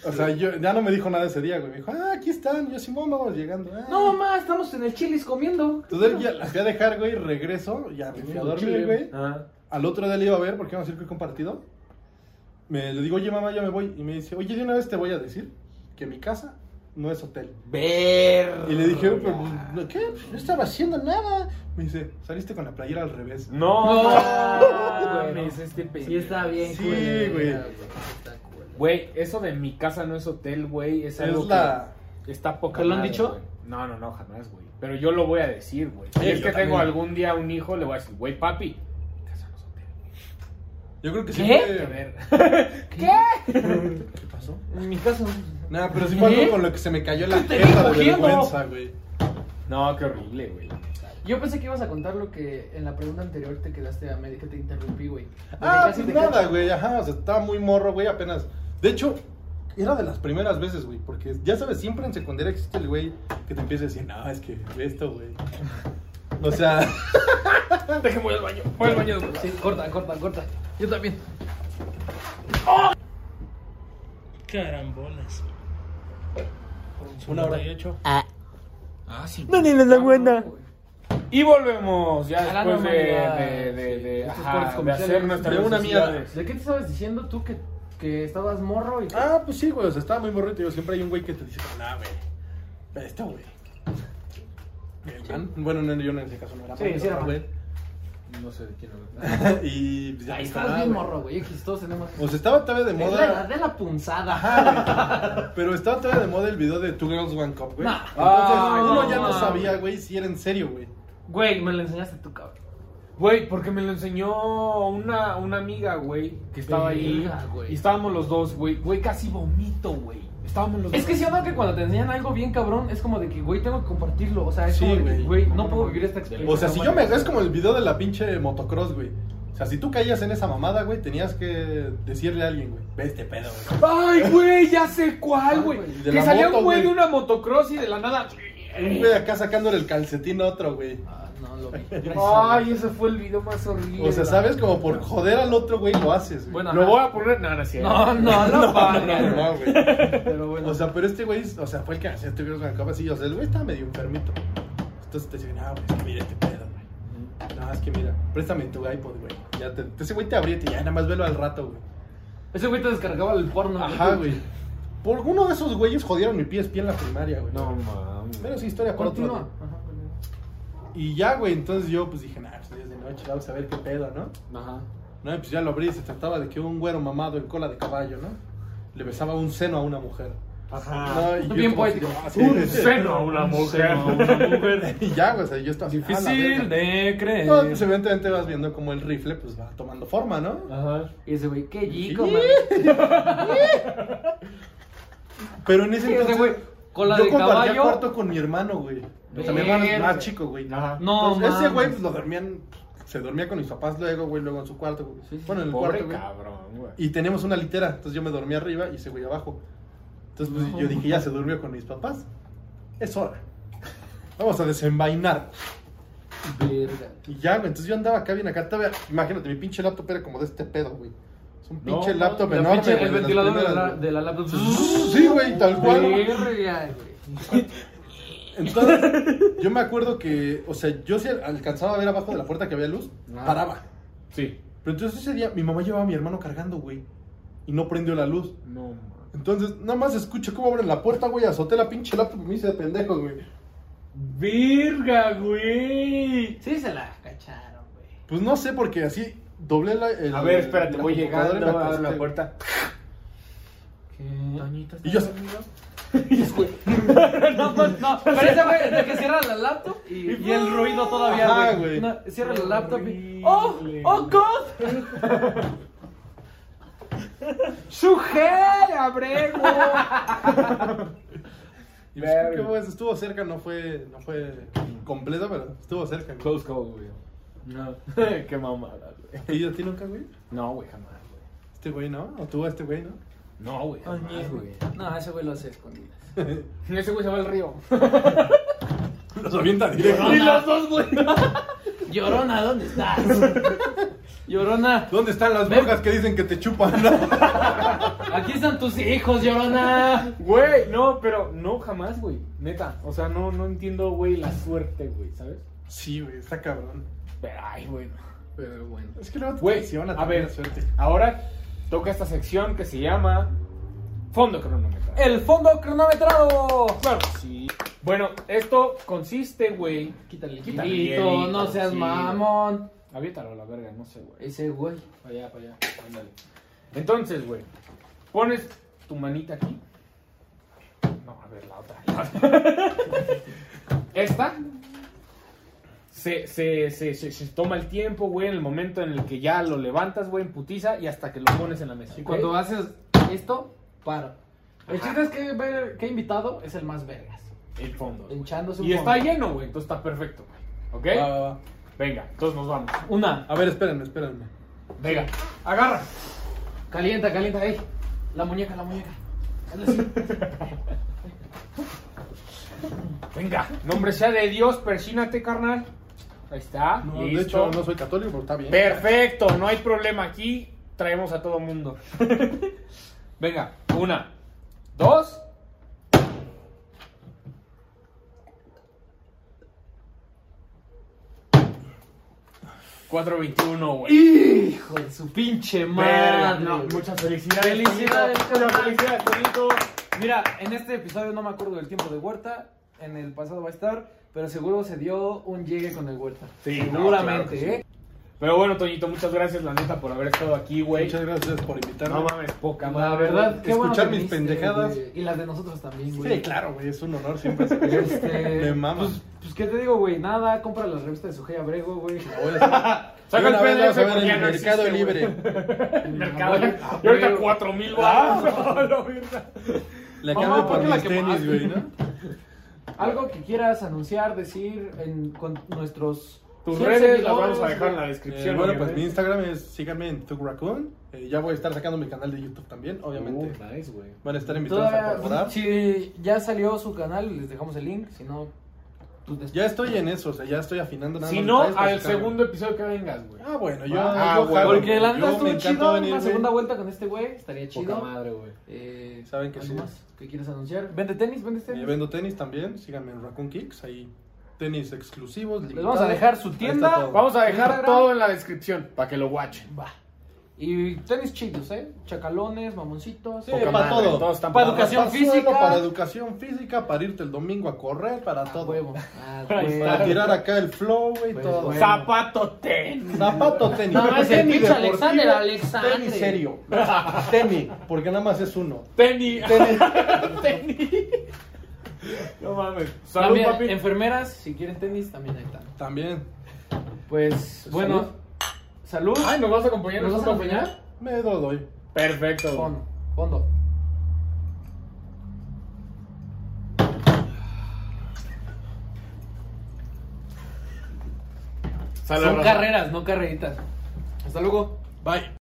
[SPEAKER 3] O sea, yo, ya no me dijo nada ese día, güey. Me dijo, ah, aquí están, yo Simón, vamos llegando. Ah.
[SPEAKER 2] No, mamá, estamos en el chilis comiendo.
[SPEAKER 3] Entonces él ya las fui a dejar, güey, regreso, ya me fui a dormir, güey.
[SPEAKER 1] Ah.
[SPEAKER 3] Al otro día le iba a ver, porque vamos a ir compartido. Me, le digo, oye, mamá, ya me voy. Y me dice, oye, de una vez te voy a decir que mi casa no es hotel.
[SPEAKER 2] Ver.
[SPEAKER 3] Y le dije, pero, pues, ¿qué? Pues, No estaba haciendo nada. Me dice, saliste con la playera al revés.
[SPEAKER 1] No,
[SPEAKER 2] No.
[SPEAKER 1] mames, este pendejo.
[SPEAKER 2] Sí, está bien,
[SPEAKER 3] Sí,
[SPEAKER 2] culera,
[SPEAKER 3] güey.
[SPEAKER 1] Güey, eso de mi casa no es hotel, güey, es
[SPEAKER 3] Es
[SPEAKER 1] algo
[SPEAKER 3] la...
[SPEAKER 1] que está poca
[SPEAKER 2] ¿Te lo han
[SPEAKER 1] madre,
[SPEAKER 2] dicho?
[SPEAKER 1] güey. No, no, no, jamás, güey. Pero yo lo voy a decir, güey. Si
[SPEAKER 3] Sí,
[SPEAKER 1] es
[SPEAKER 3] yo
[SPEAKER 1] que tengo
[SPEAKER 3] también.
[SPEAKER 1] algún día un hijo, le voy a decir, güey, papi, mi casa no es hotel.
[SPEAKER 3] Yo creo que
[SPEAKER 2] ¿Qué?
[SPEAKER 1] A
[SPEAKER 3] siempre...
[SPEAKER 1] ver.
[SPEAKER 3] ¿Qué pasó?
[SPEAKER 2] En mi caso.
[SPEAKER 3] Nada, pero sí fue algo
[SPEAKER 2] ¿Eh?
[SPEAKER 3] con lo que se me cayó la
[SPEAKER 2] te
[SPEAKER 3] jeta de
[SPEAKER 2] estoy cogiendo?
[SPEAKER 3] vergüenza, güey.
[SPEAKER 1] No, qué horrible, güey.
[SPEAKER 2] Yo pensé que ibas a contar lo que en la pregunta anterior te quedaste a medio que te interrumpí, güey.
[SPEAKER 3] Ah, pues nada, güey, ajá, o sea, estaba muy morro, güey, apenas. De hecho, era de las primeras veces, güey, porque ya sabes, siempre en secundaria existe el güey que te empieza a decir, no, es que ve esto, güey. O sea,
[SPEAKER 1] Déjame voy al baño. Voy al baño.
[SPEAKER 2] Sí, corta, corta, corta. Yo también.
[SPEAKER 7] Carambolas.
[SPEAKER 3] una hora.
[SPEAKER 7] Ah, sí.
[SPEAKER 1] Y volvemos ya
[SPEAKER 2] A la
[SPEAKER 1] después de,
[SPEAKER 2] normalidad.
[SPEAKER 1] de, de, de-
[SPEAKER 2] Estos
[SPEAKER 1] ajá,
[SPEAKER 2] cortes
[SPEAKER 1] de
[SPEAKER 2] comerciales.
[SPEAKER 1] hacer nuestras
[SPEAKER 3] De una mierda.
[SPEAKER 1] necesidades.
[SPEAKER 2] ¿De qué te estabas diciendo tú que, que estabas morro y que...
[SPEAKER 3] Ah, pues sí, güey, o sea, estaba muy morrito, yo siempre hay un güey que te dice, no, güey, ve esto, güey. Mi hermano- Bueno, no, yo en ese caso no era
[SPEAKER 2] Sí,
[SPEAKER 3] morro,
[SPEAKER 2] sí era
[SPEAKER 3] güey.
[SPEAKER 1] No sé de quién hablas.
[SPEAKER 3] y pues, ya
[SPEAKER 2] Ahí
[SPEAKER 3] me
[SPEAKER 2] estás
[SPEAKER 3] sonaba,
[SPEAKER 2] bien
[SPEAKER 3] güey.
[SPEAKER 2] morro, güey. X, todos tenemos...
[SPEAKER 3] O sea, estaba todavía de
[SPEAKER 2] es
[SPEAKER 3] moda.
[SPEAKER 2] la edad de la punzada.
[SPEAKER 3] Pero estaba todavía de moda el video de Two Girls One Cup, güey.
[SPEAKER 2] Nah.
[SPEAKER 3] Entonces,
[SPEAKER 1] Ah,
[SPEAKER 3] uno ya
[SPEAKER 2] no
[SPEAKER 3] no
[SPEAKER 2] mames.
[SPEAKER 3] sabía, güey, si era en serio, güey.
[SPEAKER 2] Güey, me lo enseñaste tú, cabrón.
[SPEAKER 1] Güey, porque me lo enseñó una, una amiga, güey, que estaba ahí.
[SPEAKER 2] Verga, güey.
[SPEAKER 1] Y estábamos los dos, güey. Güey, casi vomito, güey. Estábamos los
[SPEAKER 2] Es
[SPEAKER 1] dos.
[SPEAKER 2] que si o no que cuando te enseñan algo bien cabrón, es como de que, güey, tengo que compartirlo. O sea, es
[SPEAKER 3] Sí,
[SPEAKER 2] como de que,
[SPEAKER 3] güey.
[SPEAKER 2] güey, no puedo vivir esta experiencia.
[SPEAKER 3] O sea, si yo me. Es como el video de la pinche motocross, güey. O sea, si tú caías en esa mamada, güey, tenías que decirle a alguien, güey, ve este pedo, güey.
[SPEAKER 1] Ay, güey, ya sé cuál, güey.
[SPEAKER 2] Ay, güey,
[SPEAKER 3] de
[SPEAKER 1] Que
[SPEAKER 3] la
[SPEAKER 1] salía un
[SPEAKER 3] moto,
[SPEAKER 1] güey de
[SPEAKER 3] güey.
[SPEAKER 1] una motocross y de la nada.
[SPEAKER 3] Un güey acá sacándole el calcetín a otro, güey.
[SPEAKER 2] Ah, no, lo vi. Gracias,
[SPEAKER 1] Ay,
[SPEAKER 2] güey.
[SPEAKER 1] ese fue el video más horrible.
[SPEAKER 3] O sea, ¿sabes? Como por joder al otro, güey, lo haces, güey.
[SPEAKER 2] Bueno,
[SPEAKER 1] Lo
[SPEAKER 2] ajá.
[SPEAKER 1] voy a poner. No, no es cierto.
[SPEAKER 2] No, no, no,
[SPEAKER 3] no,
[SPEAKER 2] paga.
[SPEAKER 3] no, no, güey.
[SPEAKER 2] Pero bueno.
[SPEAKER 3] O sea, pero este güey, o sea, fue el que hacía este video con la capa así. O sea, el güey estaba medio enfermito. Entonces te dicen, ah, güey, es que mira este pedo, güey. No, es que mira, préstame tu iPod, güey. Ya te, ese güey te abría y te ya nada más velo al rato, güey.
[SPEAKER 2] ese güey te descargaba el porno.
[SPEAKER 3] Ajá, güey. Por uno de esos güeyes jodieron mi PSP en la primaria, güey.
[SPEAKER 1] No, mames.
[SPEAKER 3] Pero es historia para otro.
[SPEAKER 2] Continúa.
[SPEAKER 3] día.
[SPEAKER 2] Ajá, continúa.
[SPEAKER 3] Y ya, güey, entonces yo pues dije, nah, pues es de noche, vamos a ver qué pedo, ¿no?
[SPEAKER 1] Ajá.
[SPEAKER 3] No, y pues ya lo abrí, se trataba de que un güero mamado en cola de caballo, ¿no? Le besaba un seno a una mujer. No, y yo
[SPEAKER 2] Bien
[SPEAKER 3] como
[SPEAKER 2] poético.
[SPEAKER 3] así, ah,
[SPEAKER 1] Un
[SPEAKER 3] sí.
[SPEAKER 1] seno a una mujer.
[SPEAKER 3] Y ya, güey, o sea, yo estaba así, "Ah, la
[SPEAKER 1] Difícil
[SPEAKER 3] verga".
[SPEAKER 1] de creer.
[SPEAKER 3] No, pues evidentemente vas viendo como el rifle pues va tomando forma, ¿no?
[SPEAKER 1] Ajá.
[SPEAKER 2] Y ese güey, qué
[SPEAKER 3] Sí.
[SPEAKER 2] chico, man.
[SPEAKER 3] Pero en ese
[SPEAKER 2] Sí, ese
[SPEAKER 3] entonces,
[SPEAKER 2] güey, cola
[SPEAKER 3] yo
[SPEAKER 2] de
[SPEAKER 3] compartía
[SPEAKER 2] caballo.
[SPEAKER 3] cuarto con mi hermano, güey. O sea, mi hermano es
[SPEAKER 2] Verga.
[SPEAKER 3] más chico, güey.
[SPEAKER 1] Ajá.
[SPEAKER 2] No,
[SPEAKER 3] Entonces, ese
[SPEAKER 2] mames.
[SPEAKER 3] güey pues lo dormían, se dormía con mis papás luego, güey, luego en su cuarto, güey.
[SPEAKER 2] Sí, sí,
[SPEAKER 3] bueno, en el
[SPEAKER 1] Pobre
[SPEAKER 3] cuarto, güey.
[SPEAKER 1] cabrón, güey.
[SPEAKER 3] Y tenemos una litera, entonces yo me dormí arriba y ese güey abajo. Entonces pues, yo dije, ya se durmió con mis papás. Es hora. Vamos a desenvainar.
[SPEAKER 2] Verga.
[SPEAKER 3] Y ya, güey, entonces yo andaba acá bien acá, todavía, imagínate, mi pinche laptop era como de este pedo, güey. O Es un pinche
[SPEAKER 2] No,
[SPEAKER 3] laptop
[SPEAKER 2] la
[SPEAKER 3] enorme.
[SPEAKER 2] pinche-
[SPEAKER 3] güey,
[SPEAKER 2] el
[SPEAKER 3] de las
[SPEAKER 2] ventilador de la,
[SPEAKER 3] primeras, güey.
[SPEAKER 2] de la laptop.
[SPEAKER 3] Sí, güey, tal cual.
[SPEAKER 2] Verga, güey.
[SPEAKER 3] Entonces, yo me acuerdo que, o sea, yo si alcanzaba a ver abajo de la puerta que había luz, paraba.
[SPEAKER 1] Sí.
[SPEAKER 3] Pero entonces ese día mi mamá llevaba a mi hermano cargando, güey. Y no prendió la luz.
[SPEAKER 1] No, mames.
[SPEAKER 3] Entonces, nada más escucho cómo abren la puerta, güey. Azoté la pinche laptop y me hice de pendejos, güey.
[SPEAKER 1] Verga, güey.
[SPEAKER 2] Sí, se la cacharon, güey.
[SPEAKER 3] Pues no sé, porque así doblé la. el-
[SPEAKER 1] A ver, espérate,
[SPEAKER 3] la
[SPEAKER 1] voy
[SPEAKER 3] computadora y me
[SPEAKER 1] llegando a abrir la
[SPEAKER 3] acosté.
[SPEAKER 1] puerta.
[SPEAKER 3] Y yo. pues,
[SPEAKER 2] No, pues, no, pero ese güey es el que cierra la laptop y, y el ruido todavía,
[SPEAKER 3] Ajá,
[SPEAKER 2] güey.
[SPEAKER 3] güey.
[SPEAKER 2] No, cierra la laptop y...
[SPEAKER 1] Horrible.
[SPEAKER 2] ¡Oh! ¡Oh, God!
[SPEAKER 1] ¡Sujera, brego!
[SPEAKER 3] y pues, ¿qué más? Estuvo cerca, no fue, no fue completa, pero estuvo cerca. güey.
[SPEAKER 1] Close call, güey. No. Qué mamada, güey.
[SPEAKER 3] ¿Y a ti nunca, güey?
[SPEAKER 1] No, güey, jamás, güey.
[SPEAKER 3] Este güey no, o tú a este güey no.
[SPEAKER 1] No, güey. Jamás, güey.
[SPEAKER 2] No, ese güey lo hace escondidas.
[SPEAKER 1] Ese güey se va al río.
[SPEAKER 3] Los avienta directo.
[SPEAKER 1] Y los dos, güey.
[SPEAKER 2] Llorona, ¿dónde estás? Llorona,
[SPEAKER 3] ¿Dónde están las
[SPEAKER 2] Ven.
[SPEAKER 3] brujas que dicen que te chupan?
[SPEAKER 2] aquí están tus hijos, Llorona.
[SPEAKER 1] Güey, no, pero no jamás, güey. Neta. O sea, no, no entiendo, güey, la suerte, güey, ¿sabes?
[SPEAKER 3] sí, güey, está cabrón.
[SPEAKER 1] Pero, ay, bueno.
[SPEAKER 5] Pero bueno.
[SPEAKER 3] Es que luego te
[SPEAKER 1] Güey,
[SPEAKER 3] traiciona
[SPEAKER 1] a
[SPEAKER 3] también
[SPEAKER 1] ver.
[SPEAKER 3] la suerte.
[SPEAKER 1] Ahora toca esta sección que se llama Fondo Cronometrado.
[SPEAKER 2] El fondo cronometrado.
[SPEAKER 1] Claro, que sí. Bueno, esto consiste, güey.
[SPEAKER 2] Quítale,
[SPEAKER 1] Quítale,
[SPEAKER 2] quítale. No seas
[SPEAKER 1] sí,
[SPEAKER 2] mamón.
[SPEAKER 1] Aviétalo a la verga, no sé, güey.
[SPEAKER 2] Ese güey.
[SPEAKER 1] Para allá, para allá. Ándale. Entonces, güey, pones tu manita aquí. No, a ver, la otra. la otra. Esta. Se, se, se, se- se toma el tiempo, güey, en el momento en el que ya lo levantas, güey, en putiza y hasta que lo pones en la mesa.
[SPEAKER 2] Y
[SPEAKER 1] ¿ok?
[SPEAKER 2] cuando haces esto, paro. El chiste es que, ver- que invitado es el más vergas.
[SPEAKER 1] El fondo. güey.
[SPEAKER 2] Hinchándose un
[SPEAKER 1] Y está
[SPEAKER 2] fondo.
[SPEAKER 1] lleno, güey, entonces está perfecto, güey.
[SPEAKER 3] Va,
[SPEAKER 1] ¿Ok?
[SPEAKER 3] va, va.
[SPEAKER 1] Venga, entonces nos vamos.
[SPEAKER 2] Una.
[SPEAKER 3] A ver, espérenme, espérenme.
[SPEAKER 1] Venga, agarra.
[SPEAKER 2] Calienta, calienta. Ahí. La muñeca, la muñeca. Hazle así.
[SPEAKER 1] Venga, nombre sea de Dios, persínate, carnal. Ahí está.
[SPEAKER 3] No, de
[SPEAKER 1] listo.
[SPEAKER 3] hecho, no soy católico, pero está bien.
[SPEAKER 1] Perfecto, no hay problema aquí. Traemos a todo mundo. Venga, una, dos. Cuatro veintiuno, güey.
[SPEAKER 2] Hijo de su pinche
[SPEAKER 1] Verga,
[SPEAKER 2] madre.
[SPEAKER 1] no, muchas felicidades.
[SPEAKER 2] Felicidades,
[SPEAKER 1] Toñito. Muchas felicidades, Toñito.
[SPEAKER 2] Mira, en este episodio no me acuerdo del tiempo de Huerta. En el pasado va a estar. Pero seguro se dio un llegue con el Huerta.
[SPEAKER 1] Sí, no,
[SPEAKER 2] Seguramente,
[SPEAKER 1] claro que sí.
[SPEAKER 2] ¿eh?
[SPEAKER 1] Pero bueno, Toñito, muchas gracias, la neta, por haber estado aquí, güey.
[SPEAKER 3] Muchas gracias por invitarme.
[SPEAKER 1] No mames, poca madre.
[SPEAKER 2] La verdad, qué bueno
[SPEAKER 3] Escuchar
[SPEAKER 2] que
[SPEAKER 3] mis
[SPEAKER 2] viniste,
[SPEAKER 3] pendejadas.
[SPEAKER 2] güey. Y las de nosotros también, güey.
[SPEAKER 3] Sí, claro, güey, es un honor siempre.
[SPEAKER 2] Este,
[SPEAKER 3] Me mama.
[SPEAKER 2] Pues, pues, ¿qué te digo, güey? Nada, compra las revistas de Sujei Abrego, güey.
[SPEAKER 3] Voy a hacer-
[SPEAKER 1] Saca
[SPEAKER 3] Yo
[SPEAKER 1] el
[SPEAKER 3] una vez
[SPEAKER 1] PDF
[SPEAKER 3] lo vas a ver
[SPEAKER 1] porque
[SPEAKER 3] en
[SPEAKER 1] ya
[SPEAKER 3] el
[SPEAKER 1] no
[SPEAKER 3] Mercado
[SPEAKER 1] existe,
[SPEAKER 3] Libre.
[SPEAKER 1] Mercado
[SPEAKER 2] güey.
[SPEAKER 1] Libre. Y ahorita cuatro mil
[SPEAKER 3] Le
[SPEAKER 2] Mamá,
[SPEAKER 3] cambio
[SPEAKER 2] ¿por
[SPEAKER 3] por
[SPEAKER 2] qué la
[SPEAKER 3] mis tenis,
[SPEAKER 2] quemaste?
[SPEAKER 3] güey, ¿no?
[SPEAKER 2] Algo que quieras anunciar, decir en, con nuestros.
[SPEAKER 1] Tus
[SPEAKER 2] 100
[SPEAKER 1] redes las vamos
[SPEAKER 2] seguidores,
[SPEAKER 1] a dejar en la
[SPEAKER 2] güey.
[SPEAKER 1] descripción.
[SPEAKER 3] Eh, bueno, pues mi
[SPEAKER 1] obviamente.
[SPEAKER 3] Instagram es síganme en Tug Raccoon. Eh, ya voy a estar sacando mi canal de YouTube también, obviamente.
[SPEAKER 1] Uh, nice, güey.
[SPEAKER 3] Van a estar invitados a
[SPEAKER 2] Todavía,
[SPEAKER 3] colaborar.
[SPEAKER 2] si ya salió su canal, les dejamos el link. Si no, tú des-
[SPEAKER 3] Ya estoy en eso, o sea, ya estoy afinando nada
[SPEAKER 1] Si
[SPEAKER 3] más
[SPEAKER 1] no,
[SPEAKER 3] detalles para
[SPEAKER 1] al
[SPEAKER 3] sacarlo.
[SPEAKER 1] segundo episodio que vengas, güey.
[SPEAKER 3] Ah, bueno, yo.
[SPEAKER 1] Ah,
[SPEAKER 3] yo
[SPEAKER 1] güey.
[SPEAKER 3] jalo,
[SPEAKER 2] Porque la neta
[SPEAKER 3] Yo
[SPEAKER 2] estuvo
[SPEAKER 3] me encantó
[SPEAKER 2] chido.
[SPEAKER 3] venir,
[SPEAKER 2] una
[SPEAKER 3] güey.
[SPEAKER 2] segunda vuelta con este güey estaría
[SPEAKER 1] Poca
[SPEAKER 2] chido.
[SPEAKER 1] madre, güey.
[SPEAKER 2] Eh,
[SPEAKER 3] Saben que
[SPEAKER 2] ¿algo
[SPEAKER 3] sí.
[SPEAKER 2] más que quieres anunciar? ¿Vende tenis? ¿Vende
[SPEAKER 3] Eh,
[SPEAKER 2] tenis?
[SPEAKER 3] vendo tenis también, síganme en Raccoon Kicks, ahí tenis exclusivos.
[SPEAKER 2] Les
[SPEAKER 3] limitados.
[SPEAKER 2] vamos a dejar su
[SPEAKER 3] Ahí
[SPEAKER 2] tienda,
[SPEAKER 3] está todo.
[SPEAKER 1] Vamos a dejar
[SPEAKER 2] Instagram.
[SPEAKER 1] todo en la descripción para que lo watchen.
[SPEAKER 2] Va. Y tenis chidos, ¿eh? Chacalones, mamoncitos.
[SPEAKER 3] Sí,
[SPEAKER 2] eh,
[SPEAKER 1] Poca
[SPEAKER 3] para
[SPEAKER 1] madre,
[SPEAKER 3] todo.
[SPEAKER 1] todos están
[SPEAKER 2] Para
[SPEAKER 1] parados.
[SPEAKER 2] educación
[SPEAKER 3] Para
[SPEAKER 2] física.
[SPEAKER 3] suelo, Para educación física, para irte el domingo a correr, para
[SPEAKER 2] A
[SPEAKER 3] todo.
[SPEAKER 2] huevo. A
[SPEAKER 1] Ahí
[SPEAKER 2] huevo.
[SPEAKER 1] está.
[SPEAKER 3] Para tirar acá el flow, güey,
[SPEAKER 2] Pues,
[SPEAKER 3] todo.
[SPEAKER 2] bueno.
[SPEAKER 1] Zapato ten.
[SPEAKER 3] Zapato tenis.
[SPEAKER 2] Nada más el
[SPEAKER 3] Tenis
[SPEAKER 2] pinche
[SPEAKER 3] deportivo,
[SPEAKER 2] Alexander, Alexander.
[SPEAKER 3] Tenis serio. tenis, porque nada más es uno.
[SPEAKER 1] Tenis.
[SPEAKER 3] Tenis.
[SPEAKER 1] No mames. Salud,
[SPEAKER 2] También,
[SPEAKER 1] papi.
[SPEAKER 2] enfermeras, si quieren tenis, también ahí están.
[SPEAKER 3] También.
[SPEAKER 2] Pues, bueno. Salud.
[SPEAKER 1] Ay, ¿nos vas a acompañar?
[SPEAKER 2] ¿Nos vas a acompañar?
[SPEAKER 3] Me lo doy.
[SPEAKER 1] Perfecto. güey.
[SPEAKER 2] Fondo. Fondo.
[SPEAKER 1] Salud,
[SPEAKER 2] Son
[SPEAKER 1] raza.
[SPEAKER 2] carreras, no carreritas. Hasta luego.
[SPEAKER 3] Bye.